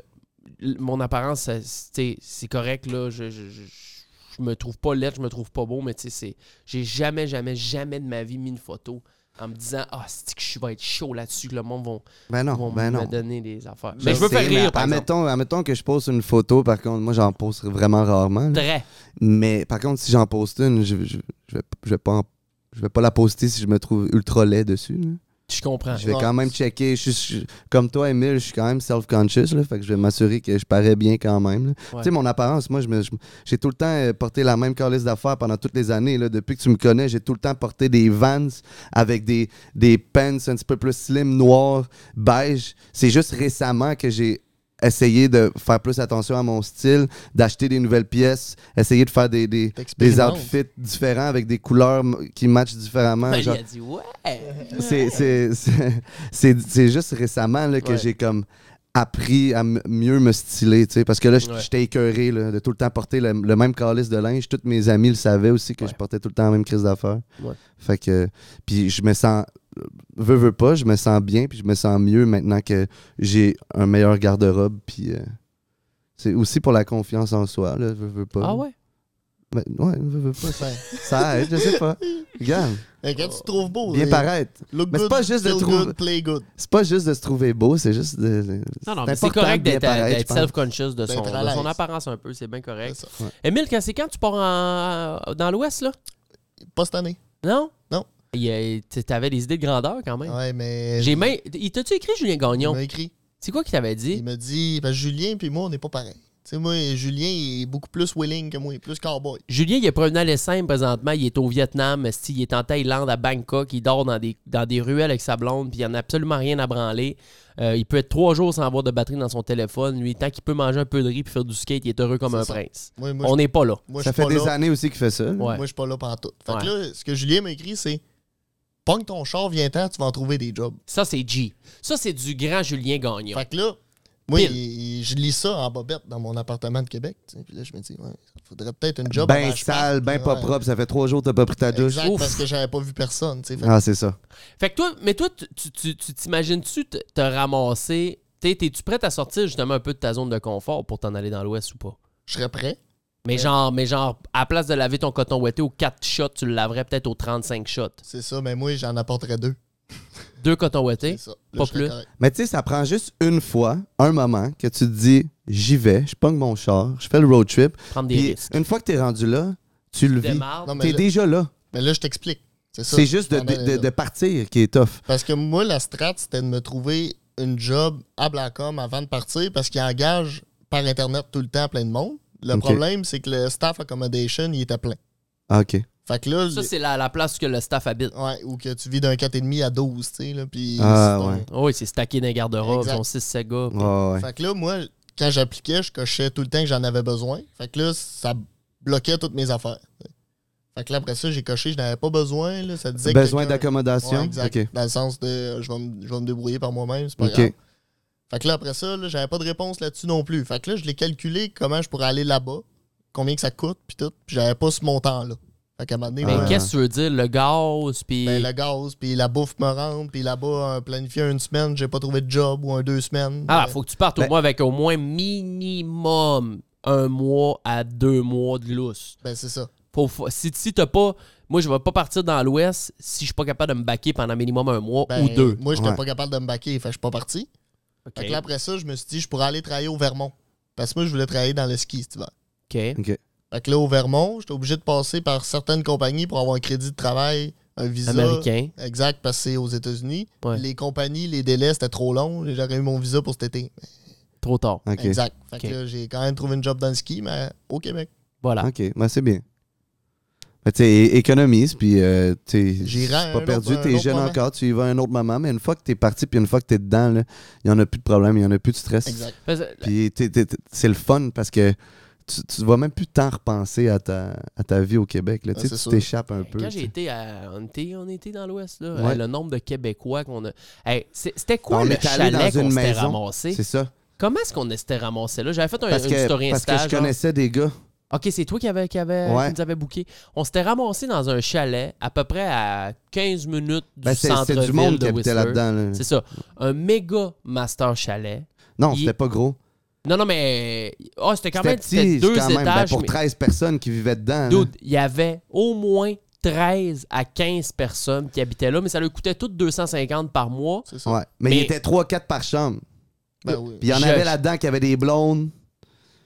Speaker 2: l- mon apparence, ça, c'est tu sais, c'est correct, là. Je, je, je, je me trouve pas laid, je me trouve pas beau, mais tu sais, c'est- j'ai jamais, jamais, jamais de ma vie mis une photo en me disant Ah, c'est que je vais être chaud là-dessus, que le monde va
Speaker 3: Ben non,
Speaker 2: vont
Speaker 3: ben
Speaker 2: me
Speaker 3: non.
Speaker 2: donner des affaires.
Speaker 3: Je sais, mais
Speaker 2: par exemple.
Speaker 3: admettons, admettons que je poste une photo, par contre, moi j'en poste vraiment rarement. là.
Speaker 2: Très.
Speaker 3: Mais par contre, si j'en poste une, je, je, je vais, je vais pas en- je vais pas la poster si je me trouve ultra laid dessus. là.
Speaker 2: Je comprends.
Speaker 3: Je vais
Speaker 4: Ouais.
Speaker 3: quand même checker. Je suis- je- comme toi, Emile, je suis quand même self-conscious. là, Fait que je vais m'assurer que je parais bien quand même. là.
Speaker 2: Ouais.
Speaker 3: Tu sais, mon apparence, moi, je me- je- j'ai tout le temps euh, porté la même carliste d'affaires pendant toutes les années. là. Depuis que tu me connais, j'ai tout le temps porté des vans avec des, des pants un petit peu plus slim, noirs, beige. C'est juste récemment que j'ai essayer de faire plus attention à mon style, d'acheter des nouvelles pièces, essayer de faire des, des, des
Speaker 4: T'expérimentes.
Speaker 3: outfits différents avec des couleurs m- qui matchent différemment.
Speaker 5: Ben,
Speaker 3: genre.
Speaker 5: Il a dit ouais.
Speaker 3: C'est- c'est- C'est c'est- c'est juste récemment là, que
Speaker 4: Ouais.
Speaker 3: j'ai comme appris à m- mieux me styler, tu sais, parce que là, j-
Speaker 2: Ouais.
Speaker 3: j'étais écœuré là, de tout le temps porter le, le même calice de linge. Toutes mes amis le savaient aussi que
Speaker 2: Ouais.
Speaker 3: je portais tout le temps la même crise d'affaires.
Speaker 2: Ouais.
Speaker 3: Fait que, puis je me sens, veux, veux pas, je me sens bien, puis je me sens mieux maintenant que j'ai un meilleur garde-robe, puis euh, c'est aussi pour la confiance en soi, là, veux, veux pas.
Speaker 2: Ah ouais?
Speaker 3: Ben, ouais, veux, veux pas.
Speaker 4: Ben,
Speaker 3: Ça aide, je sais pas. Regarde,
Speaker 4: ben, quand tu te trouves
Speaker 2: Oh,
Speaker 4: beau,
Speaker 3: bien
Speaker 4: c'est
Speaker 3: paraître.
Speaker 4: look
Speaker 3: Mais c'est
Speaker 4: good,
Speaker 3: pas juste de
Speaker 4: feel
Speaker 3: trouver-
Speaker 4: good, play good.
Speaker 3: C'est pas juste de se trouver beau, c'est juste de. de-
Speaker 2: Non, non, mais c'est
Speaker 3: important
Speaker 2: correct
Speaker 3: de bien
Speaker 2: d'être
Speaker 3: paraître,
Speaker 2: d'être
Speaker 3: je pense.
Speaker 2: self-conscious de son,
Speaker 4: D'être à
Speaker 2: de son
Speaker 4: l'aise.
Speaker 2: apparence un peu, c'est bien correct.
Speaker 4: C'est ça.
Speaker 2: Émile, quand c'est quand tu pars en- dans l'Ouest, là?
Speaker 4: Pas cette année.
Speaker 2: Non?
Speaker 4: Non.
Speaker 2: Il y a- t- T'avais des idées de grandeur quand même.
Speaker 4: Ouais, mais.
Speaker 2: J'ai même. Il t'a-tu écrit Julien
Speaker 4: Il
Speaker 2: Gagnon?
Speaker 4: m'a écrit.
Speaker 2: C'est quoi qu'il t'avait dit?
Speaker 4: Il m'a dit, parce que Julien puis moi, on n'est pas pareil. Tu sais, moi, Julien il est beaucoup plus willing que moi, il est plus cowboy.
Speaker 2: Julien, il est pas un aller simple présentement. Il est au Vietnam, esti, il est en Thaïlande, à Bangkok. Il dort dans des, dans des ruelles avec sa blonde, puis il en a absolument rien à branler. Euh, il peut être trois jours sans avoir de batterie dans son téléphone. Lui, tant qu'il peut manger un peu de riz puis faire du skate, il est heureux comme
Speaker 4: C'est
Speaker 2: un
Speaker 4: ça.
Speaker 2: prince.
Speaker 4: Moi, moi,
Speaker 2: On n'est pas là.
Speaker 4: je- moi, je
Speaker 3: Ça
Speaker 4: suis
Speaker 3: fait
Speaker 4: pas
Speaker 3: des
Speaker 4: là.
Speaker 3: années aussi qu'il fait ça. là.
Speaker 2: Ouais.
Speaker 4: Moi, je suis pas là pantoute. Fait
Speaker 2: Ouais.
Speaker 4: que là, ce que Julien m'a écrit, c'est Pogne ton char, viens-t'en, tu vas en trouver des jobs.
Speaker 2: Ça, c'est G. Ça, c'est du grand Julien Gagnon.
Speaker 4: Fait que là, moi,
Speaker 2: Pile.
Speaker 4: il- il- je lis ça en bobette dans mon appartement de Québec. tu sais. Puis là, je me dis, ouais, il faudrait peut-être une job.
Speaker 3: Ben
Speaker 4: avant que je
Speaker 3: sale,
Speaker 4: parte.
Speaker 3: ben pas
Speaker 4: Ouais.
Speaker 3: propre, ça fait trois jours que t'as pas pris ta douche.
Speaker 4: Exact,
Speaker 2: Ouf.
Speaker 4: parce que j'avais pas vu personne. tu sais. Fait que
Speaker 3: Ah, c'est ça.
Speaker 2: Fait que toi, mais toi, tu- tu tu- tu t'imagines-tu te, te ramasser? T'es- T'es-tu prête à sortir justement un peu de ta zone de confort pour t'en aller dans l'Ouest ou pas?
Speaker 4: Je serais prêt.
Speaker 2: Mais
Speaker 4: Euh.
Speaker 2: genre, mais genre, à place de laver ton coton ouaté aux 4 shots, tu le laverais peut-être aux 35 shots.
Speaker 4: C'est ça, mais moi, j'en apporterais deux.
Speaker 2: Deux cotons
Speaker 4: C'est
Speaker 2: ouatés.
Speaker 4: ça.
Speaker 2: pas
Speaker 4: je serais
Speaker 2: plus.
Speaker 4: correct.
Speaker 3: Mais tu sais, ça prend juste une fois, un moment, que tu te dis j'y vais, je pogne mon char, je fais le road trip.
Speaker 2: Prendre des
Speaker 3: Puis
Speaker 2: risques.
Speaker 3: une fois que t'es rendu là, tu le vis.
Speaker 2: Démarre.
Speaker 4: Non, mais
Speaker 3: T'es
Speaker 4: là-
Speaker 3: déjà là.
Speaker 4: Mais là, je t'explique. C'est ça.
Speaker 3: C'est juste de,
Speaker 4: Pendant
Speaker 3: de-
Speaker 4: les-
Speaker 3: de partir qui est tough.
Speaker 4: Parce que moi, la strat, c'était de me trouver une job à Blancom avant de partir parce qu'il engage par Internet tout le temps plein de monde. Le
Speaker 3: Ok.
Speaker 4: problème, c'est que le staff accommodation, il était plein.
Speaker 3: Ah, OK.
Speaker 4: Fait que là,
Speaker 2: Ça,
Speaker 4: le-
Speaker 2: c'est la, la place que le staff habite.
Speaker 4: ouais, ou que tu vis d'un 4,5 à 12, tu sais, là, puis
Speaker 3: Ah,
Speaker 4: c'est ton-
Speaker 2: Oh, oui, c'est stacké d'un garde-robe,
Speaker 4: Exact.
Speaker 2: son 6 Sega.
Speaker 3: Ouais, ouais.
Speaker 4: Fait que là, moi, quand j'appliquais, je cochais tout le temps que j'en avais besoin. Fait que là, ça bloquait toutes mes affaires. Fait que là, après ça, j'ai coché, je n'avais pas besoin, là, ça disait que
Speaker 3: Besoin
Speaker 4: quelqu'un-
Speaker 3: d'accommodation.
Speaker 4: Ouais, exact.
Speaker 3: OK.
Speaker 4: Dans le sens de euh, je vais me, je vais me débrouiller par moi-même, c'est pas
Speaker 3: OK.
Speaker 4: grave. Fait que là, après ça, là, j'avais pas de réponse là-dessus non plus. Fait que là, je l'ai calculé comment je pourrais aller là-bas, combien que ça coûte, puis tout. Puis j'avais pas ce montant-là. Fait qu'à un moment donné,
Speaker 2: Mais
Speaker 3: Ah.
Speaker 4: ben,
Speaker 2: qu'est-ce que tu veux dire? Le gaz, puis...
Speaker 4: ben, le gaz, puis la bouffe me rentre, puis là-bas, euh, planifié une semaine, j'ai pas trouvé de job ou un deux semaines.
Speaker 2: Ah,
Speaker 4: Ben,
Speaker 2: faut que tu partes au
Speaker 3: Ben-
Speaker 2: moins avec au moins minimum un mois à deux mois de lousse.
Speaker 4: ben, c'est ça.
Speaker 2: Faut- faut- si si t'as pas. Moi, je vais pas partir dans l'Ouest si je suis pas capable de me baquer pendant minimum un mois
Speaker 4: Ben,
Speaker 2: ou deux.
Speaker 4: Moi, j'étais
Speaker 3: Ouais.
Speaker 4: pas capable de me baquer, fait que je suis pas parti. Fait
Speaker 2: OK.
Speaker 4: que là, après ça, je me suis dit, je pourrais aller travailler au Vermont. Parce que moi, je voulais travailler dans le ski cet hiver.
Speaker 2: OK.
Speaker 4: Fait que là, au Vermont, j'étais obligé de passer par certaines compagnies pour avoir un crédit de travail, un visa.
Speaker 2: Américain.
Speaker 4: Exact, parce que c'est aux États-Unis.
Speaker 2: Ouais.
Speaker 4: Les compagnies, les délais, c'était trop long. J'aurais eu mon visa pour cet été.
Speaker 2: Trop tard.
Speaker 3: OK.
Speaker 4: Exact. Fait
Speaker 2: Ok.
Speaker 4: que là, j'ai quand même trouvé une job dans le ski, mais au Québec.
Speaker 2: Voilà.
Speaker 4: hein.
Speaker 3: OK. Ben, c'est bien. Ben, tu sais, é- économise, puis euh, tu sais,
Speaker 4: J'irai à
Speaker 3: c'est
Speaker 4: un
Speaker 3: pas
Speaker 4: autre-
Speaker 3: perdu,
Speaker 4: un
Speaker 3: t'es
Speaker 4: autre
Speaker 3: jeune
Speaker 4: moment.
Speaker 3: encore, tu y vas à un autre moment, mais une fois que t'es parti, puis une fois que t'es dedans, là, il y en a plus de problème, il y en a plus de stress.
Speaker 4: Exact.
Speaker 2: Parce que-
Speaker 3: Puis t'es- t'es- t'es- c'est le fun parce que tu, tu vas même plus tant repenser à ta, à ta vie au Québec. Là. Tu
Speaker 4: Ah,
Speaker 3: sais,
Speaker 4: c'est
Speaker 3: tu
Speaker 4: sûr.
Speaker 3: t'échappes un peu.
Speaker 2: Quand
Speaker 3: tu
Speaker 2: j'ai
Speaker 3: sais.
Speaker 2: été à. On était, on était dans l'Ouest, là.
Speaker 3: Ouais.
Speaker 2: Hey, le nombre de Québécois qu'on a. Hey, c'est- c'était quoi
Speaker 3: On
Speaker 2: le
Speaker 3: est allé
Speaker 2: chalet
Speaker 3: dans
Speaker 2: qu'on
Speaker 3: une
Speaker 2: s'était
Speaker 3: maison.
Speaker 2: ramassé?
Speaker 3: C'est ça.
Speaker 2: Comment est-ce qu'on s'était ramassé là? J'avais fait un,
Speaker 3: Parce
Speaker 2: une
Speaker 3: que,
Speaker 2: story
Speaker 3: parce que
Speaker 2: Insta,
Speaker 3: je
Speaker 2: genre.
Speaker 3: connaissais des gars.
Speaker 2: OK, c'est toi qui, avais- qui, avais-
Speaker 3: Ouais.
Speaker 2: qui nous avait booké. On s'était ramassé dans un chalet à peu près à 15 minutes du
Speaker 3: Ben, c'est-
Speaker 2: centre-ville
Speaker 3: C'était du monde
Speaker 2: de
Speaker 3: qui habitait
Speaker 2: Whistler.
Speaker 3: là-dedans. là.
Speaker 2: C'est ça. Un méga master chalet.
Speaker 3: Non,
Speaker 2: Il-
Speaker 3: c'était pas gros.
Speaker 2: Non, non, mais. Ah, c'était quand
Speaker 3: C'était
Speaker 2: même
Speaker 3: petit,
Speaker 2: c'était deux
Speaker 3: quand même. Ben,
Speaker 2: étages.
Speaker 3: pour
Speaker 2: mais-
Speaker 3: 13 personnes qui vivaient dedans. là.
Speaker 2: Dude, il y avait au moins 13 à 15 personnes qui habitaient là, mais ça leur coûtait toutes 250 par mois.
Speaker 4: C'est ça.
Speaker 3: Ouais. Mais, il
Speaker 2: Mais-
Speaker 3: était 3-4 par chambre.
Speaker 4: Ben oui.
Speaker 3: Puis il y en
Speaker 2: Je-
Speaker 3: avait là-dedans qui avaient des blondes.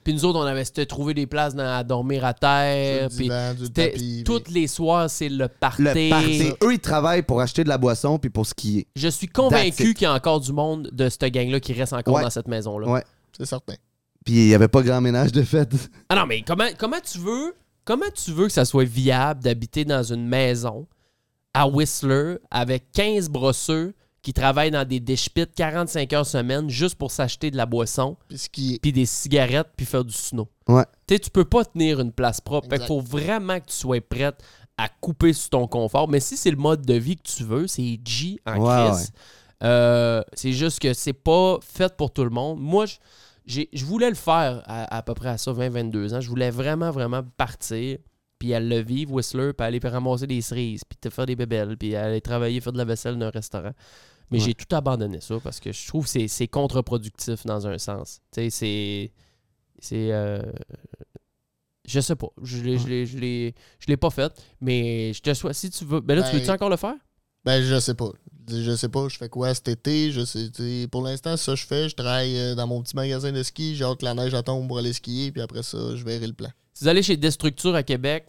Speaker 2: Puis nous autres, on avait c'était trouvé des places dans- à dormir à terre.
Speaker 4: Du
Speaker 2: Puis
Speaker 4: divan, du
Speaker 2: c'était-
Speaker 4: tapis,
Speaker 2: toutes
Speaker 4: puis-
Speaker 2: les soirs, c'est le party.
Speaker 3: Le party. Eux, ils travaillent pour acheter de la boisson puis pour skier.
Speaker 2: Je suis
Speaker 3: That's
Speaker 2: convaincu
Speaker 3: it.
Speaker 2: qu'il y a encore du monde de cette gang-là qui reste encore
Speaker 3: Ouais.
Speaker 2: dans cette maison-là.
Speaker 3: Ouais.
Speaker 4: C'est certain.
Speaker 3: Puis il y avait pas grand ménage de fête.
Speaker 2: Ah non, mais comment, comment tu veux comment tu veux que ça soit viable d'habiter dans une maison à Whistler avec 15 brosseux qui travaillent dans des dish pits 45 heures semaine juste pour s'acheter de la boisson,
Speaker 4: Puis ce qui est-
Speaker 2: puis des cigarettes, puis faire du snow.
Speaker 3: Ouais.
Speaker 2: Tu sais, tu peux pas tenir une place propre. Fait qu'il
Speaker 4: Exact.
Speaker 2: faut vraiment que tu sois prête à couper sur ton confort. Mais si c'est le mode de vie que tu veux, c'est G en
Speaker 3: Ouais,
Speaker 2: crise. Euh, c'est juste que c'est pas fait pour tout le monde. Moi, je, j'ai- je voulais le faire à, à peu près à ça, 20-22 ans. Je voulais vraiment, vraiment partir, puis aller le vivre, Whistler, puis aller ramasser des cerises, puis te faire des bébelles, puis aller travailler, faire de la vaisselle dans un restaurant. Mais
Speaker 3: Ouais.
Speaker 2: j'ai tout abandonné ça parce que je trouve que c'est- c'est contre-productif dans un sens. Tu sais, c'est. C'est. euh, je sais pas. Je l'ai- je l'ai- je l'ai je l'ai pas fait, mais je te souhaite. Si tu veux. Ben là, tu
Speaker 4: Ben,
Speaker 2: veux-tu encore le faire?
Speaker 4: Ben, je sais pas. Je je sais pas, je fais quoi cet été. Je sais, tu sais, pour l'instant, ça je fais. Je travaille euh, dans mon petit magasin de ski. J'ai hâte que la neige elle tombe pour aller skier. Puis après ça, je verrai le plan.
Speaker 2: Si vous allez chez Destructure à Québec,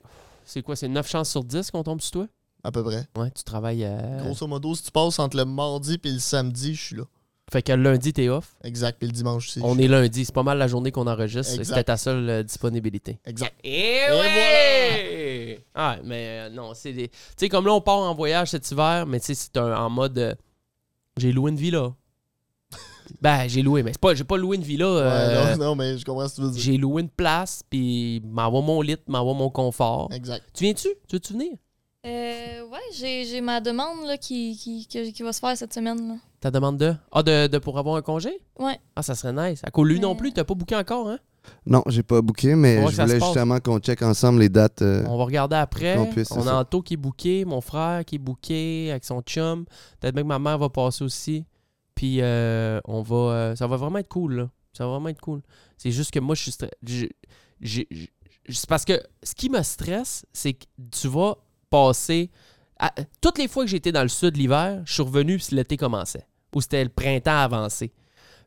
Speaker 2: c'est quoi? C'est 9 chances sur 10 qu'on tombe sur toi?
Speaker 4: À peu près.
Speaker 2: Ouais, tu travailles à.
Speaker 4: Grosso modo, si tu passes entre le mardi et le samedi, je suis là.
Speaker 2: Fait que lundi, t'es off.
Speaker 4: Exact. Puis le dimanche aussi.
Speaker 2: On est lundi. C'est pas mal la journée qu'on enregistre.
Speaker 4: Exact.
Speaker 2: C'était ta seule euh, disponibilité.
Speaker 4: Exact.
Speaker 2: Et
Speaker 4: ouais!
Speaker 2: Ah, mais euh, non, c'est des. Tu sais, comme là, on part en voyage cet hiver, mais tu sais, c'est un- en mode. euh, j'ai loué une villa. ben, j'ai loué, mais c'est pas, j'ai pas loué une villa.
Speaker 4: Ouais,
Speaker 2: euh,
Speaker 4: non, non, mais je comprends ce que tu veux dire.
Speaker 2: j'ai loué une place, puis m'envoie mon lit, m'envoie mon confort.
Speaker 4: Exact.
Speaker 2: Tu viens-tu? Tu veux-tu venir?
Speaker 7: Euh, ouais, j'ai j'ai ma demande là, qui, qui, que- qui va se faire cette semaine. Là.
Speaker 2: Ta demande de? Ah, de, de pour avoir un congé?
Speaker 7: Ouais.
Speaker 2: Ah, ça serait nice. À Colu non
Speaker 7: Mais-
Speaker 2: plus, t'as pas booké encore, hein?
Speaker 3: Non, j'ai pas booké, mais
Speaker 2: Faut voir que
Speaker 3: je
Speaker 2: ça se
Speaker 3: voulais
Speaker 2: passe.
Speaker 3: justement qu'on check ensemble les dates. euh,
Speaker 2: On va regarder après.
Speaker 3: qu'on puisse, c'est
Speaker 2: On a
Speaker 3: ça.
Speaker 2: Anto qui est booké, mon frère qui est booké avec son chum. Peut-être même que ma mère va passer aussi. Puis euh, on va. euh, ça va vraiment être cool, là. Ça va vraiment être cool. C'est juste que moi, je suis. stre- je- j'ai- j'ai- C'est parce que ce qui me stresse, c'est que tu vas passer. à- toutes les fois que j'étais dans le sud l'hiver, je suis revenu si l'été commençait. Ou c'était le printemps avancé.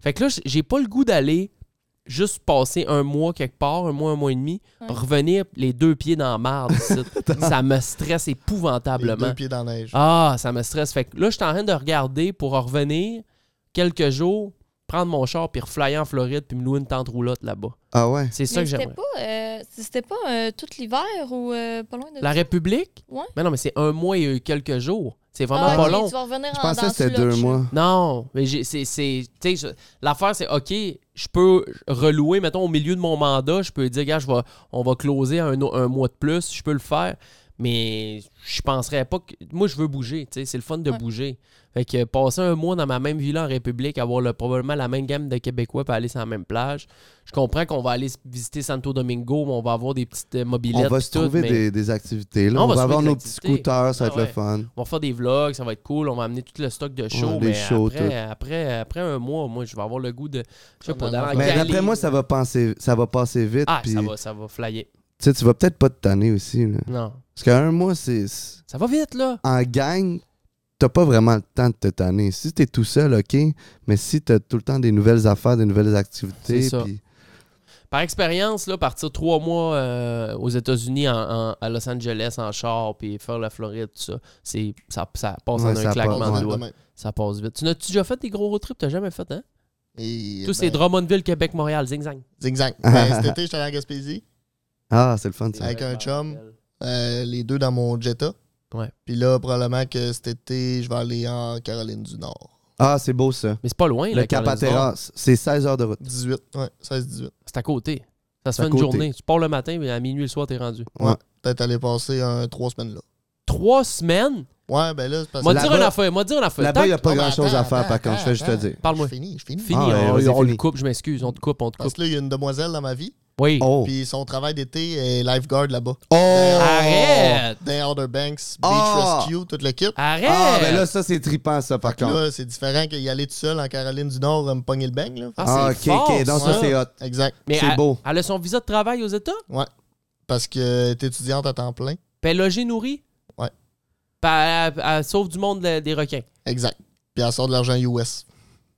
Speaker 2: Fait que là, j- j'ai pas le goût d'aller juste passer un mois quelque part, un mois, un mois et demi,
Speaker 7: Ouais.
Speaker 2: revenir les deux pieds dans la marde. ici. ça me stresse
Speaker 4: Les
Speaker 2: épouvantablement.
Speaker 4: deux pieds dans la neige.
Speaker 2: Ah, ça me stresse. Fait que là, je suis en train de regarder pour en revenir quelques jours, prendre mon char puis reflyer en Floride puis me louer une tente roulotte là-bas.
Speaker 3: Ah ouais?
Speaker 2: C'est ça
Speaker 7: Mais
Speaker 2: que
Speaker 7: c'était
Speaker 2: j'aimerais.
Speaker 7: pas, euh, c'était pas euh, tout l'hiver ou euh, pas loin de
Speaker 2: La République?
Speaker 7: Ouais.
Speaker 2: Mais non, mais c'est un mois et quelques jours. C'est
Speaker 7: Ah,
Speaker 2: vraiment
Speaker 7: ok,
Speaker 2: pas long.
Speaker 7: Tu vas revenir
Speaker 3: Je
Speaker 7: en-
Speaker 3: pensais
Speaker 7: dans
Speaker 3: que c'était
Speaker 7: le
Speaker 3: deux
Speaker 7: lodge.
Speaker 3: mois.
Speaker 2: Non, mais j'ai- c'est. c'est- tu sais, je- L'affaire, c'est OK, je peux relouer, mettons, au milieu de mon mandat, je peux dire, gars, je vais- on va closer un, o- un mois de plus, je peux le faire, mais je penserais pas que. Moi, je veux bouger, tu sais, c'est le fun de
Speaker 7: Ouais.
Speaker 2: bouger. Fait que passer un mois dans ma même ville en République, avoir le- probablement la même gamme de Québécois puis aller sur la même plage, je comprends qu'on va aller s- visiter Santo Domingo, mais on va avoir des petites euh, mobilettes.
Speaker 3: On va
Speaker 2: puis
Speaker 3: se
Speaker 2: tout,
Speaker 3: trouver
Speaker 2: mais-
Speaker 3: des, des activités. Là.
Speaker 2: On
Speaker 3: On,
Speaker 2: va se
Speaker 3: va avoir
Speaker 2: trouver des
Speaker 3: nos petits
Speaker 2: activités.
Speaker 3: scooters, ça va
Speaker 2: Ah
Speaker 3: être
Speaker 2: ouais.
Speaker 3: le fun.
Speaker 2: On va faire des vlogs, ça va être cool. On va amener tout le stock de show.
Speaker 3: des
Speaker 2: mais
Speaker 3: shows, tout.
Speaker 2: après, après, après un mois, moi, je vais avoir le goût de. Je sais pas,
Speaker 4: Ouais,
Speaker 2: d'aller en
Speaker 3: Mais
Speaker 2: Cali.
Speaker 3: d'après moi, ça va, penser, ça va passer vite.
Speaker 2: Ah,
Speaker 3: puis,
Speaker 2: ça va, ça va flyer.
Speaker 3: Tu sais, tu vas peut-être pas te tanner aussi. là.
Speaker 2: Non.
Speaker 3: Parce qu'un mois, c'est. c'est-
Speaker 2: Ça va vite, là.
Speaker 3: En gang, t'as pas vraiment le temps de te tanner. Si t'es tout seul, OK, mais si t'as tout le temps des nouvelles affaires, des nouvelles activités.
Speaker 2: C'est ça.
Speaker 3: puis-
Speaker 2: Par expérience, là, partir trois mois euh, aux États-Unis, en, en- à Los Angeles, en char, puis faire la Floride, tout ça, c'est, ça, ça passe
Speaker 3: Ouais,
Speaker 2: en un
Speaker 3: ça
Speaker 2: claquement
Speaker 3: passe,
Speaker 2: de doigts.
Speaker 4: Demain.
Speaker 2: Ça passe vite. Tu n'as-tu déjà fait des gros road trips? T'as jamais fait, hein?
Speaker 4: Et,
Speaker 2: Tous ces
Speaker 4: ben,
Speaker 2: Drummondville, Québec, Montréal, zing-zang.
Speaker 4: Zigzag. Ben, cet été, j'étais allé en Gaspésie.
Speaker 3: Ah, c'est le fun, ça.
Speaker 4: Avec un chum. Euh, les deux dans mon Jetta.
Speaker 2: Ouais.
Speaker 4: Puis là, probablement que cet été, je vais aller en Caroline du Nord.
Speaker 3: Ah, c'est beau, ça.
Speaker 2: Mais c'est pas loin,
Speaker 3: Le
Speaker 2: là, Carlins.
Speaker 3: Capateras, c'est 16 heures de route.
Speaker 4: 18, ouais, 16-18.
Speaker 2: oh, C'est à côté. Ça se
Speaker 3: C'est à
Speaker 2: fait une
Speaker 3: côté.
Speaker 2: journée. Tu pars le matin, mais à minuit le soir, t'es rendu.
Speaker 4: Peut-être aller passer un, trois semaines là.
Speaker 2: Trois semaines?
Speaker 4: Ouais, ben là, c'est
Speaker 3: Ah,
Speaker 4: parce que.
Speaker 2: Moi dire une
Speaker 3: là-bas-
Speaker 2: affaire, moi dire une affaire.
Speaker 3: Là-bas, il n'y a
Speaker 2: Tac,
Speaker 3: pas
Speaker 4: Oh, ben,
Speaker 3: grand-chose à
Speaker 4: attends,
Speaker 3: faire, par
Speaker 4: attends,
Speaker 3: contre, je fais juste te
Speaker 4: attends.
Speaker 3: dire.
Speaker 2: Parle-moi.
Speaker 4: Je finis, je finis.
Speaker 2: Fini,
Speaker 3: Ah, ouais,
Speaker 2: on,
Speaker 3: vas-y,
Speaker 2: on le
Speaker 3: fini. Ah,
Speaker 2: coupe, je m'excuse, on te coupe, on te
Speaker 4: Parce
Speaker 2: coupe.
Speaker 4: que là, il y a une demoiselle dans ma vie.
Speaker 2: Oui.
Speaker 3: Oh!
Speaker 4: Puis son travail d'été est lifeguard là-bas.
Speaker 3: Oh!
Speaker 2: Arrête!
Speaker 4: Dans Outer Banks, Beach
Speaker 3: Ah!
Speaker 4: Rescue, tout le kit.
Speaker 2: Arrête!
Speaker 3: Ah, ben là, ça, c'est trippant, ça, par contre.
Speaker 4: Là, c'est différent qu'y aller tout seul en Caroline du Nord, euh, me pogner le bang, là.
Speaker 2: Ah,
Speaker 3: Ah,
Speaker 2: c'est
Speaker 3: ok,
Speaker 2: fort,
Speaker 3: ok. Donc, ça, c'est hot.
Speaker 4: Exact.
Speaker 2: Mais
Speaker 3: c'est
Speaker 2: elle-
Speaker 3: beau.
Speaker 2: Elle a son visa de travail aux États?
Speaker 4: Parce que t'es étudiante à temps plein.
Speaker 2: Puis elle est logée, nourrie?
Speaker 4: Ouais.
Speaker 2: Puis elle, elle- elle sauve du monde le- des requins.
Speaker 4: Exact. Puis elle sort de l'argent US.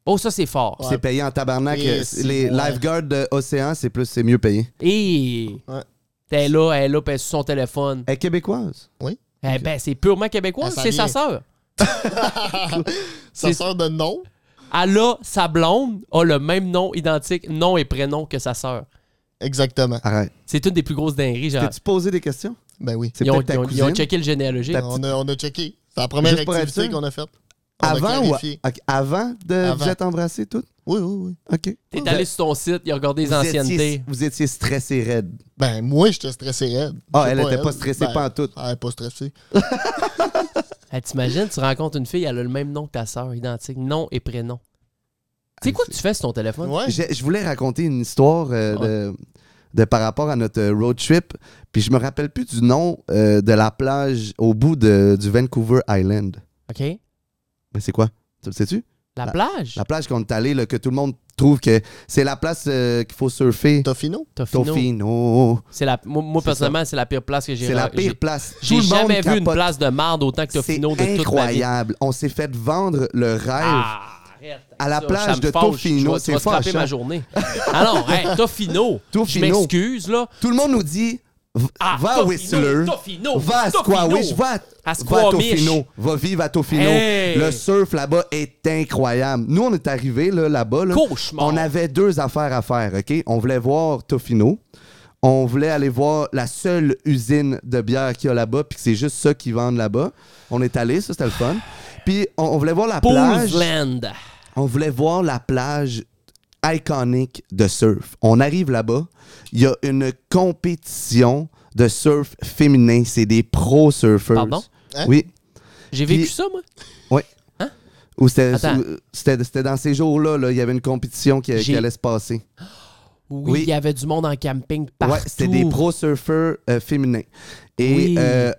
Speaker 2: Oh, ça, c'est fort.
Speaker 4: Ouais.
Speaker 3: C'est payé en tabarnak.
Speaker 4: Et
Speaker 3: euh,
Speaker 4: si,
Speaker 3: les
Speaker 4: ouais.
Speaker 3: lifeguards de Océan, c'est plus, c'est mieux payé.
Speaker 2: Et.
Speaker 4: Ouais.
Speaker 2: T'es là, elle est là, puis elle est sur son téléphone.
Speaker 3: Elle est québécoise.
Speaker 2: Eh ben, c'est purement québécois,
Speaker 4: Elle s'en
Speaker 2: c'est sa
Speaker 4: vient.
Speaker 2: sœur.
Speaker 4: Ça
Speaker 2: C'est-
Speaker 4: sort de nom.
Speaker 2: Elle a sa blonde, a le même nom identique, nom et prénom que sa sœur.
Speaker 4: Exactement.
Speaker 3: Arrête.
Speaker 2: C'est une des plus grosses dingueries, genre.
Speaker 3: T'as-tu posé des questions?
Speaker 4: Ben oui.
Speaker 3: C'est
Speaker 2: Ils ont,
Speaker 3: peut-être ta
Speaker 2: ils ont- ils ont
Speaker 3: cousine.
Speaker 2: checké le généalogique.
Speaker 3: Ta
Speaker 4: On a, on a checké. C'est la première
Speaker 3: Juste pour être
Speaker 4: activité
Speaker 3: sûr.
Speaker 4: qu'on a faite. On va
Speaker 3: Avant ou
Speaker 4: clarifier.
Speaker 3: ok, avant de
Speaker 4: Avant.
Speaker 3: vous être embrassé toutes?
Speaker 4: Oui, oui, oui.
Speaker 3: OK.
Speaker 2: T'es
Speaker 3: Vous-
Speaker 2: allé sur ton site, il a regardé les
Speaker 3: vous
Speaker 2: anciennetés.
Speaker 3: étiez, vous étiez stressé raide.
Speaker 4: Ben, moi, j'étais stressé, elle.
Speaker 3: Ah,
Speaker 4: Je sais
Speaker 3: elle était pas stressée
Speaker 4: Ben,
Speaker 3: pantoute.
Speaker 4: Elle est pas stressée.
Speaker 2: Ah, T'imagines, tu rencontres une fille, elle a le même nom que ta sœur, identique, nom et prénom. C'est quoi que tu fais sur ton téléphone?
Speaker 4: Ouais.
Speaker 3: J'ai- Je voulais raconter une histoire euh, de, de par rapport à notre euh, road trip, puis je me rappelle plus du nom euh, de la plage au bout de- du Vancouver Island.
Speaker 2: OK?
Speaker 3: Mais c'est quoi? Tu le sais-tu?
Speaker 2: La
Speaker 3: La-
Speaker 2: plage?
Speaker 3: La plage qu'on est allé, là, que tout le monde trouve que c'est la place euh, qu'il faut surfer.
Speaker 4: Tofino?
Speaker 2: Tofino.
Speaker 3: Tofino.
Speaker 2: C'est la, moi, moi,
Speaker 3: C'est
Speaker 2: personnellement, c'est la pire place que j'ai
Speaker 3: C'est la
Speaker 2: j'ai-
Speaker 3: pire place.
Speaker 2: J'ai
Speaker 3: Tout le monde
Speaker 2: jamais vu une
Speaker 3: capote.
Speaker 2: place de marde autant que
Speaker 3: C'est
Speaker 2: Tofino de toute ma vie.
Speaker 3: incroyable. On s'est fait vendre le rêve.
Speaker 2: Ah, arrête avec
Speaker 3: À la
Speaker 2: ça,
Speaker 3: plage
Speaker 2: ça me
Speaker 3: de
Speaker 2: fâche,
Speaker 3: Tofino,
Speaker 2: je vois- tu
Speaker 3: c'est
Speaker 2: vas scraper
Speaker 3: fâchant.
Speaker 2: ma journée. Ah non, hey, Tofino, je
Speaker 3: Tofino.
Speaker 2: m'excuse, là.
Speaker 3: Tout le monde nous dit v-
Speaker 2: Ah,
Speaker 3: va à
Speaker 2: Tofino,
Speaker 3: Whistler,
Speaker 2: Tofino,
Speaker 3: va à
Speaker 2: Tofino.
Speaker 3: Squamish, va
Speaker 2: À
Speaker 3: à, va à
Speaker 2: Squamish.
Speaker 3: Tofino, va vivre à Tofino.
Speaker 2: Hey.
Speaker 3: Le surf là-bas est incroyable. Nous, on est arrivés là, là-bas. là.
Speaker 2: Cauchemar.
Speaker 3: on avait deux affaires à faire, OK? On voulait voir Tofino. On voulait aller voir la seule usine de bière qu'il y a là-bas, puis que c'est juste ça qu'ils vendent là-bas. On est allé, ça c'était le fun. Puis on, on voulait voir la plage.
Speaker 2: Poolsland.
Speaker 3: On voulait voir la plage iconique de surf. On arrive là-bas, il y a une compétition de surf féminin. C'est des pro-surfers.
Speaker 2: Pardon?
Speaker 4: Hein?
Speaker 3: Oui.
Speaker 2: J'ai vécu
Speaker 3: Puis-
Speaker 2: ça, moi.
Speaker 3: Ou c'était-
Speaker 2: Hein? Attends.
Speaker 3: ou- c'était c'était dans ces jours-là, là, il y avait une compétition qui, qui
Speaker 2: J'ai-
Speaker 3: allait se passer.
Speaker 2: Oui,
Speaker 3: Oui.
Speaker 2: il y avait du monde en camping partout.
Speaker 3: Ouais, c'était des pro-surfers euh, féminins. Et
Speaker 2: Oui.
Speaker 3: euh,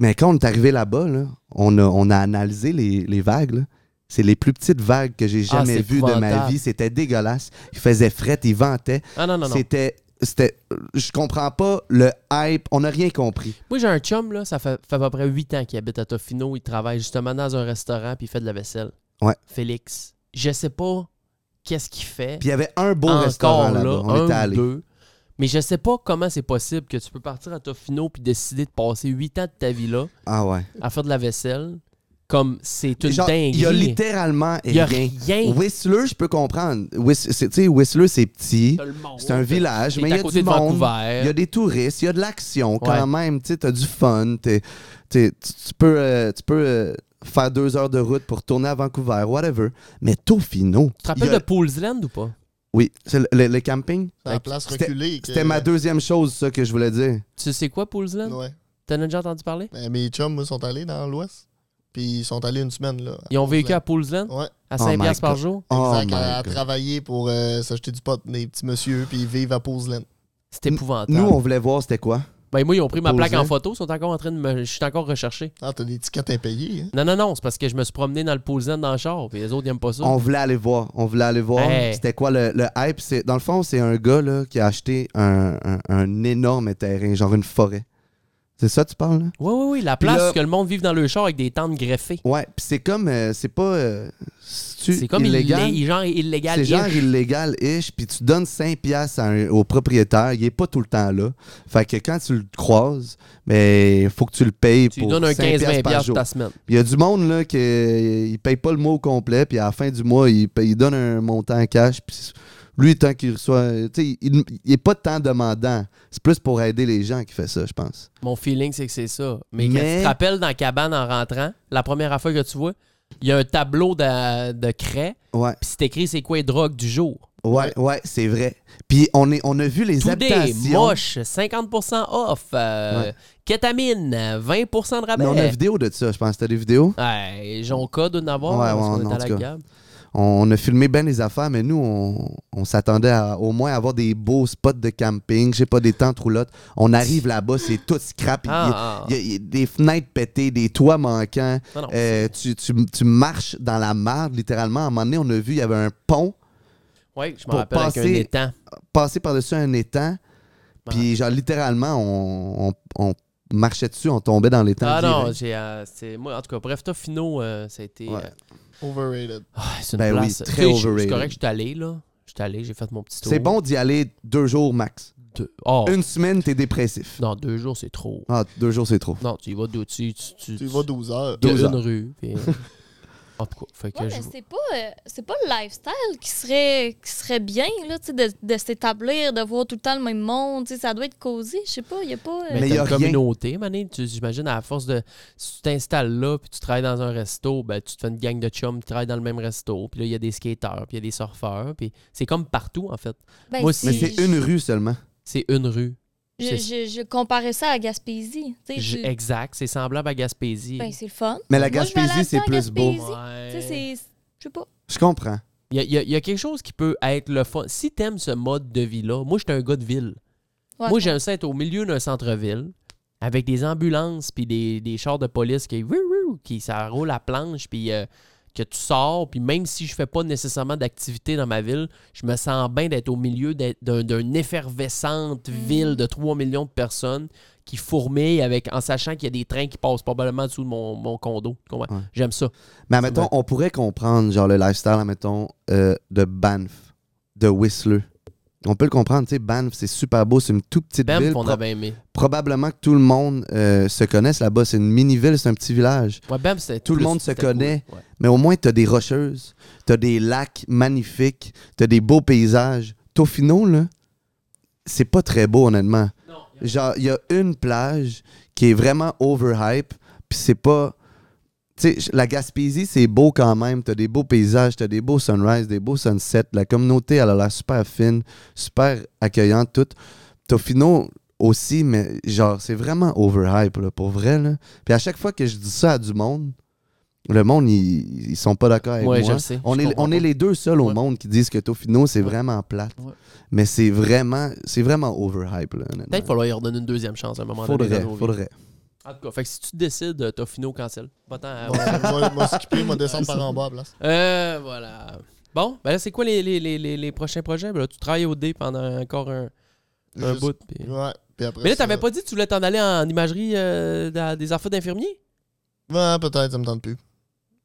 Speaker 3: mais quand on est arrivé là-bas, là, on, a, on a analysé les, les vagues. là. C'est les plus petites vagues que j'ai
Speaker 2: Ah,
Speaker 3: jamais
Speaker 2: c'est
Speaker 3: vues de ma
Speaker 2: épouvantable.
Speaker 3: vie. C'était dégueulasse. Il faisait fret, il ventait.
Speaker 2: Ah non, non, non.
Speaker 3: C'était. C'était. Je comprends pas le hype. On n'a rien compris.
Speaker 2: Moi, j'ai un chum, là, ça fait, fait à peu près 8 ans qu'il habite à Tofino. Il travaille justement dans un restaurant puis il fait de la vaisselle.
Speaker 3: Ouais.
Speaker 2: Félix. Je sais pas qu'est-ce qu'il fait.
Speaker 3: Puis il y avait un beau restaurant
Speaker 2: encore
Speaker 3: là,
Speaker 2: là,
Speaker 3: On
Speaker 2: un
Speaker 3: était
Speaker 2: ou
Speaker 3: allés.
Speaker 2: deux. Mais je sais pas comment c'est possible que tu peux partir à Tofino puis décider de passer 8 ans de ta vie là
Speaker 3: Ah ouais.
Speaker 2: à faire de la vaisselle comme c'est une
Speaker 3: Genre,
Speaker 2: dinguerie.
Speaker 3: Il y a littéralement
Speaker 2: Il y a
Speaker 3: rien.
Speaker 2: rien.
Speaker 3: Whistler, je peux comprendre. Whis- c'est- Tu sais, Whistler, c'est petit.
Speaker 2: T'as le monde.
Speaker 3: C'est un village,
Speaker 2: T'es
Speaker 3: mais il y
Speaker 2: à
Speaker 3: a
Speaker 2: côté
Speaker 3: du
Speaker 2: de
Speaker 3: monde.
Speaker 2: Vancouver.
Speaker 3: Il y a des touristes, il y a de l'action quand
Speaker 2: Ouais.
Speaker 3: même. Tu as du fun. t'es- t'es- tu tu peux, euh, tu peux euh, faire deux heures de route pour tourner à Vancouver, whatever. Mais Tofino.
Speaker 2: Tu te rappelles
Speaker 3: il y a-
Speaker 2: de Poolsland ou pas?
Speaker 3: Oui, c'est le, le- le camping.
Speaker 4: C'est la place
Speaker 3: C'était-
Speaker 4: reculée. que-
Speaker 3: C'était ma deuxième chose, ça, que je voulais dire.
Speaker 2: Tu sais quoi, Poolsland?
Speaker 4: Ouais.
Speaker 2: T'en as déjà entendu parler?
Speaker 4: Ben, mes chums, moi, sont allés dans l'ouest. Puis ils sont allés une semaine, là.
Speaker 2: Ils ont vécu à Poolsland
Speaker 4: Ouais.
Speaker 2: à
Speaker 3: Oh
Speaker 2: 5
Speaker 3: my
Speaker 2: piastres par
Speaker 3: God.
Speaker 2: jour.
Speaker 3: Oh
Speaker 4: Exact,
Speaker 3: my
Speaker 4: à, à
Speaker 3: God.
Speaker 4: travailler pour euh, s'acheter du pot, des petits messieurs, puis ils vivent à Poseland.
Speaker 2: C'est épouvantable.
Speaker 3: Nous, on voulait voir c'était quoi.
Speaker 2: Ben moi, ils ont pris ma plaque en
Speaker 3: Poolsland.
Speaker 2: photo, ils sont encore en train de me. Je suis encore recherché.
Speaker 4: Ah, t'as des tickets impayés, hein?
Speaker 2: Non, non, non, c'est parce que je me suis promené dans le Poolsland dans le char, puis les autres, ils aiment pas ça.
Speaker 3: On voulait aller voir. On voulait aller voir.
Speaker 2: Hey.
Speaker 3: C'était quoi le, le hype? C'est, dans le fond, c'est un gars là, qui a acheté un, un- un énorme terrain, genre une forêt. C'est ça que tu parles? Là?
Speaker 2: Oui, oui, oui, la
Speaker 3: Puis
Speaker 2: place
Speaker 3: là-
Speaker 2: que le monde vive dans le char avec des tentes greffées.
Speaker 3: Ouais, puis c'est comme. euh, c'est pas. euh, c'est-tu
Speaker 2: C'est comme
Speaker 3: illégal.
Speaker 2: illé- genre illégal.
Speaker 3: c'est genre
Speaker 2: ish.
Speaker 3: illégal-ish, puis tu donnes 5 piastres à un- au propriétaire, il est pas tout le temps là. Fait que quand tu le croises, il faut que tu le payes
Speaker 2: Tu lui
Speaker 3: pour
Speaker 2: donnes un
Speaker 3: 5
Speaker 2: 15-20
Speaker 3: piastres par
Speaker 2: piastres
Speaker 3: jour.
Speaker 2: ta semaine.
Speaker 3: Il y a du monde là qui euh, il paye pas le mot au complet, puis à la fin du mois, il, paye- il donne un montant en cash, puis lui, tant qu'il reçoit. Tu sais, il, il est pas tant demandant. C'est plus pour aider les gens qui fait ça, je pense.
Speaker 2: Mon feeling, c'est que c'est ça. Mais, quand
Speaker 3: Mais-
Speaker 2: tu te rappelles dans la cabane en rentrant, la première affaire que tu vois, il y a un tableau de, de craie,
Speaker 3: Ouais,
Speaker 2: puis c'est écrit c'est quoi les drogues du jour.
Speaker 3: ouais, ouais, c'est vrai. Puis on, euh, est, on a vu les
Speaker 2: Tout des
Speaker 3: habitations.
Speaker 2: moches, 50% off, euh, kétamine, 20% de
Speaker 3: Mais
Speaker 2: rabais.
Speaker 3: on a vidéo de ça, je pense. T'as des vidéos?
Speaker 2: Ouais, Jonca doit en avoir,
Speaker 3: Ouais,
Speaker 2: parce
Speaker 3: ouais,
Speaker 2: qu'on
Speaker 3: en
Speaker 2: est à
Speaker 3: tout
Speaker 2: la
Speaker 3: cas.
Speaker 2: gamme.
Speaker 3: On a filmé bien les affaires, mais nous, on, on s'attendait à au moins avoir des beaux spots de camping, je sais pas, des tentes roulottes. On arrive là-bas, c'est tout scrap. Il y a-
Speaker 2: Ah, ah.
Speaker 3: il y a- il y a des fenêtres pétées, des toits manquants.
Speaker 2: Non, non.
Speaker 3: Euh, tu, tu- tu marches dans la marde, littéralement. À un moment donné, on a vu, il y avait un pont
Speaker 2: Ouais, je me
Speaker 3: pour
Speaker 2: rappelle avec un
Speaker 3: passer-
Speaker 2: étang.
Speaker 3: passé par-dessus un étang. Puis, genre, littéralement, on, on- on marchait dessus, on tombait dans l'étang.
Speaker 2: Ah
Speaker 3: direct.
Speaker 2: non, j'ai. euh, c'est- moi, en tout cas, bref, Tofino, euh, ça a été.
Speaker 3: Ouais.
Speaker 2: euh,
Speaker 4: Overrated.
Speaker 2: ah, c'est une
Speaker 3: Ben oui,
Speaker 2: place.
Speaker 3: très
Speaker 2: Tu sais, je- C'est
Speaker 3: overrated.
Speaker 2: correct, je suis allé, là. Je suis allé, j'ai fait mon petit tour.
Speaker 3: C'est bon d'y aller deux jours max.
Speaker 2: Deux- oh,
Speaker 3: Une semaine, t'es dépressif.
Speaker 2: Dans deux jours, c'est trop.
Speaker 3: Ah, deux jours, c'est trop.
Speaker 2: Non, tu y vas deux. Tu, tu, tu,
Speaker 4: Tu y vas 12 heures.
Speaker 2: il y a
Speaker 3: 12
Speaker 2: une
Speaker 3: heures.
Speaker 2: rue. Puis, euh, pas pourquoi. Fait que
Speaker 7: Ouais,
Speaker 2: je-
Speaker 7: mais c'est pas, euh, c'est pas le lifestyle qui serait, qui serait bien, là, tu sais, de, de s'établir, de voir tout le temps le même monde. tu sais, Ça doit être causé. Je sais pas, il n'y a pas. euh,
Speaker 2: Mais,
Speaker 3: Mais
Speaker 2: t'as
Speaker 3: y a
Speaker 2: une
Speaker 3: rien.
Speaker 2: communauté, Mané. Tu- J'imagine, à la force de. Si tu t'installes là, puis tu travailles dans un resto, ben, tu te fais une gang de chums qui travaillent dans le même resto. Puis là, il y a des skateurs, puis il y a des surfeurs. Puis c'est comme partout, en fait.
Speaker 7: ben,
Speaker 2: moi
Speaker 7: si-
Speaker 3: Mais c'est une rue seulement.
Speaker 2: C'est une rue.
Speaker 7: Je, je, je comparais ça à Gaspésie. tu sais,
Speaker 2: Je-
Speaker 7: tu-
Speaker 2: exact. C'est semblable à Gaspésie.
Speaker 7: Ben, c'est le fun.
Speaker 3: Mais la
Speaker 7: Moi, je vais aller
Speaker 3: Gaspésie, c'est
Speaker 7: à
Speaker 3: plus beau.
Speaker 7: Gaspésie. Tu sais,
Speaker 2: Ouais.
Speaker 7: c'est. Je sais pas.
Speaker 3: Je comprends.
Speaker 2: Il y, a- il y a- il y a quelque chose qui peut être le fun. Si t'aimes ce mode de vie-là, moi, j'étais un gars de ville.
Speaker 7: Ouais,
Speaker 2: moi, j'aime ça être au milieu d'un centre-ville avec des ambulances puis des, des chars de police qui, wou, wou, qui ça roule à planche puis euh, que tu sors. Puis même si je fais pas nécessairement d'activité dans ma ville, je me sens bien d'être au milieu d'être- d'un- d'une effervescente ville de 3 millions de personnes qui fourmille avec, en sachant qu'il y a des trains qui passent probablement dessous de mon, mon condo. Tu comprends?
Speaker 3: Ouais.
Speaker 2: J'aime ça.
Speaker 3: Mais admettons, on pourrait comprendre genre le lifestyle, admettons, euh, de Banff, de Whistler. On peut le comprendre, tu sais, Banff, c'est super beau, c'est une toute petite
Speaker 2: Banff,
Speaker 3: ville.
Speaker 2: on
Speaker 3: Pro-
Speaker 2: avait aimé.
Speaker 3: Probablement que tout le monde euh, se connaisse là-bas. C'est une mini-ville, c'est un petit village.
Speaker 2: Ouais, Banff, c'était
Speaker 3: Tout le
Speaker 2: plus-
Speaker 3: monde se
Speaker 2: c'était cool.
Speaker 3: connaît.
Speaker 2: Ouais.
Speaker 3: Mais au moins, t'as des rocheuses, t'as des lacs magnifiques, t'as des beaux paysages. Tofino, là, c'est pas très beau, honnêtement. Genre, il y a une plage qui est vraiment overhype, puis c'est pas... Tu sais, j- la Gaspésie, c'est beau quand même. T'as des beaux paysages, t'as des beaux sunrises, des beaux sunsets. La communauté, elle a l'air super fine, super accueillante, toute. Tofino aussi, mais genre, c'est vraiment overhype, là, pour vrai, là. Puis à chaque fois que je dis ça à du monde, le monde, ils, ils sont pas d'accord avec
Speaker 2: Ouais, je
Speaker 3: moi.
Speaker 2: le sais.
Speaker 3: On,
Speaker 2: Je
Speaker 3: est,
Speaker 2: comprends
Speaker 3: on est
Speaker 2: pas.
Speaker 3: les deux seuls au
Speaker 2: Ouais.
Speaker 3: monde qui disent que Tofino, c'est
Speaker 2: Ouais.
Speaker 3: vraiment plate.
Speaker 2: Ouais.
Speaker 3: Mais c'est vraiment, c'est vraiment overhype, là, honnêtement.
Speaker 2: Peut-être qu'il faudra lui redonner une deuxième chance à un moment donné.
Speaker 3: Faudrait,
Speaker 2: dans nos vies.
Speaker 3: faudrait.
Speaker 2: En tout cas, fait que si tu décides, euh, t'as fini au cancel. Pas tant à-
Speaker 4: Bon, moi, moi, skipper, moi, descendre par en bas à la place.
Speaker 2: Euh, voilà. Bon, ben là, c'est quoi les, les, les, les, les prochains projets? Ben là, tu travailles au dé pendant encore un, un
Speaker 4: Juste-
Speaker 2: bout. puis-
Speaker 4: Ouais. Puis après
Speaker 2: Mais là,
Speaker 4: ça-
Speaker 2: t'avais pas dit que tu voulais t'en aller en imagerie euh, dans des affaires d'infirmiers?
Speaker 4: Ouais, peut-être, ça me tente plus.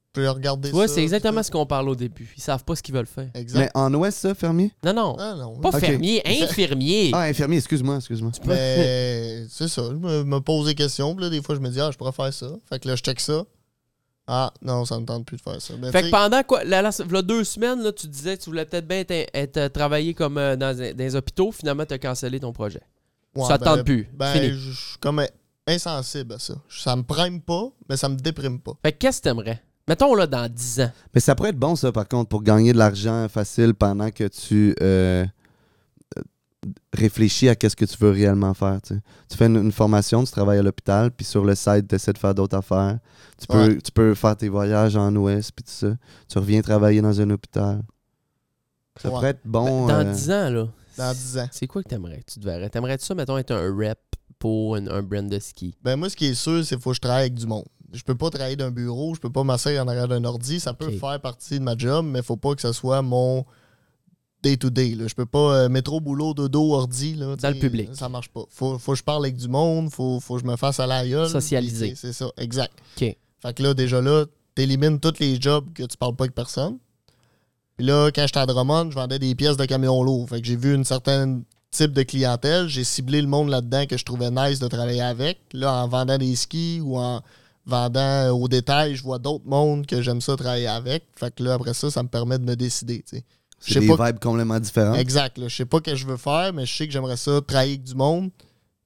Speaker 4: Je peux regarder
Speaker 2: Tu vois,
Speaker 4: ça,
Speaker 2: c'est exactement
Speaker 4: peut-être.
Speaker 2: ce qu'on parle au début. Ils savent pas ce qu'ils veulent faire.
Speaker 4: Exact.
Speaker 3: Mais en ouest, ça, fermier?
Speaker 2: Non, non.
Speaker 4: Ah non.
Speaker 2: Pas
Speaker 3: Ok.
Speaker 2: fermier, infirmier.
Speaker 3: Ah, infirmier, excuse-moi, excuse-moi.
Speaker 4: Mais c'est ça, je me, me pose des questions. Puis là, des fois, je me dis, ah, je pourrais faire ça. Fait que là, je check ça. Ah, non, ça me tente plus de faire ça. Mais
Speaker 2: Fait
Speaker 4: tu
Speaker 2: que
Speaker 4: sais,
Speaker 2: pendant quoi, la, la- v'là deux semaines, là, tu disais que tu voulais peut-être bien être, être travaillé comme euh, dans, dans les hôpitaux. Finalement, t'as cancellé ton projet.
Speaker 4: ouais,
Speaker 2: ça te tente
Speaker 4: ben,
Speaker 2: plus.
Speaker 4: Ben,
Speaker 2: Fini.
Speaker 4: je suis comme insensible à ça. Ça me prime pas, mais ça me déprime pas.
Speaker 2: Fait que qu'est-ce que t'aimerais? Mettons là dans 10 ans.
Speaker 3: Mais ça pourrait être bon, ça, par contre, pour gagner de l'argent facile pendant que tu euh, euh, réfléchis à qu'est-ce que tu veux réellement faire. Tu, sais. Tu fais une, une formation, tu travailles à l'hôpital, puis sur le site, tu essaies de faire d'autres affaires. Tu peux,
Speaker 4: Ouais.
Speaker 3: tu peux faire tes voyages en Ouest, puis tout ça. Tu reviens travailler dans un hôpital. Ça
Speaker 4: Ouais. Ben,
Speaker 3: pourrait être bon.
Speaker 2: dans
Speaker 3: euh,
Speaker 2: 10 ans, là.
Speaker 4: Dans 10 ans.
Speaker 2: C'est quoi que t'aimerais? Tu devrais. T'aimerais-tu ça, mettons, être un rep pour une- un brand de ski?
Speaker 4: Ben, moi, ce qui est sûr, c'est qu'il faut que je travaille avec du monde. Je peux pas travailler d'un bureau, je peux pas m'asseoir en arrière d'un ordi. Ça peut
Speaker 2: Ok.
Speaker 4: faire partie de ma job, mais faut pas que ce soit mon day-to-day. là. Je peux pas euh, mettre au boulot, dodo, ordi.
Speaker 2: Dans le
Speaker 4: Là, t'sais,
Speaker 2: public.
Speaker 4: Ça marche pas. Faut, faut que je parle avec du monde, faut, faut que je me fasse à la gueule.
Speaker 2: Socialiser.
Speaker 4: Puis, C'est c'est ça, exact.
Speaker 2: Ok.
Speaker 4: Fait que là, déjà là, t'élimines tous les jobs que tu parles pas avec personne. Puis là, quand j'étais à Drummond, je vendais des pièces de camion lourd. Fait que j'ai vu une certaine type de clientèle. J'ai ciblé le monde là-dedans que je trouvais nice de travailler avec. Là, en vendant des skis ou en vendant euh, au détail, je vois d'autres mondes que j'aime ça travailler avec. Fait que là, après ça, ça me permet de me décider. tu sais.
Speaker 3: C'est
Speaker 4: je sais
Speaker 3: des
Speaker 4: pas-
Speaker 3: vibes complètement différentes.
Speaker 4: Exact. là. Je sais pas ce que je veux faire, mais je sais que j'aimerais ça travailler avec du monde.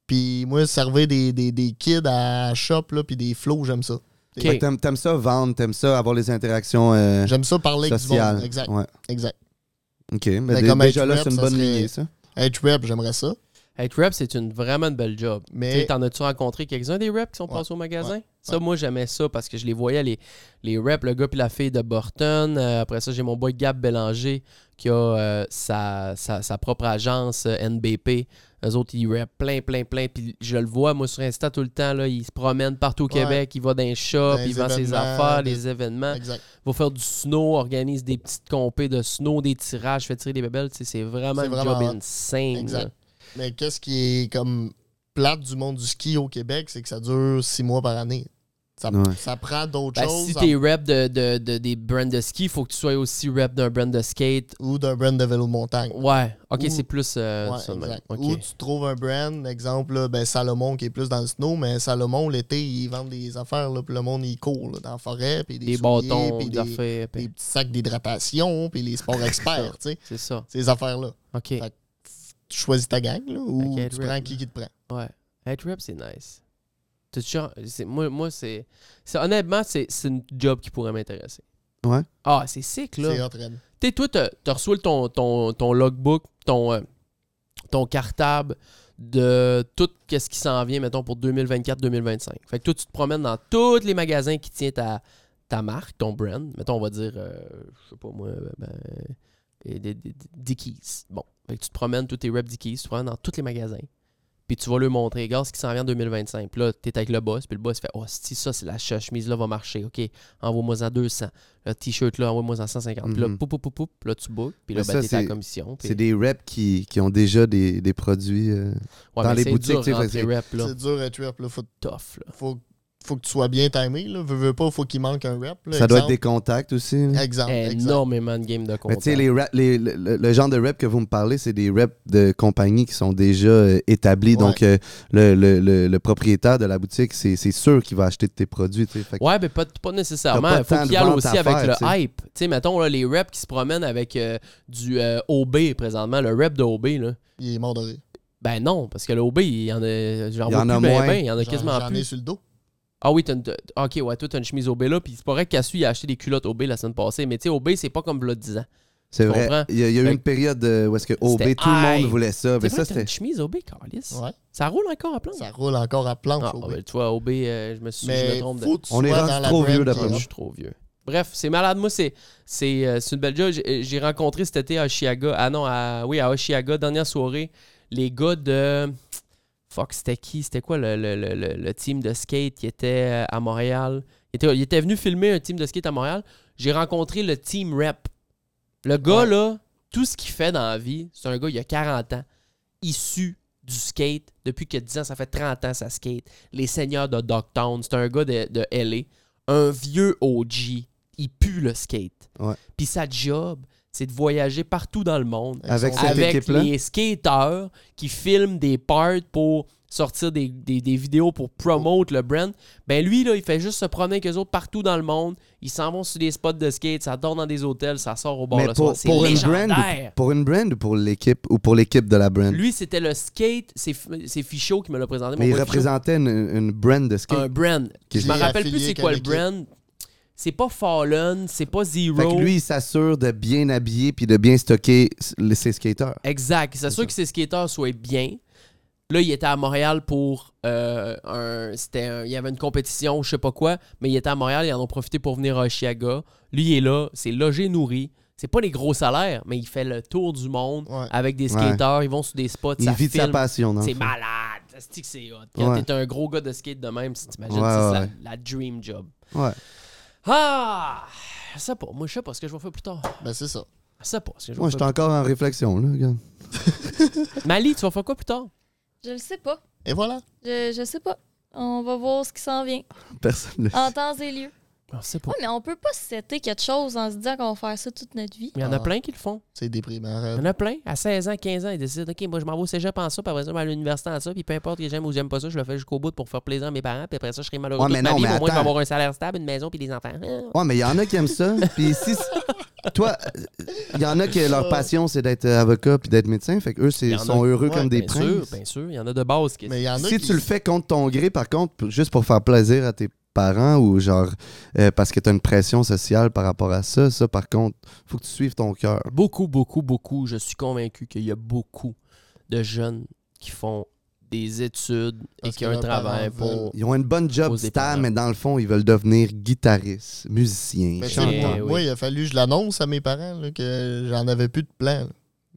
Speaker 4: Puis moi, servir des, des, des kids à shop, là, puis des flots, j'aime ça.
Speaker 2: Ok.
Speaker 3: Fait que T'aimes t'aimes ça vendre, t'aimes ça avoir les interactions euh,
Speaker 4: J'aime ça parler avec du
Speaker 3: sociales.
Speaker 4: monde. Exact.
Speaker 3: Ouais.
Speaker 4: Exact.
Speaker 3: OK.
Speaker 2: Ben,
Speaker 3: Mais
Speaker 4: Mais
Speaker 3: dé-
Speaker 4: comme
Speaker 3: déjà
Speaker 4: être
Speaker 3: là,
Speaker 4: rep,
Speaker 3: c'est une
Speaker 4: ça
Speaker 3: bonne
Speaker 4: serait-
Speaker 3: lignée, ça.
Speaker 4: H-Rep, j'aimerais ça.
Speaker 2: Être rep, c'est une vraiment une belle job. Tu sais,
Speaker 4: Mais
Speaker 2: T'en as-tu rencontré quelques-uns des reps qui sont passés au magasin? Ça, moi, j'aimais ça parce que je les voyais, les, les reps, le gars puis la fille de Burton. Euh, après ça, j'ai mon boy Gab Bélanger qui a euh, sa, sa- sa propre agence euh, NBP. Eux autres, ils rep plein, plein, plein. Puis je le vois, moi, sur Insta tout le temps, là, il se promène partout au
Speaker 4: Ouais.
Speaker 2: Québec, il va dans les shops,
Speaker 4: Dans les
Speaker 2: il vend ses
Speaker 4: événements,
Speaker 2: affaires,
Speaker 4: des-
Speaker 2: les événements.
Speaker 4: exact.
Speaker 2: va faire du snow, organise des petites compées de snow, des tirages, fait tirer des bébelles. tu sais, C'est vraiment
Speaker 4: C'est
Speaker 2: une
Speaker 4: vraiment
Speaker 2: job
Speaker 4: hot.
Speaker 2: insane.
Speaker 4: Exact.
Speaker 2: là.
Speaker 4: Mais qu'est-ce qui est comme plate du monde du ski au Québec, c'est que ça dure six mois par année. Ça,
Speaker 3: Ouais.
Speaker 4: ça prend d'autres
Speaker 2: Ben,
Speaker 4: choses
Speaker 2: si
Speaker 4: ça-
Speaker 2: t'es rep de, de- de- des brands de ski, faut que tu sois aussi rep d'un brand de skate.
Speaker 4: ou d'un brand de vélo de montagne.
Speaker 2: Ouais, ok,
Speaker 4: Ou-
Speaker 2: c'est plus euh,
Speaker 4: Ouais,
Speaker 2: ça de même.
Speaker 4: exact.
Speaker 2: Ok.
Speaker 4: Ou tu trouves un brand, exemple là, ben, Salomon qui est plus dans le snow, mais Salomon, l'été, ils vendent des affaires, là, puis le monde, il court là, dans la forêt, puis des,
Speaker 2: Des
Speaker 4: souliers,
Speaker 2: bâtons,
Speaker 4: puis
Speaker 2: des,
Speaker 4: des,
Speaker 2: affaires, puis-
Speaker 4: des petits sacs d'hydratation, puis les sports experts, tu sais,
Speaker 2: c'est ça.
Speaker 4: ces affaires-là.
Speaker 2: Ok,
Speaker 4: Fait Tu choisis ta gang, là, ou
Speaker 2: Fait que
Speaker 4: tu
Speaker 2: être
Speaker 4: prends
Speaker 2: rep,
Speaker 4: qui
Speaker 2: là.
Speaker 4: qui te prend.
Speaker 2: ouais. Être rep, c'est nice. T'as toujours- c'est- Moi, moi c'est. c'est- Honnêtement, c'est c'est une job qui pourrait m'intéresser.
Speaker 3: Ouais.
Speaker 2: Ah, c'est sick, là.
Speaker 4: C'est hot, Red.
Speaker 2: Tu sais, toi, t'as t'as reçu le- ton, ton, ton logbook, ton, euh, ton cartable de tout ce qui s'en vient, mettons, pour 2024-2025. Fait que toi, tu te promènes dans tous les magasins qui tiennent ta, ta marque, ton brand. Mettons, on va dire, euh, je sais pas moi, ben, euh, des- des- Dickies. Bon. Fait que tu te promènes, tous tes reps Dickies, tu te promènes dans tous les magasins. Puis tu vas lui montrer, regarde ce qui s'en vient en 2025. Puis là, t'es avec le boss, puis le boss fait, oh, si ça, c'est la chemise-là va marcher. OK, envoie-moi en 200 le t-shirt là, envoie-moi en 150. Puis là,
Speaker 3: Mhm.
Speaker 2: poup, poup, poup, poup, là, tu bookes, puis là,
Speaker 3: Mais
Speaker 2: ben,
Speaker 3: ça,
Speaker 2: t'es à la
Speaker 3: c'est-
Speaker 2: commission. puis-
Speaker 3: C'est des reps qui, qui ont déjà des, des produits. euh,
Speaker 2: Ouais,
Speaker 3: dans
Speaker 2: mais
Speaker 3: les
Speaker 2: c'est
Speaker 3: boutiques,
Speaker 2: dur,
Speaker 3: tu sais,
Speaker 2: rentrer
Speaker 3: c'est-
Speaker 2: rep, là.
Speaker 4: C'est dur, être rep, là, faut,
Speaker 2: tough, là.
Speaker 4: faut, faut que tu sois bien timé, là. Veux, veux pas, faut qu'il manque un rep, là,
Speaker 3: ça doit être
Speaker 4: exemple.
Speaker 3: des contacts aussi. là.
Speaker 4: Exemple,
Speaker 2: Eh
Speaker 4: exemple.
Speaker 2: Énormément de games de
Speaker 3: Ah, Mais tu sais,
Speaker 2: contact.
Speaker 3: les rap- les- le, le- le genre de rep que vous me parlez, c'est des reps de compagnies qui sont déjà euh, établies.
Speaker 4: Ouais.
Speaker 3: Donc, euh, le, le- le- le propriétaire de la boutique, c'est c'est sûr qu'il va acheter de tes produits. tu sais. Fait que-
Speaker 2: Ouais, mais pas, pas nécessairement.
Speaker 3: T'as pas
Speaker 2: faut
Speaker 3: tant de
Speaker 2: qu'il y aille
Speaker 3: ventes
Speaker 2: aussi
Speaker 3: à
Speaker 2: avec
Speaker 3: faire,
Speaker 2: le
Speaker 3: tu sais.
Speaker 2: hype. Tu sais, mettons, là, les reps qui se promènent avec euh, du euh, OB présentement, le rep de OB, là.
Speaker 4: Il est mort de rire.
Speaker 2: Ben non, parce que le OB, il y en a, j'en
Speaker 3: Il y
Speaker 2: vois
Speaker 3: en a
Speaker 2: plus ben,
Speaker 3: moins.
Speaker 2: ben, il y en a
Speaker 4: J'en-
Speaker 2: quasiment
Speaker 4: J'en ai
Speaker 2: plus.
Speaker 4: sur le dos.
Speaker 2: Ah oui, t'as une, t'as- ok, ouais, toi, t'as une chemise OB là, puis c'est pas vrai que Cassu, il a acheté des culottes OB la semaine passée, mais tu sais, OB, c'est pas comme v'là 10 ans.
Speaker 3: C'est
Speaker 2: tu
Speaker 3: vrai.
Speaker 2: comprends.
Speaker 3: Il y a, il y a eu
Speaker 2: Fait
Speaker 3: une période euh, où est-ce que OB,
Speaker 2: C'était
Speaker 3: tout le
Speaker 2: hype.
Speaker 3: monde voulait ça. Mais
Speaker 2: C'est vrai
Speaker 3: ça,
Speaker 2: que t'as
Speaker 3: c'était.
Speaker 2: une chemise OB, Carlis.
Speaker 4: Ouais.
Speaker 2: Ça roule encore à plein.
Speaker 4: Ça roule encore à planche.
Speaker 2: Ah,
Speaker 4: au
Speaker 2: ah,
Speaker 4: bout.
Speaker 2: ben, tu vois, OB, euh, je me suis je
Speaker 4: mais
Speaker 2: me trompe. de-
Speaker 4: faut que tu
Speaker 3: On est
Speaker 4: sois
Speaker 3: rendu
Speaker 4: dans la
Speaker 3: trop
Speaker 4: brand
Speaker 3: vieux,
Speaker 4: qui
Speaker 3: d'après moi.
Speaker 4: est
Speaker 2: Je
Speaker 4: hot.
Speaker 2: suis trop vieux. Bref, c'est malade. Moi, c'est c'est euh, c'est une belle job. J'ai j'ai rencontré cet été à Oshiaga. Ah non, à, oui, à Oshiaga, dernière soirée, les gars de. Fuck, c'était qui C'était quoi le, le- le- le- le team de skate qui était euh, à Montréal Il était, il était venu filmer un team de skate à Montréal. J'ai rencontré le team rep. Le gars,
Speaker 4: Ouais.
Speaker 2: là, tout ce qu'il fait dans la vie, c'est un gars, il a 40 ans, issu du skate. Depuis que 10 ans, ça fait 30 ans, ça skate. Les seigneurs de Dogtown, c'est un gars de, de LA un vieux OG, il pue le skate.
Speaker 3: Ouais.
Speaker 2: Puis sa job, c'est de voyager partout dans le monde
Speaker 3: Avec
Speaker 4: Ils
Speaker 3: cette
Speaker 4: sont-
Speaker 2: avec
Speaker 3: équipe-là.
Speaker 2: les skateurs qui filment des parts pour sortir des, des- des vidéos pour promote le brand. Ben lui, là, il fait juste se promener avec eux autres partout dans le monde. Ils s'en vont sur des spots de skate, ça dort dans des hôtels, ça sort au bord
Speaker 3: Mais
Speaker 2: le
Speaker 3: pour,
Speaker 2: soir. C'est
Speaker 3: pour une brand,
Speaker 2: légendaire!
Speaker 3: ou, pour une brand ou pour l'équipe ou pour l'équipe de la brand.
Speaker 2: Lui, c'était le skate, c'est F- c'est Fichot qui me l'a présenté. mon
Speaker 3: mais il
Speaker 2: boy Fichot.
Speaker 3: représentait une, une brand de skate.
Speaker 2: un brand.
Speaker 3: Qui
Speaker 2: Je me
Speaker 4: est
Speaker 2: rappelle plus
Speaker 4: affilié
Speaker 2: c'est quoi le
Speaker 4: avec l'équipe.
Speaker 2: brand. C'est pas Fallen, c'est pas Zero.
Speaker 3: Fait que lui, il s'assure de bien habiller puis de bien stocker s- les- ses skateurs.
Speaker 2: Exact. C'est sûr que ses skateurs soient bien. Là, il était à Montréal pour euh, un, c'était un- Il y avait une compétition, je sais pas quoi, mais il était à Montréal, ils en ont profité pour venir à Chiaga. Lui, il est là, c'est logé, nourri. C'est pas les gros salaires, mais il fait le tour du monde
Speaker 4: Ouais.
Speaker 2: avec des
Speaker 3: Ouais.
Speaker 2: skateurs, ils vont sur des spots,
Speaker 3: Il
Speaker 2: ça
Speaker 3: vit de sa
Speaker 2: filme.
Speaker 3: passion. dans le
Speaker 2: C'est
Speaker 3: fond.
Speaker 2: malade. C'est que c'est hot. Quand
Speaker 3: Ouais.
Speaker 2: t'es un gros gars de skate de même, si t'imagines,
Speaker 3: Ouais,
Speaker 2: c'est la-
Speaker 3: ouais.
Speaker 2: La, dream job.
Speaker 3: Ouais.
Speaker 2: Ah! Je sais pas. Moi, je sais pas ce que je vais faire plus tard.
Speaker 4: Ben, c'est ça.
Speaker 2: Je sais pas ce que je vais
Speaker 3: Moi, je
Speaker 2: faire
Speaker 3: suis encore en réflexion. Là, regarde.
Speaker 2: plus tard. Mali, tu vas faire quoi plus tard?
Speaker 7: Je le sais pas.
Speaker 4: Et voilà.
Speaker 7: Je, je sais pas. On va voir ce qui s'en vient.
Speaker 3: Personne ne
Speaker 7: En temps et lieu.
Speaker 2: Je sais pas.
Speaker 7: Ouais, mais on peut pas se setter quelque chose en se disant qu'on va faire ça toute notre vie.
Speaker 2: Mais il y en a
Speaker 4: Ah.
Speaker 2: plein qui le font.
Speaker 4: C'est déprimant.
Speaker 2: Il y
Speaker 4: arrête.
Speaker 2: en a plein. À 16 ans, 15 ans, ils décident OK, moi, je m'en vais au cégep en ça, puis après ça, je vais à l'université en ça, puis peu importe que j'aime ou j'aime pas ça, je le fais jusqu'au bout pour faire plaisir à mes parents, puis après ça, je serai malheureux.
Speaker 3: Ouais,
Speaker 2: toute
Speaker 3: mais
Speaker 2: ma
Speaker 3: non,
Speaker 2: vie,
Speaker 3: mais
Speaker 2: mais au moins, je vais
Speaker 3: attends.
Speaker 2: avoir un salaire stable, une maison, puis des enfants. Ah.
Speaker 3: Ouais, mais il y en a qui aiment ça. Puis si. Toi, il y en a que leur passion, c'est d'être avocat puis d'être médecin. Fait que eux, c'est-
Speaker 2: Il y en a-
Speaker 3: sont heureux
Speaker 4: ouais,
Speaker 3: comme des
Speaker 2: Bien
Speaker 3: princes.
Speaker 2: sûr, bien sûr. Il y en a de base qui.
Speaker 4: Mais il y en a
Speaker 3: si
Speaker 4: qui-
Speaker 3: tu le fais contre ton gré, par contre, p- juste pour faire plaisir à tes parents ou genre euh, parce que tu as une pression sociale par rapport à ça, ça, par contre, faut que tu suives ton cœur.
Speaker 2: Beaucoup, beaucoup, beaucoup. Je suis convaincu qu'il y a beaucoup de jeunes qui font des études
Speaker 4: Parce
Speaker 2: et qui ont
Speaker 4: que
Speaker 2: un
Speaker 4: leurs
Speaker 2: travail
Speaker 4: parents veulent.
Speaker 2: pour.
Speaker 3: Ils ont une bonne
Speaker 2: Aux
Speaker 3: job stable,
Speaker 2: dépendants.
Speaker 3: mais dans le fond, ils veulent devenir guitaristes, musiciens,
Speaker 4: Mais tu sais,
Speaker 2: Chantant.
Speaker 4: moi,
Speaker 2: Eh oui.
Speaker 4: Ben, moi, il a fallu que je l'annonce à mes parents là, que j'en avais plus de plan. là.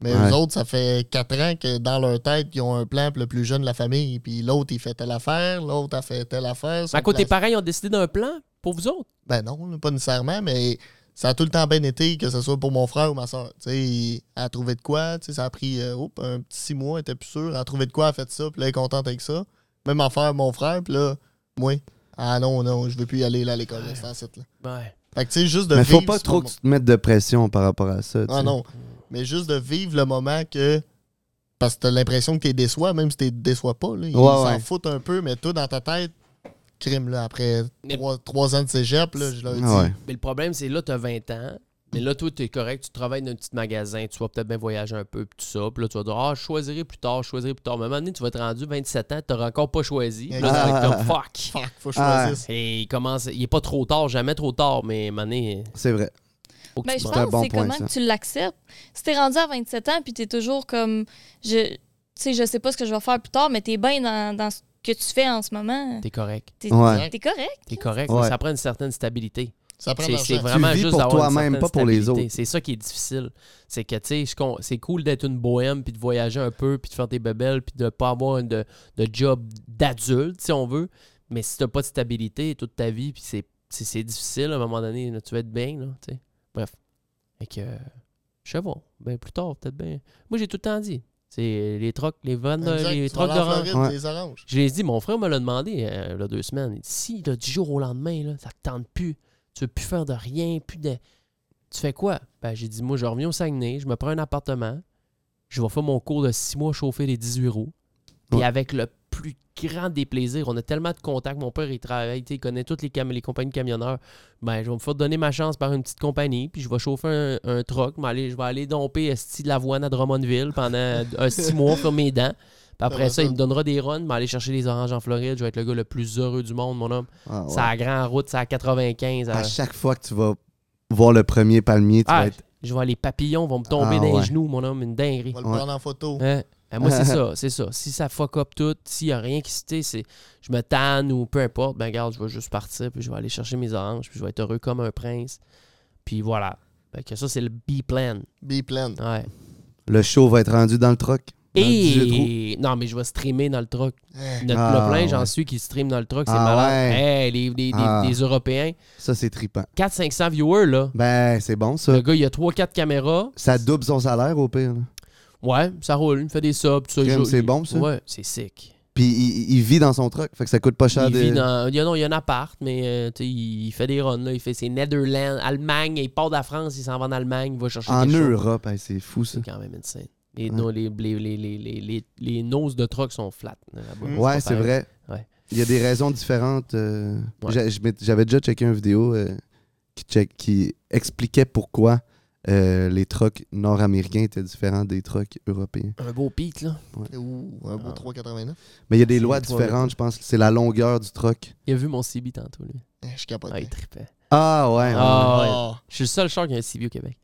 Speaker 4: Mais
Speaker 3: Ouais.
Speaker 4: eux autres, ça fait quatre ans que dans leur tête, ils ont un plan pour le plus jeune de la famille. Puis l'autre, il fait telle affaire, l'autre a fait telle affaire.
Speaker 2: Mais
Speaker 4: son
Speaker 2: à côté,
Speaker 4: plan-
Speaker 2: parents, ils ont décidé d'un plan pour vous autres.
Speaker 4: Ben non, là, pas nécessairement, mais ça a tout le temps bien été, que ce soit pour mon frère ou ma soeur. Tu sais, il- elle a trouvé de quoi, tu sais, ça a pris euh, oups, un petit six mois, elle était plus sûre, elle a trouvé de quoi, elle a fait ça, puis là, elle est contente avec ça. Même affaire, mon frère, puis là, moi, Ah non, non, je veux plus y aller là, à l'école, là, c'est en site, là.
Speaker 2: Ouais.
Speaker 4: Fait que tu sais, juste de
Speaker 3: Mais faut
Speaker 4: vivre
Speaker 3: pas
Speaker 4: ce
Speaker 3: trop que
Speaker 4: moment-
Speaker 3: tu te mettes de pression par rapport à ça. tu
Speaker 4: Ah
Speaker 3: sais.
Speaker 4: non. Mais juste de vivre le moment que. Parce que t'as l'impression que t'es déçois, même si t'es déçois pas. Là. Ils
Speaker 3: Ouais,
Speaker 4: s'en
Speaker 3: ouais.
Speaker 4: foutent un peu, mais toi, dans ta tête, crime, là, après
Speaker 2: Mais-
Speaker 4: trois, trois ans de cégep, là, je leur dis.
Speaker 3: Ah ouais.
Speaker 2: Mais le problème, c'est là, tu as 20 ans. Mais là, toi, tu es correct, tu travailles dans un petit magasin, tu vas peut-être bien voyager un peu, puis tout ça. Puis là, tu vas dire, ah, je choisirai plus tard, je choisirai plus tard. Mais à un moment donné, tu vas être rendu 27 ans, tu n'auras encore pas choisi. Puis Là, tu vas être comme, fuck.
Speaker 4: Fuck, faut que je
Speaker 3: Ah,
Speaker 4: choisisse.
Speaker 2: Et il commence, il est pas trop tard, jamais trop tard, mais à un moment donné,
Speaker 3: C'est vrai.
Speaker 2: faut que
Speaker 7: Ben,
Speaker 2: tu
Speaker 7: je
Speaker 2: te
Speaker 7: pense
Speaker 3: C'est un
Speaker 7: que
Speaker 3: bon
Speaker 7: c'est
Speaker 3: point,
Speaker 7: comment
Speaker 3: ça.
Speaker 7: que tu l'acceptes. Si t'es rendu à 27 ans puis t'es toujours comme je tu sais je sais pas ce que je vais faire plus tard, mais t'es bien dans, dans ce que tu fais en ce moment.
Speaker 2: T'es correct.
Speaker 7: T'es
Speaker 3: Ouais.
Speaker 7: t'es correct.
Speaker 2: T'es correct,
Speaker 3: Ouais.
Speaker 2: mais ça prend une certaine stabilité.
Speaker 4: Ça prend de
Speaker 2: C'est c'est
Speaker 4: l'argent.
Speaker 2: vraiment
Speaker 3: Tu vis
Speaker 2: juste
Speaker 3: pour
Speaker 2: d'avoir une
Speaker 3: toi-même,
Speaker 2: certaine
Speaker 3: pas pour les
Speaker 2: stabilité.
Speaker 3: autres.
Speaker 2: C'est ça qui est difficile. C'est que, tu sais, je con- c'est cool d'être une bohème, puis de voyager un peu, puis de faire tes bebelles, puis de pas avoir de, de job d'adulte, si on veut. Mais si t'as pas de stabilité toute ta vie, puis c'est- c'est c'est difficile, à un moment donné, là, tu vas être bien, là, tu sais. Bref. Fait que, euh, je sais pas. Ben, plus tard, peut-être bien. Moi, j'ai tout le temps dit. C'est les trocs, les vannes,
Speaker 4: Exact,
Speaker 2: les
Speaker 4: tu vas
Speaker 2: trocs
Speaker 4: aller en
Speaker 2: d'orange.
Speaker 4: Floride,
Speaker 3: Ouais.
Speaker 4: les oranges.
Speaker 2: Je l'ai dit, mon frère me l'a demandé euh, il y a deux semaines. Il dit si là, du jour au lendemain, là, ça te tente plus, tu veux plus faire de rien, plus de. Tu fais quoi? Ben, j'ai dit, moi, je reviens au Saguenay, je me prends un appartement, je vais faire mon cours de six mois chauffer les 18 roues. Puis
Speaker 3: Ouais.
Speaker 2: avec le plus grand des plaisirs, on a tellement de contacts. Mon père, il travaille, tu sais, il connaît toutes les, cam- les compagnies de camionneurs. Ben, je vais me faire donner ma chance par une petite compagnie, puis je vais chauffer un, un truck. Je vais aller, je vais aller domper esti de l'avoine à Drummondville pendant un six mois, faire mes dents. Puis après
Speaker 4: va
Speaker 2: ça,
Speaker 4: ça.
Speaker 2: il me donnera des runs, mais aller chercher les oranges en Floride, je vais être le gars le plus heureux du monde, mon homme.
Speaker 3: Ah ouais. Ah,
Speaker 2: C'est à la grande route, c'est à 95.
Speaker 4: euh,
Speaker 2: à-
Speaker 3: À chaque fois que tu vas voir le premier palmier, tu
Speaker 2: Ah,
Speaker 3: vas être.
Speaker 2: Je vois les papillons vont me tomber
Speaker 3: Ah,
Speaker 2: dans
Speaker 3: ouais.
Speaker 2: les genoux, mon homme, une dinguerie.
Speaker 4: On va le
Speaker 3: Ouais.
Speaker 4: prendre en photo.
Speaker 2: Hein? Ben, moi, c'est ça, c'est ça. Si ça fuck up tout, s'il n'y a rien qui se tait, c'est je me tanne ou peu importe, ben regarde, je vais juste partir, puis je vais aller chercher mes oranges, puis je vais être heureux comme un prince. Puis voilà. Fait que ça, c'est le B-plan.
Speaker 4: Be plein.
Speaker 2: Ouais.
Speaker 3: Le show va être rendu dans le truck. dans le 18 roues.
Speaker 2: Et non, mais je vais streamer dans le truck. Notre
Speaker 3: Ah,
Speaker 2: plein, j'en
Speaker 3: ouais.
Speaker 2: suis qui stream dans le truck, c'est
Speaker 3: Ah,
Speaker 2: malade.
Speaker 3: ouais.
Speaker 2: Hey, les, les- les-
Speaker 3: Ah.
Speaker 2: les Européens,
Speaker 3: Ça, c'est trippant.
Speaker 2: 400-500 viewers, là.
Speaker 3: Ben, c'est bon, ça.
Speaker 2: Le gars, il a 3-4 caméras.
Speaker 3: Ça double son salaire, au pire. là.
Speaker 2: Ouais, ça roule, il fait des subs, tout ça.
Speaker 3: Crème,
Speaker 2: Il joue-
Speaker 3: c'est bon, ça.
Speaker 2: Ouais, c'est sick.
Speaker 3: Puis il, il vit dans son truck, fait que ça coûte pas cher.
Speaker 2: Il
Speaker 3: de-
Speaker 2: vit dans. Il y a, non, il y a un appart, mais euh, tu sais, il, il fait des runs, là. Il fait ses Netherlands, Allemagne, il part de la France, il s'en va en Allemagne, il va chercher
Speaker 3: En
Speaker 2: quelque chose.
Speaker 3: Europe, Hey, c'est fou, ça.
Speaker 2: C'est quand même insane. Les, no- les, les, les, les, les, les- les noses de truck sont flat là, là-bas.
Speaker 3: Ouais,
Speaker 2: pas
Speaker 3: c'est
Speaker 2: pareil.
Speaker 3: vrai.
Speaker 2: Ouais.
Speaker 3: Il y a des raisons différentes. euh,
Speaker 2: Ouais.
Speaker 3: j'a- je m'étais- J'avais déjà checké une vidéo euh, qui, check- qui expliquait pourquoi euh, les trucks nord-américains étaient différents des trucks européens.
Speaker 2: Un beau pic, là.
Speaker 4: Ouh, un
Speaker 2: Ah.
Speaker 4: beau 3,89.
Speaker 3: Mais il y a des lois
Speaker 2: les trois
Speaker 3: différentes, je pense. C'est la longueur du truck.
Speaker 2: Il a vu mon CB tantôt, lui.
Speaker 4: Eh, Je capote.
Speaker 2: Ah, il tripait.
Speaker 3: Ah ouais. ouais,
Speaker 2: Ah, ouais.
Speaker 4: Ah,
Speaker 2: Je suis le seul char qui a un CB au Québec.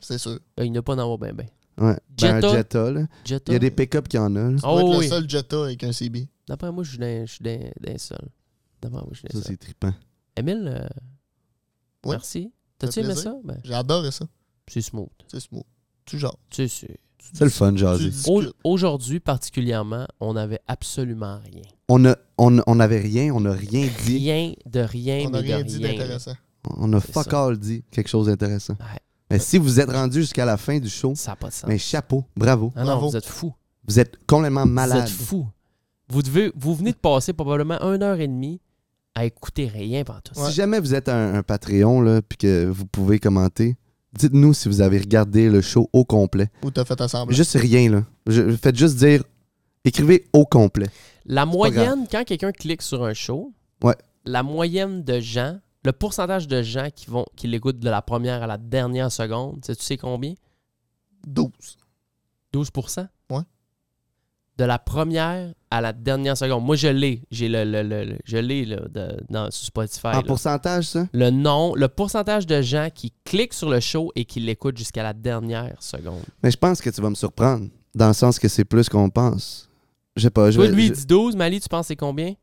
Speaker 4: c'est sûr.
Speaker 2: Ben, il n'a pas d'en avoir ben ben.
Speaker 3: ouais. Ben, un
Speaker 2: Jetta.
Speaker 3: Jetta, là.
Speaker 2: Jetta.
Speaker 3: Il y a des pick-up qui en a. là.
Speaker 4: Tu vas
Speaker 2: Oh
Speaker 4: être
Speaker 2: oui.
Speaker 4: le seul Jetta avec un CB.
Speaker 2: D'après moi, je suis d'un- je suis d'un d'un seul. D'après moi, je suis
Speaker 3: Ça,
Speaker 2: d'un seul.
Speaker 3: c'est trippant.
Speaker 2: Émile, euh,
Speaker 4: Ouais.
Speaker 2: merci. T'as-tu
Speaker 4: Ça fait
Speaker 2: aimé
Speaker 4: plaisir.
Speaker 2: ça? Ben,
Speaker 4: J'adore ça.
Speaker 2: c'est smooth.
Speaker 4: C'est ce mot. Tu genre.
Speaker 2: Tu sais, c'est-
Speaker 3: C'est le fun, jaser.
Speaker 4: Tu dis-
Speaker 2: Au-
Speaker 4: Discute.
Speaker 2: Aujourd'hui, particulièrement, on n'avait absolument rien.
Speaker 3: On a- on on n'avait rien, on n'a rien dit.
Speaker 2: Rien de rien,
Speaker 4: On n'a
Speaker 2: mais
Speaker 4: rien
Speaker 2: de
Speaker 4: dit
Speaker 2: rien. là.
Speaker 4: d'intéressant.
Speaker 3: On a
Speaker 2: C'est
Speaker 3: fuck
Speaker 2: ça.
Speaker 3: all dit quelque chose d'intéressant.
Speaker 2: Ouais.
Speaker 3: Mais si vous êtes rendu jusqu'à la fin du show,
Speaker 2: Ça n'a pas de sens.
Speaker 3: mais chapeau, bravo.
Speaker 2: Ah non,
Speaker 4: Bravo.
Speaker 2: vous êtes fous.
Speaker 3: Vous êtes complètement malade.
Speaker 2: Vous êtes fous. Vous, devez, vous venez de passer probablement une heure et demie à écouter rien pendant tout ça.
Speaker 4: Ouais.
Speaker 3: Si jamais vous êtes un, un Patreon là, puis que vous pouvez commenter, dites-nous si vous avez regardé le show au complet.
Speaker 4: Ou t'as fait
Speaker 2: Ah, ben.
Speaker 4: assembler.
Speaker 3: Juste rien là. Je, faites juste dire, écrivez au complet.
Speaker 2: La
Speaker 3: grave.
Speaker 2: moyenne, quand quelqu'un clique sur un show,
Speaker 3: Ouais.
Speaker 2: la moyenne de gens, le pourcentage de gens qui vont qui l'écoutent de la première à la dernière seconde, sais- tu sais combien?
Speaker 4: 12.
Speaker 2: 12
Speaker 4: Ouais.
Speaker 2: De la première à la dernière seconde. Moi, je l'ai. J'ai le, le- le- le- je l'ai là, de- dans, sur Spotify.
Speaker 3: En
Speaker 2: là.
Speaker 3: pourcentage ça
Speaker 2: Le nom, le pourcentage de gens qui cliquent sur le show et qui l'écoutent jusqu'à la dernière seconde.
Speaker 3: Mais je pense que tu vas me surprendre dans le sens que c'est plus qu'on pense. Je sais pas. Je
Speaker 2: Toi,
Speaker 3: vais-
Speaker 2: lui, il
Speaker 3: je-
Speaker 2: dit 12. Mali, tu penses c'est combien?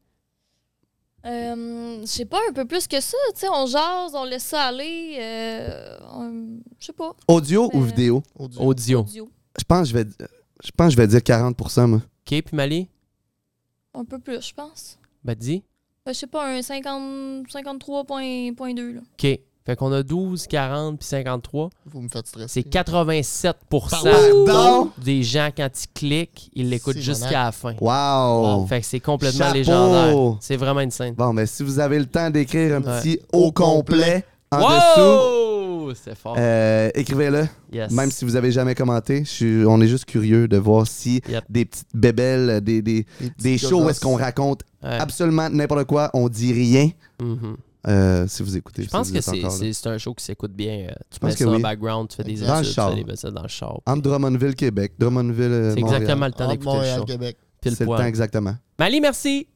Speaker 7: Euh, je sais pas, un peu plus que ça. Tu sais, on jase, on laisse ça aller. euh, on- je sais pas.
Speaker 3: Audio ou
Speaker 7: Euh,
Speaker 3: vidéo
Speaker 4: Oh, Dieu.
Speaker 2: Audio.
Speaker 7: Audio.
Speaker 3: Je pense que je vais, je pense que je vais dire 40%. Moi.
Speaker 2: OK, puis Mali,
Speaker 7: Un peu plus, je pense.
Speaker 2: ben dis.
Speaker 7: Ben, je sais pas, un 50 53.2. là.
Speaker 2: OK. Fait qu'on a 12, 40 puis 53.
Speaker 4: Vous me faites stresser.
Speaker 2: C'est 87
Speaker 3: Pardon?
Speaker 2: des gens, quand ils cliquent, ils l'écoutent
Speaker 4: C'est
Speaker 2: jusqu'à
Speaker 4: malade.
Speaker 2: la fin.
Speaker 3: Wow!
Speaker 2: Fait que c'est complètement
Speaker 3: Chapeau!
Speaker 2: légendaire. C'est vraiment une scène.
Speaker 3: Bon, mais si vous avez le temps d'écrire un
Speaker 2: Ouais.
Speaker 3: petit au complet en dessous,
Speaker 2: wow! C'est fort.
Speaker 3: euh, écrivez-le.
Speaker 2: yes.
Speaker 3: Même si vous avez jamais commenté, je suis- on est juste curieux de voir si
Speaker 2: Yep.
Speaker 3: des petites bébelles, des, des, des shows où est-ce qu'on raconte
Speaker 2: Ouais.
Speaker 3: absolument n'importe quoi, on dit rien.
Speaker 2: Mhm.
Speaker 3: Euh, si vous écoutez,
Speaker 2: Je pense
Speaker 3: si vous
Speaker 2: que
Speaker 3: êtes
Speaker 2: c'est-
Speaker 3: encore là.
Speaker 2: c'est c'est un show qui s'écoute bien. euh, Tu
Speaker 3: pense
Speaker 2: mets
Speaker 3: que
Speaker 2: ça en
Speaker 3: oui.
Speaker 2: background, tu fais des
Speaker 4: Dans
Speaker 3: le
Speaker 2: études, tu
Speaker 3: char.
Speaker 2: fais des messages dans le char. puis
Speaker 3: Entre Drummondville, Québec, Drummondville, euh,
Speaker 2: C'est
Speaker 3: Montréal.
Speaker 2: exactement le temps d'écouter le
Speaker 4: Montréal,
Speaker 2: show.
Speaker 4: Québec.
Speaker 2: Pile
Speaker 3: C'est le temps
Speaker 2: poil.
Speaker 3: exactement.
Speaker 2: Mali, merci!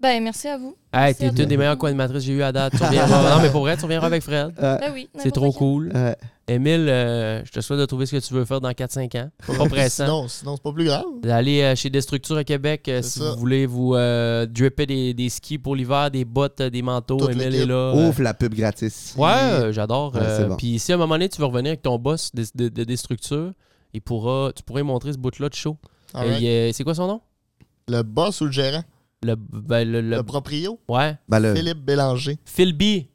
Speaker 7: Ben, merci à vous.
Speaker 2: Hey,
Speaker 7: Merci
Speaker 2: t'es
Speaker 7: à
Speaker 2: une
Speaker 7: toi.
Speaker 2: des meilleures co-animatrices que j'ai eu à date. Tu reviendras- non, mais pour vrai, tu reviendras avec Fred.
Speaker 7: Ben oui.
Speaker 2: Ah, C'est
Speaker 7: n'importe
Speaker 2: trop
Speaker 7: quand.
Speaker 2: cool.
Speaker 3: Euh,
Speaker 2: Émile, euh, je te souhaite de trouver ce que tu veux faire dans 4-5 ans. Pas pressant.
Speaker 4: Sinon, sinon c'est pas plus grave.
Speaker 2: D'aller euh, chez Destructure à Québec euh,
Speaker 4: C'est
Speaker 2: si
Speaker 4: ça.
Speaker 2: vous voulez vous euh, dripper des, des skis pour l'hiver, des bottes, euh, des manteaux.
Speaker 4: Toute
Speaker 2: Émile est
Speaker 4: l'équipe.
Speaker 2: là. euh,
Speaker 3: Ouf, la pub gratis.
Speaker 2: Ouais, euh, j'adore.
Speaker 3: Ouais,
Speaker 2: euh,
Speaker 3: c'est bon.
Speaker 2: Puis si à un moment donné, tu veux revenir avec ton boss de, de, de- des structures, il pourra, tu pourrais lui montrer ce bout-là de show.
Speaker 4: All
Speaker 2: Euh,
Speaker 4: right.
Speaker 2: il est- c'est quoi son nom?
Speaker 4: Le boss ou le gérant?
Speaker 2: Le, ben, le- Euh. le-
Speaker 4: Le, proprio?
Speaker 2: ouais.
Speaker 3: Ben là,
Speaker 4: Philippe Bélanger.
Speaker 2: Phil B.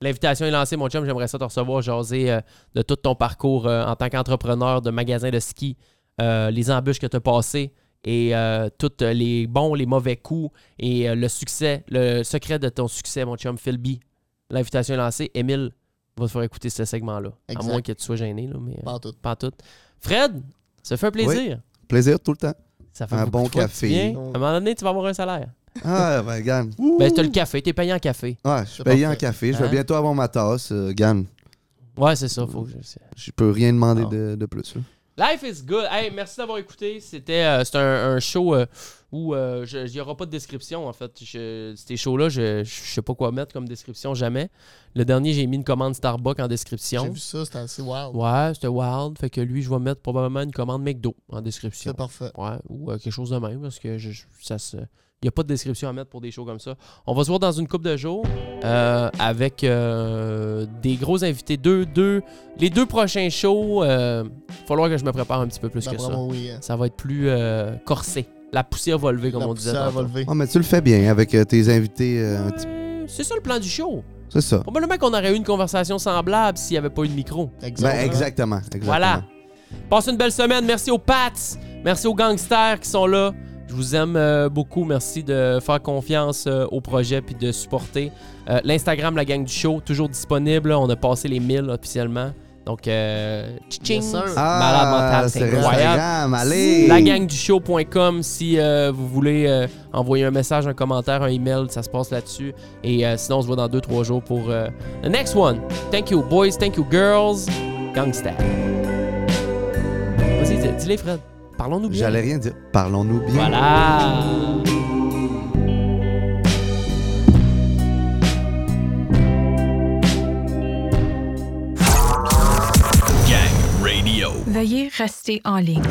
Speaker 2: L'invitation est lancée, mon chum. J'aimerais ça te recevoir, jaser euh, de tout ton parcours euh, en tant qu'entrepreneur de magasin de ski, euh, les embûches que tu as passées et euh, tous euh, les bons, les mauvais coups et euh, le succès, le secret de ton succès, mon chum Phil B. L'invitation est lancée. Émile va te faire écouter ce segment-là. À
Speaker 4: Exact.
Speaker 2: moins que tu sois gêné, là, mais euh,
Speaker 4: Pas en tout.
Speaker 2: pas en tout. Fred, ça fait un plaisir.
Speaker 3: plaisir tout le temps.
Speaker 2: Ça fait
Speaker 3: Un
Speaker 2: beaucoup
Speaker 3: bon
Speaker 2: de fois que tu
Speaker 3: café.
Speaker 2: viens. À un moment donné, tu vas avoir un salaire.
Speaker 3: Ah, ben, Gann.
Speaker 2: Ben, t'as le café, t'es payé en café.
Speaker 3: Ouais, je suis
Speaker 4: C'est
Speaker 3: payé en
Speaker 4: parfait.
Speaker 3: café. Je vais
Speaker 2: Hein?
Speaker 3: bientôt avoir ma tasse. euh, Gann,
Speaker 2: Ouais, c'est ça. Faut que je...
Speaker 3: je peux rien demander
Speaker 4: Ah.
Speaker 3: de, de plus. là.
Speaker 2: Life is good. Hey, merci d'avoir écouté. C'était euh, c'était un, un show euh, où euh, je- il n'y aura pas de description, en fait. Je- ces shows-là, je ne sais pas quoi mettre comme description jamais. Le dernier, j'ai mis une commande Starbucks en
Speaker 4: J'ai
Speaker 2: description.
Speaker 4: vu ça, c'était assez wild.
Speaker 2: Ouais, c'était wild. Fait que lui, je vais mettre probablement une commande McDo en description.
Speaker 4: C'est parfait.
Speaker 2: Ouais, ou euh, quelque chose de même, parce que je- je- ça se... Il n'y a pas de description à mettre pour des shows comme ça. On va se voir dans une coupe de jours euh, avec euh, des gros invités. Deux, deux, les deux prochains shows, euh, falloir que je me prépare un petit peu plus que
Speaker 4: D'après
Speaker 2: ça.
Speaker 4: moi, oui. hein.
Speaker 2: Ça va être plus euh, corsé. La poussière va lever, comme
Speaker 4: La
Speaker 2: on disait.
Speaker 4: poussière va
Speaker 2: tantôt.
Speaker 4: lever.
Speaker 3: Ah, mais tu le fais bien avec euh, tes invités. euh, un petit-
Speaker 2: Ouais, C'est ça le plan du show.
Speaker 3: C'est ça.
Speaker 2: Probablement qu'on aurait eu une conversation semblable s'il n'y avait pas eu de micro.
Speaker 3: Ben, exactement. exactement.
Speaker 2: Voilà. Passez une belle semaine. Merci aux Pats. Merci aux gangsters qui sont là. Je vous aime euh, beaucoup. Merci de faire confiance euh, au projet puis de supporter. Euh, L'Instagram, la gang du show, toujours disponible. On a passé les 1000 officiellement. Donc, euh, tchitching.
Speaker 4: Yes, sir.
Speaker 2: Malade mental, c'est incroyable.
Speaker 3: Instagram, Ah, allez!
Speaker 2: Lagangdushow.com si euh, vous voulez euh, envoyer un message, un commentaire, un email, ça se passe là-dessus. Et euh, sinon, on se voit dans 2-3 jours pour euh, the next one. Thank you, boys. Thank you, girls. Gangsta. Vas-y, dis- dis-les, Fred. Parlons-nous bien.
Speaker 3: J'allais rien dire. Parlons-nous bien.
Speaker 2: Voilà.
Speaker 1: Gang Radio.
Speaker 6: Veuillez rester en ligne.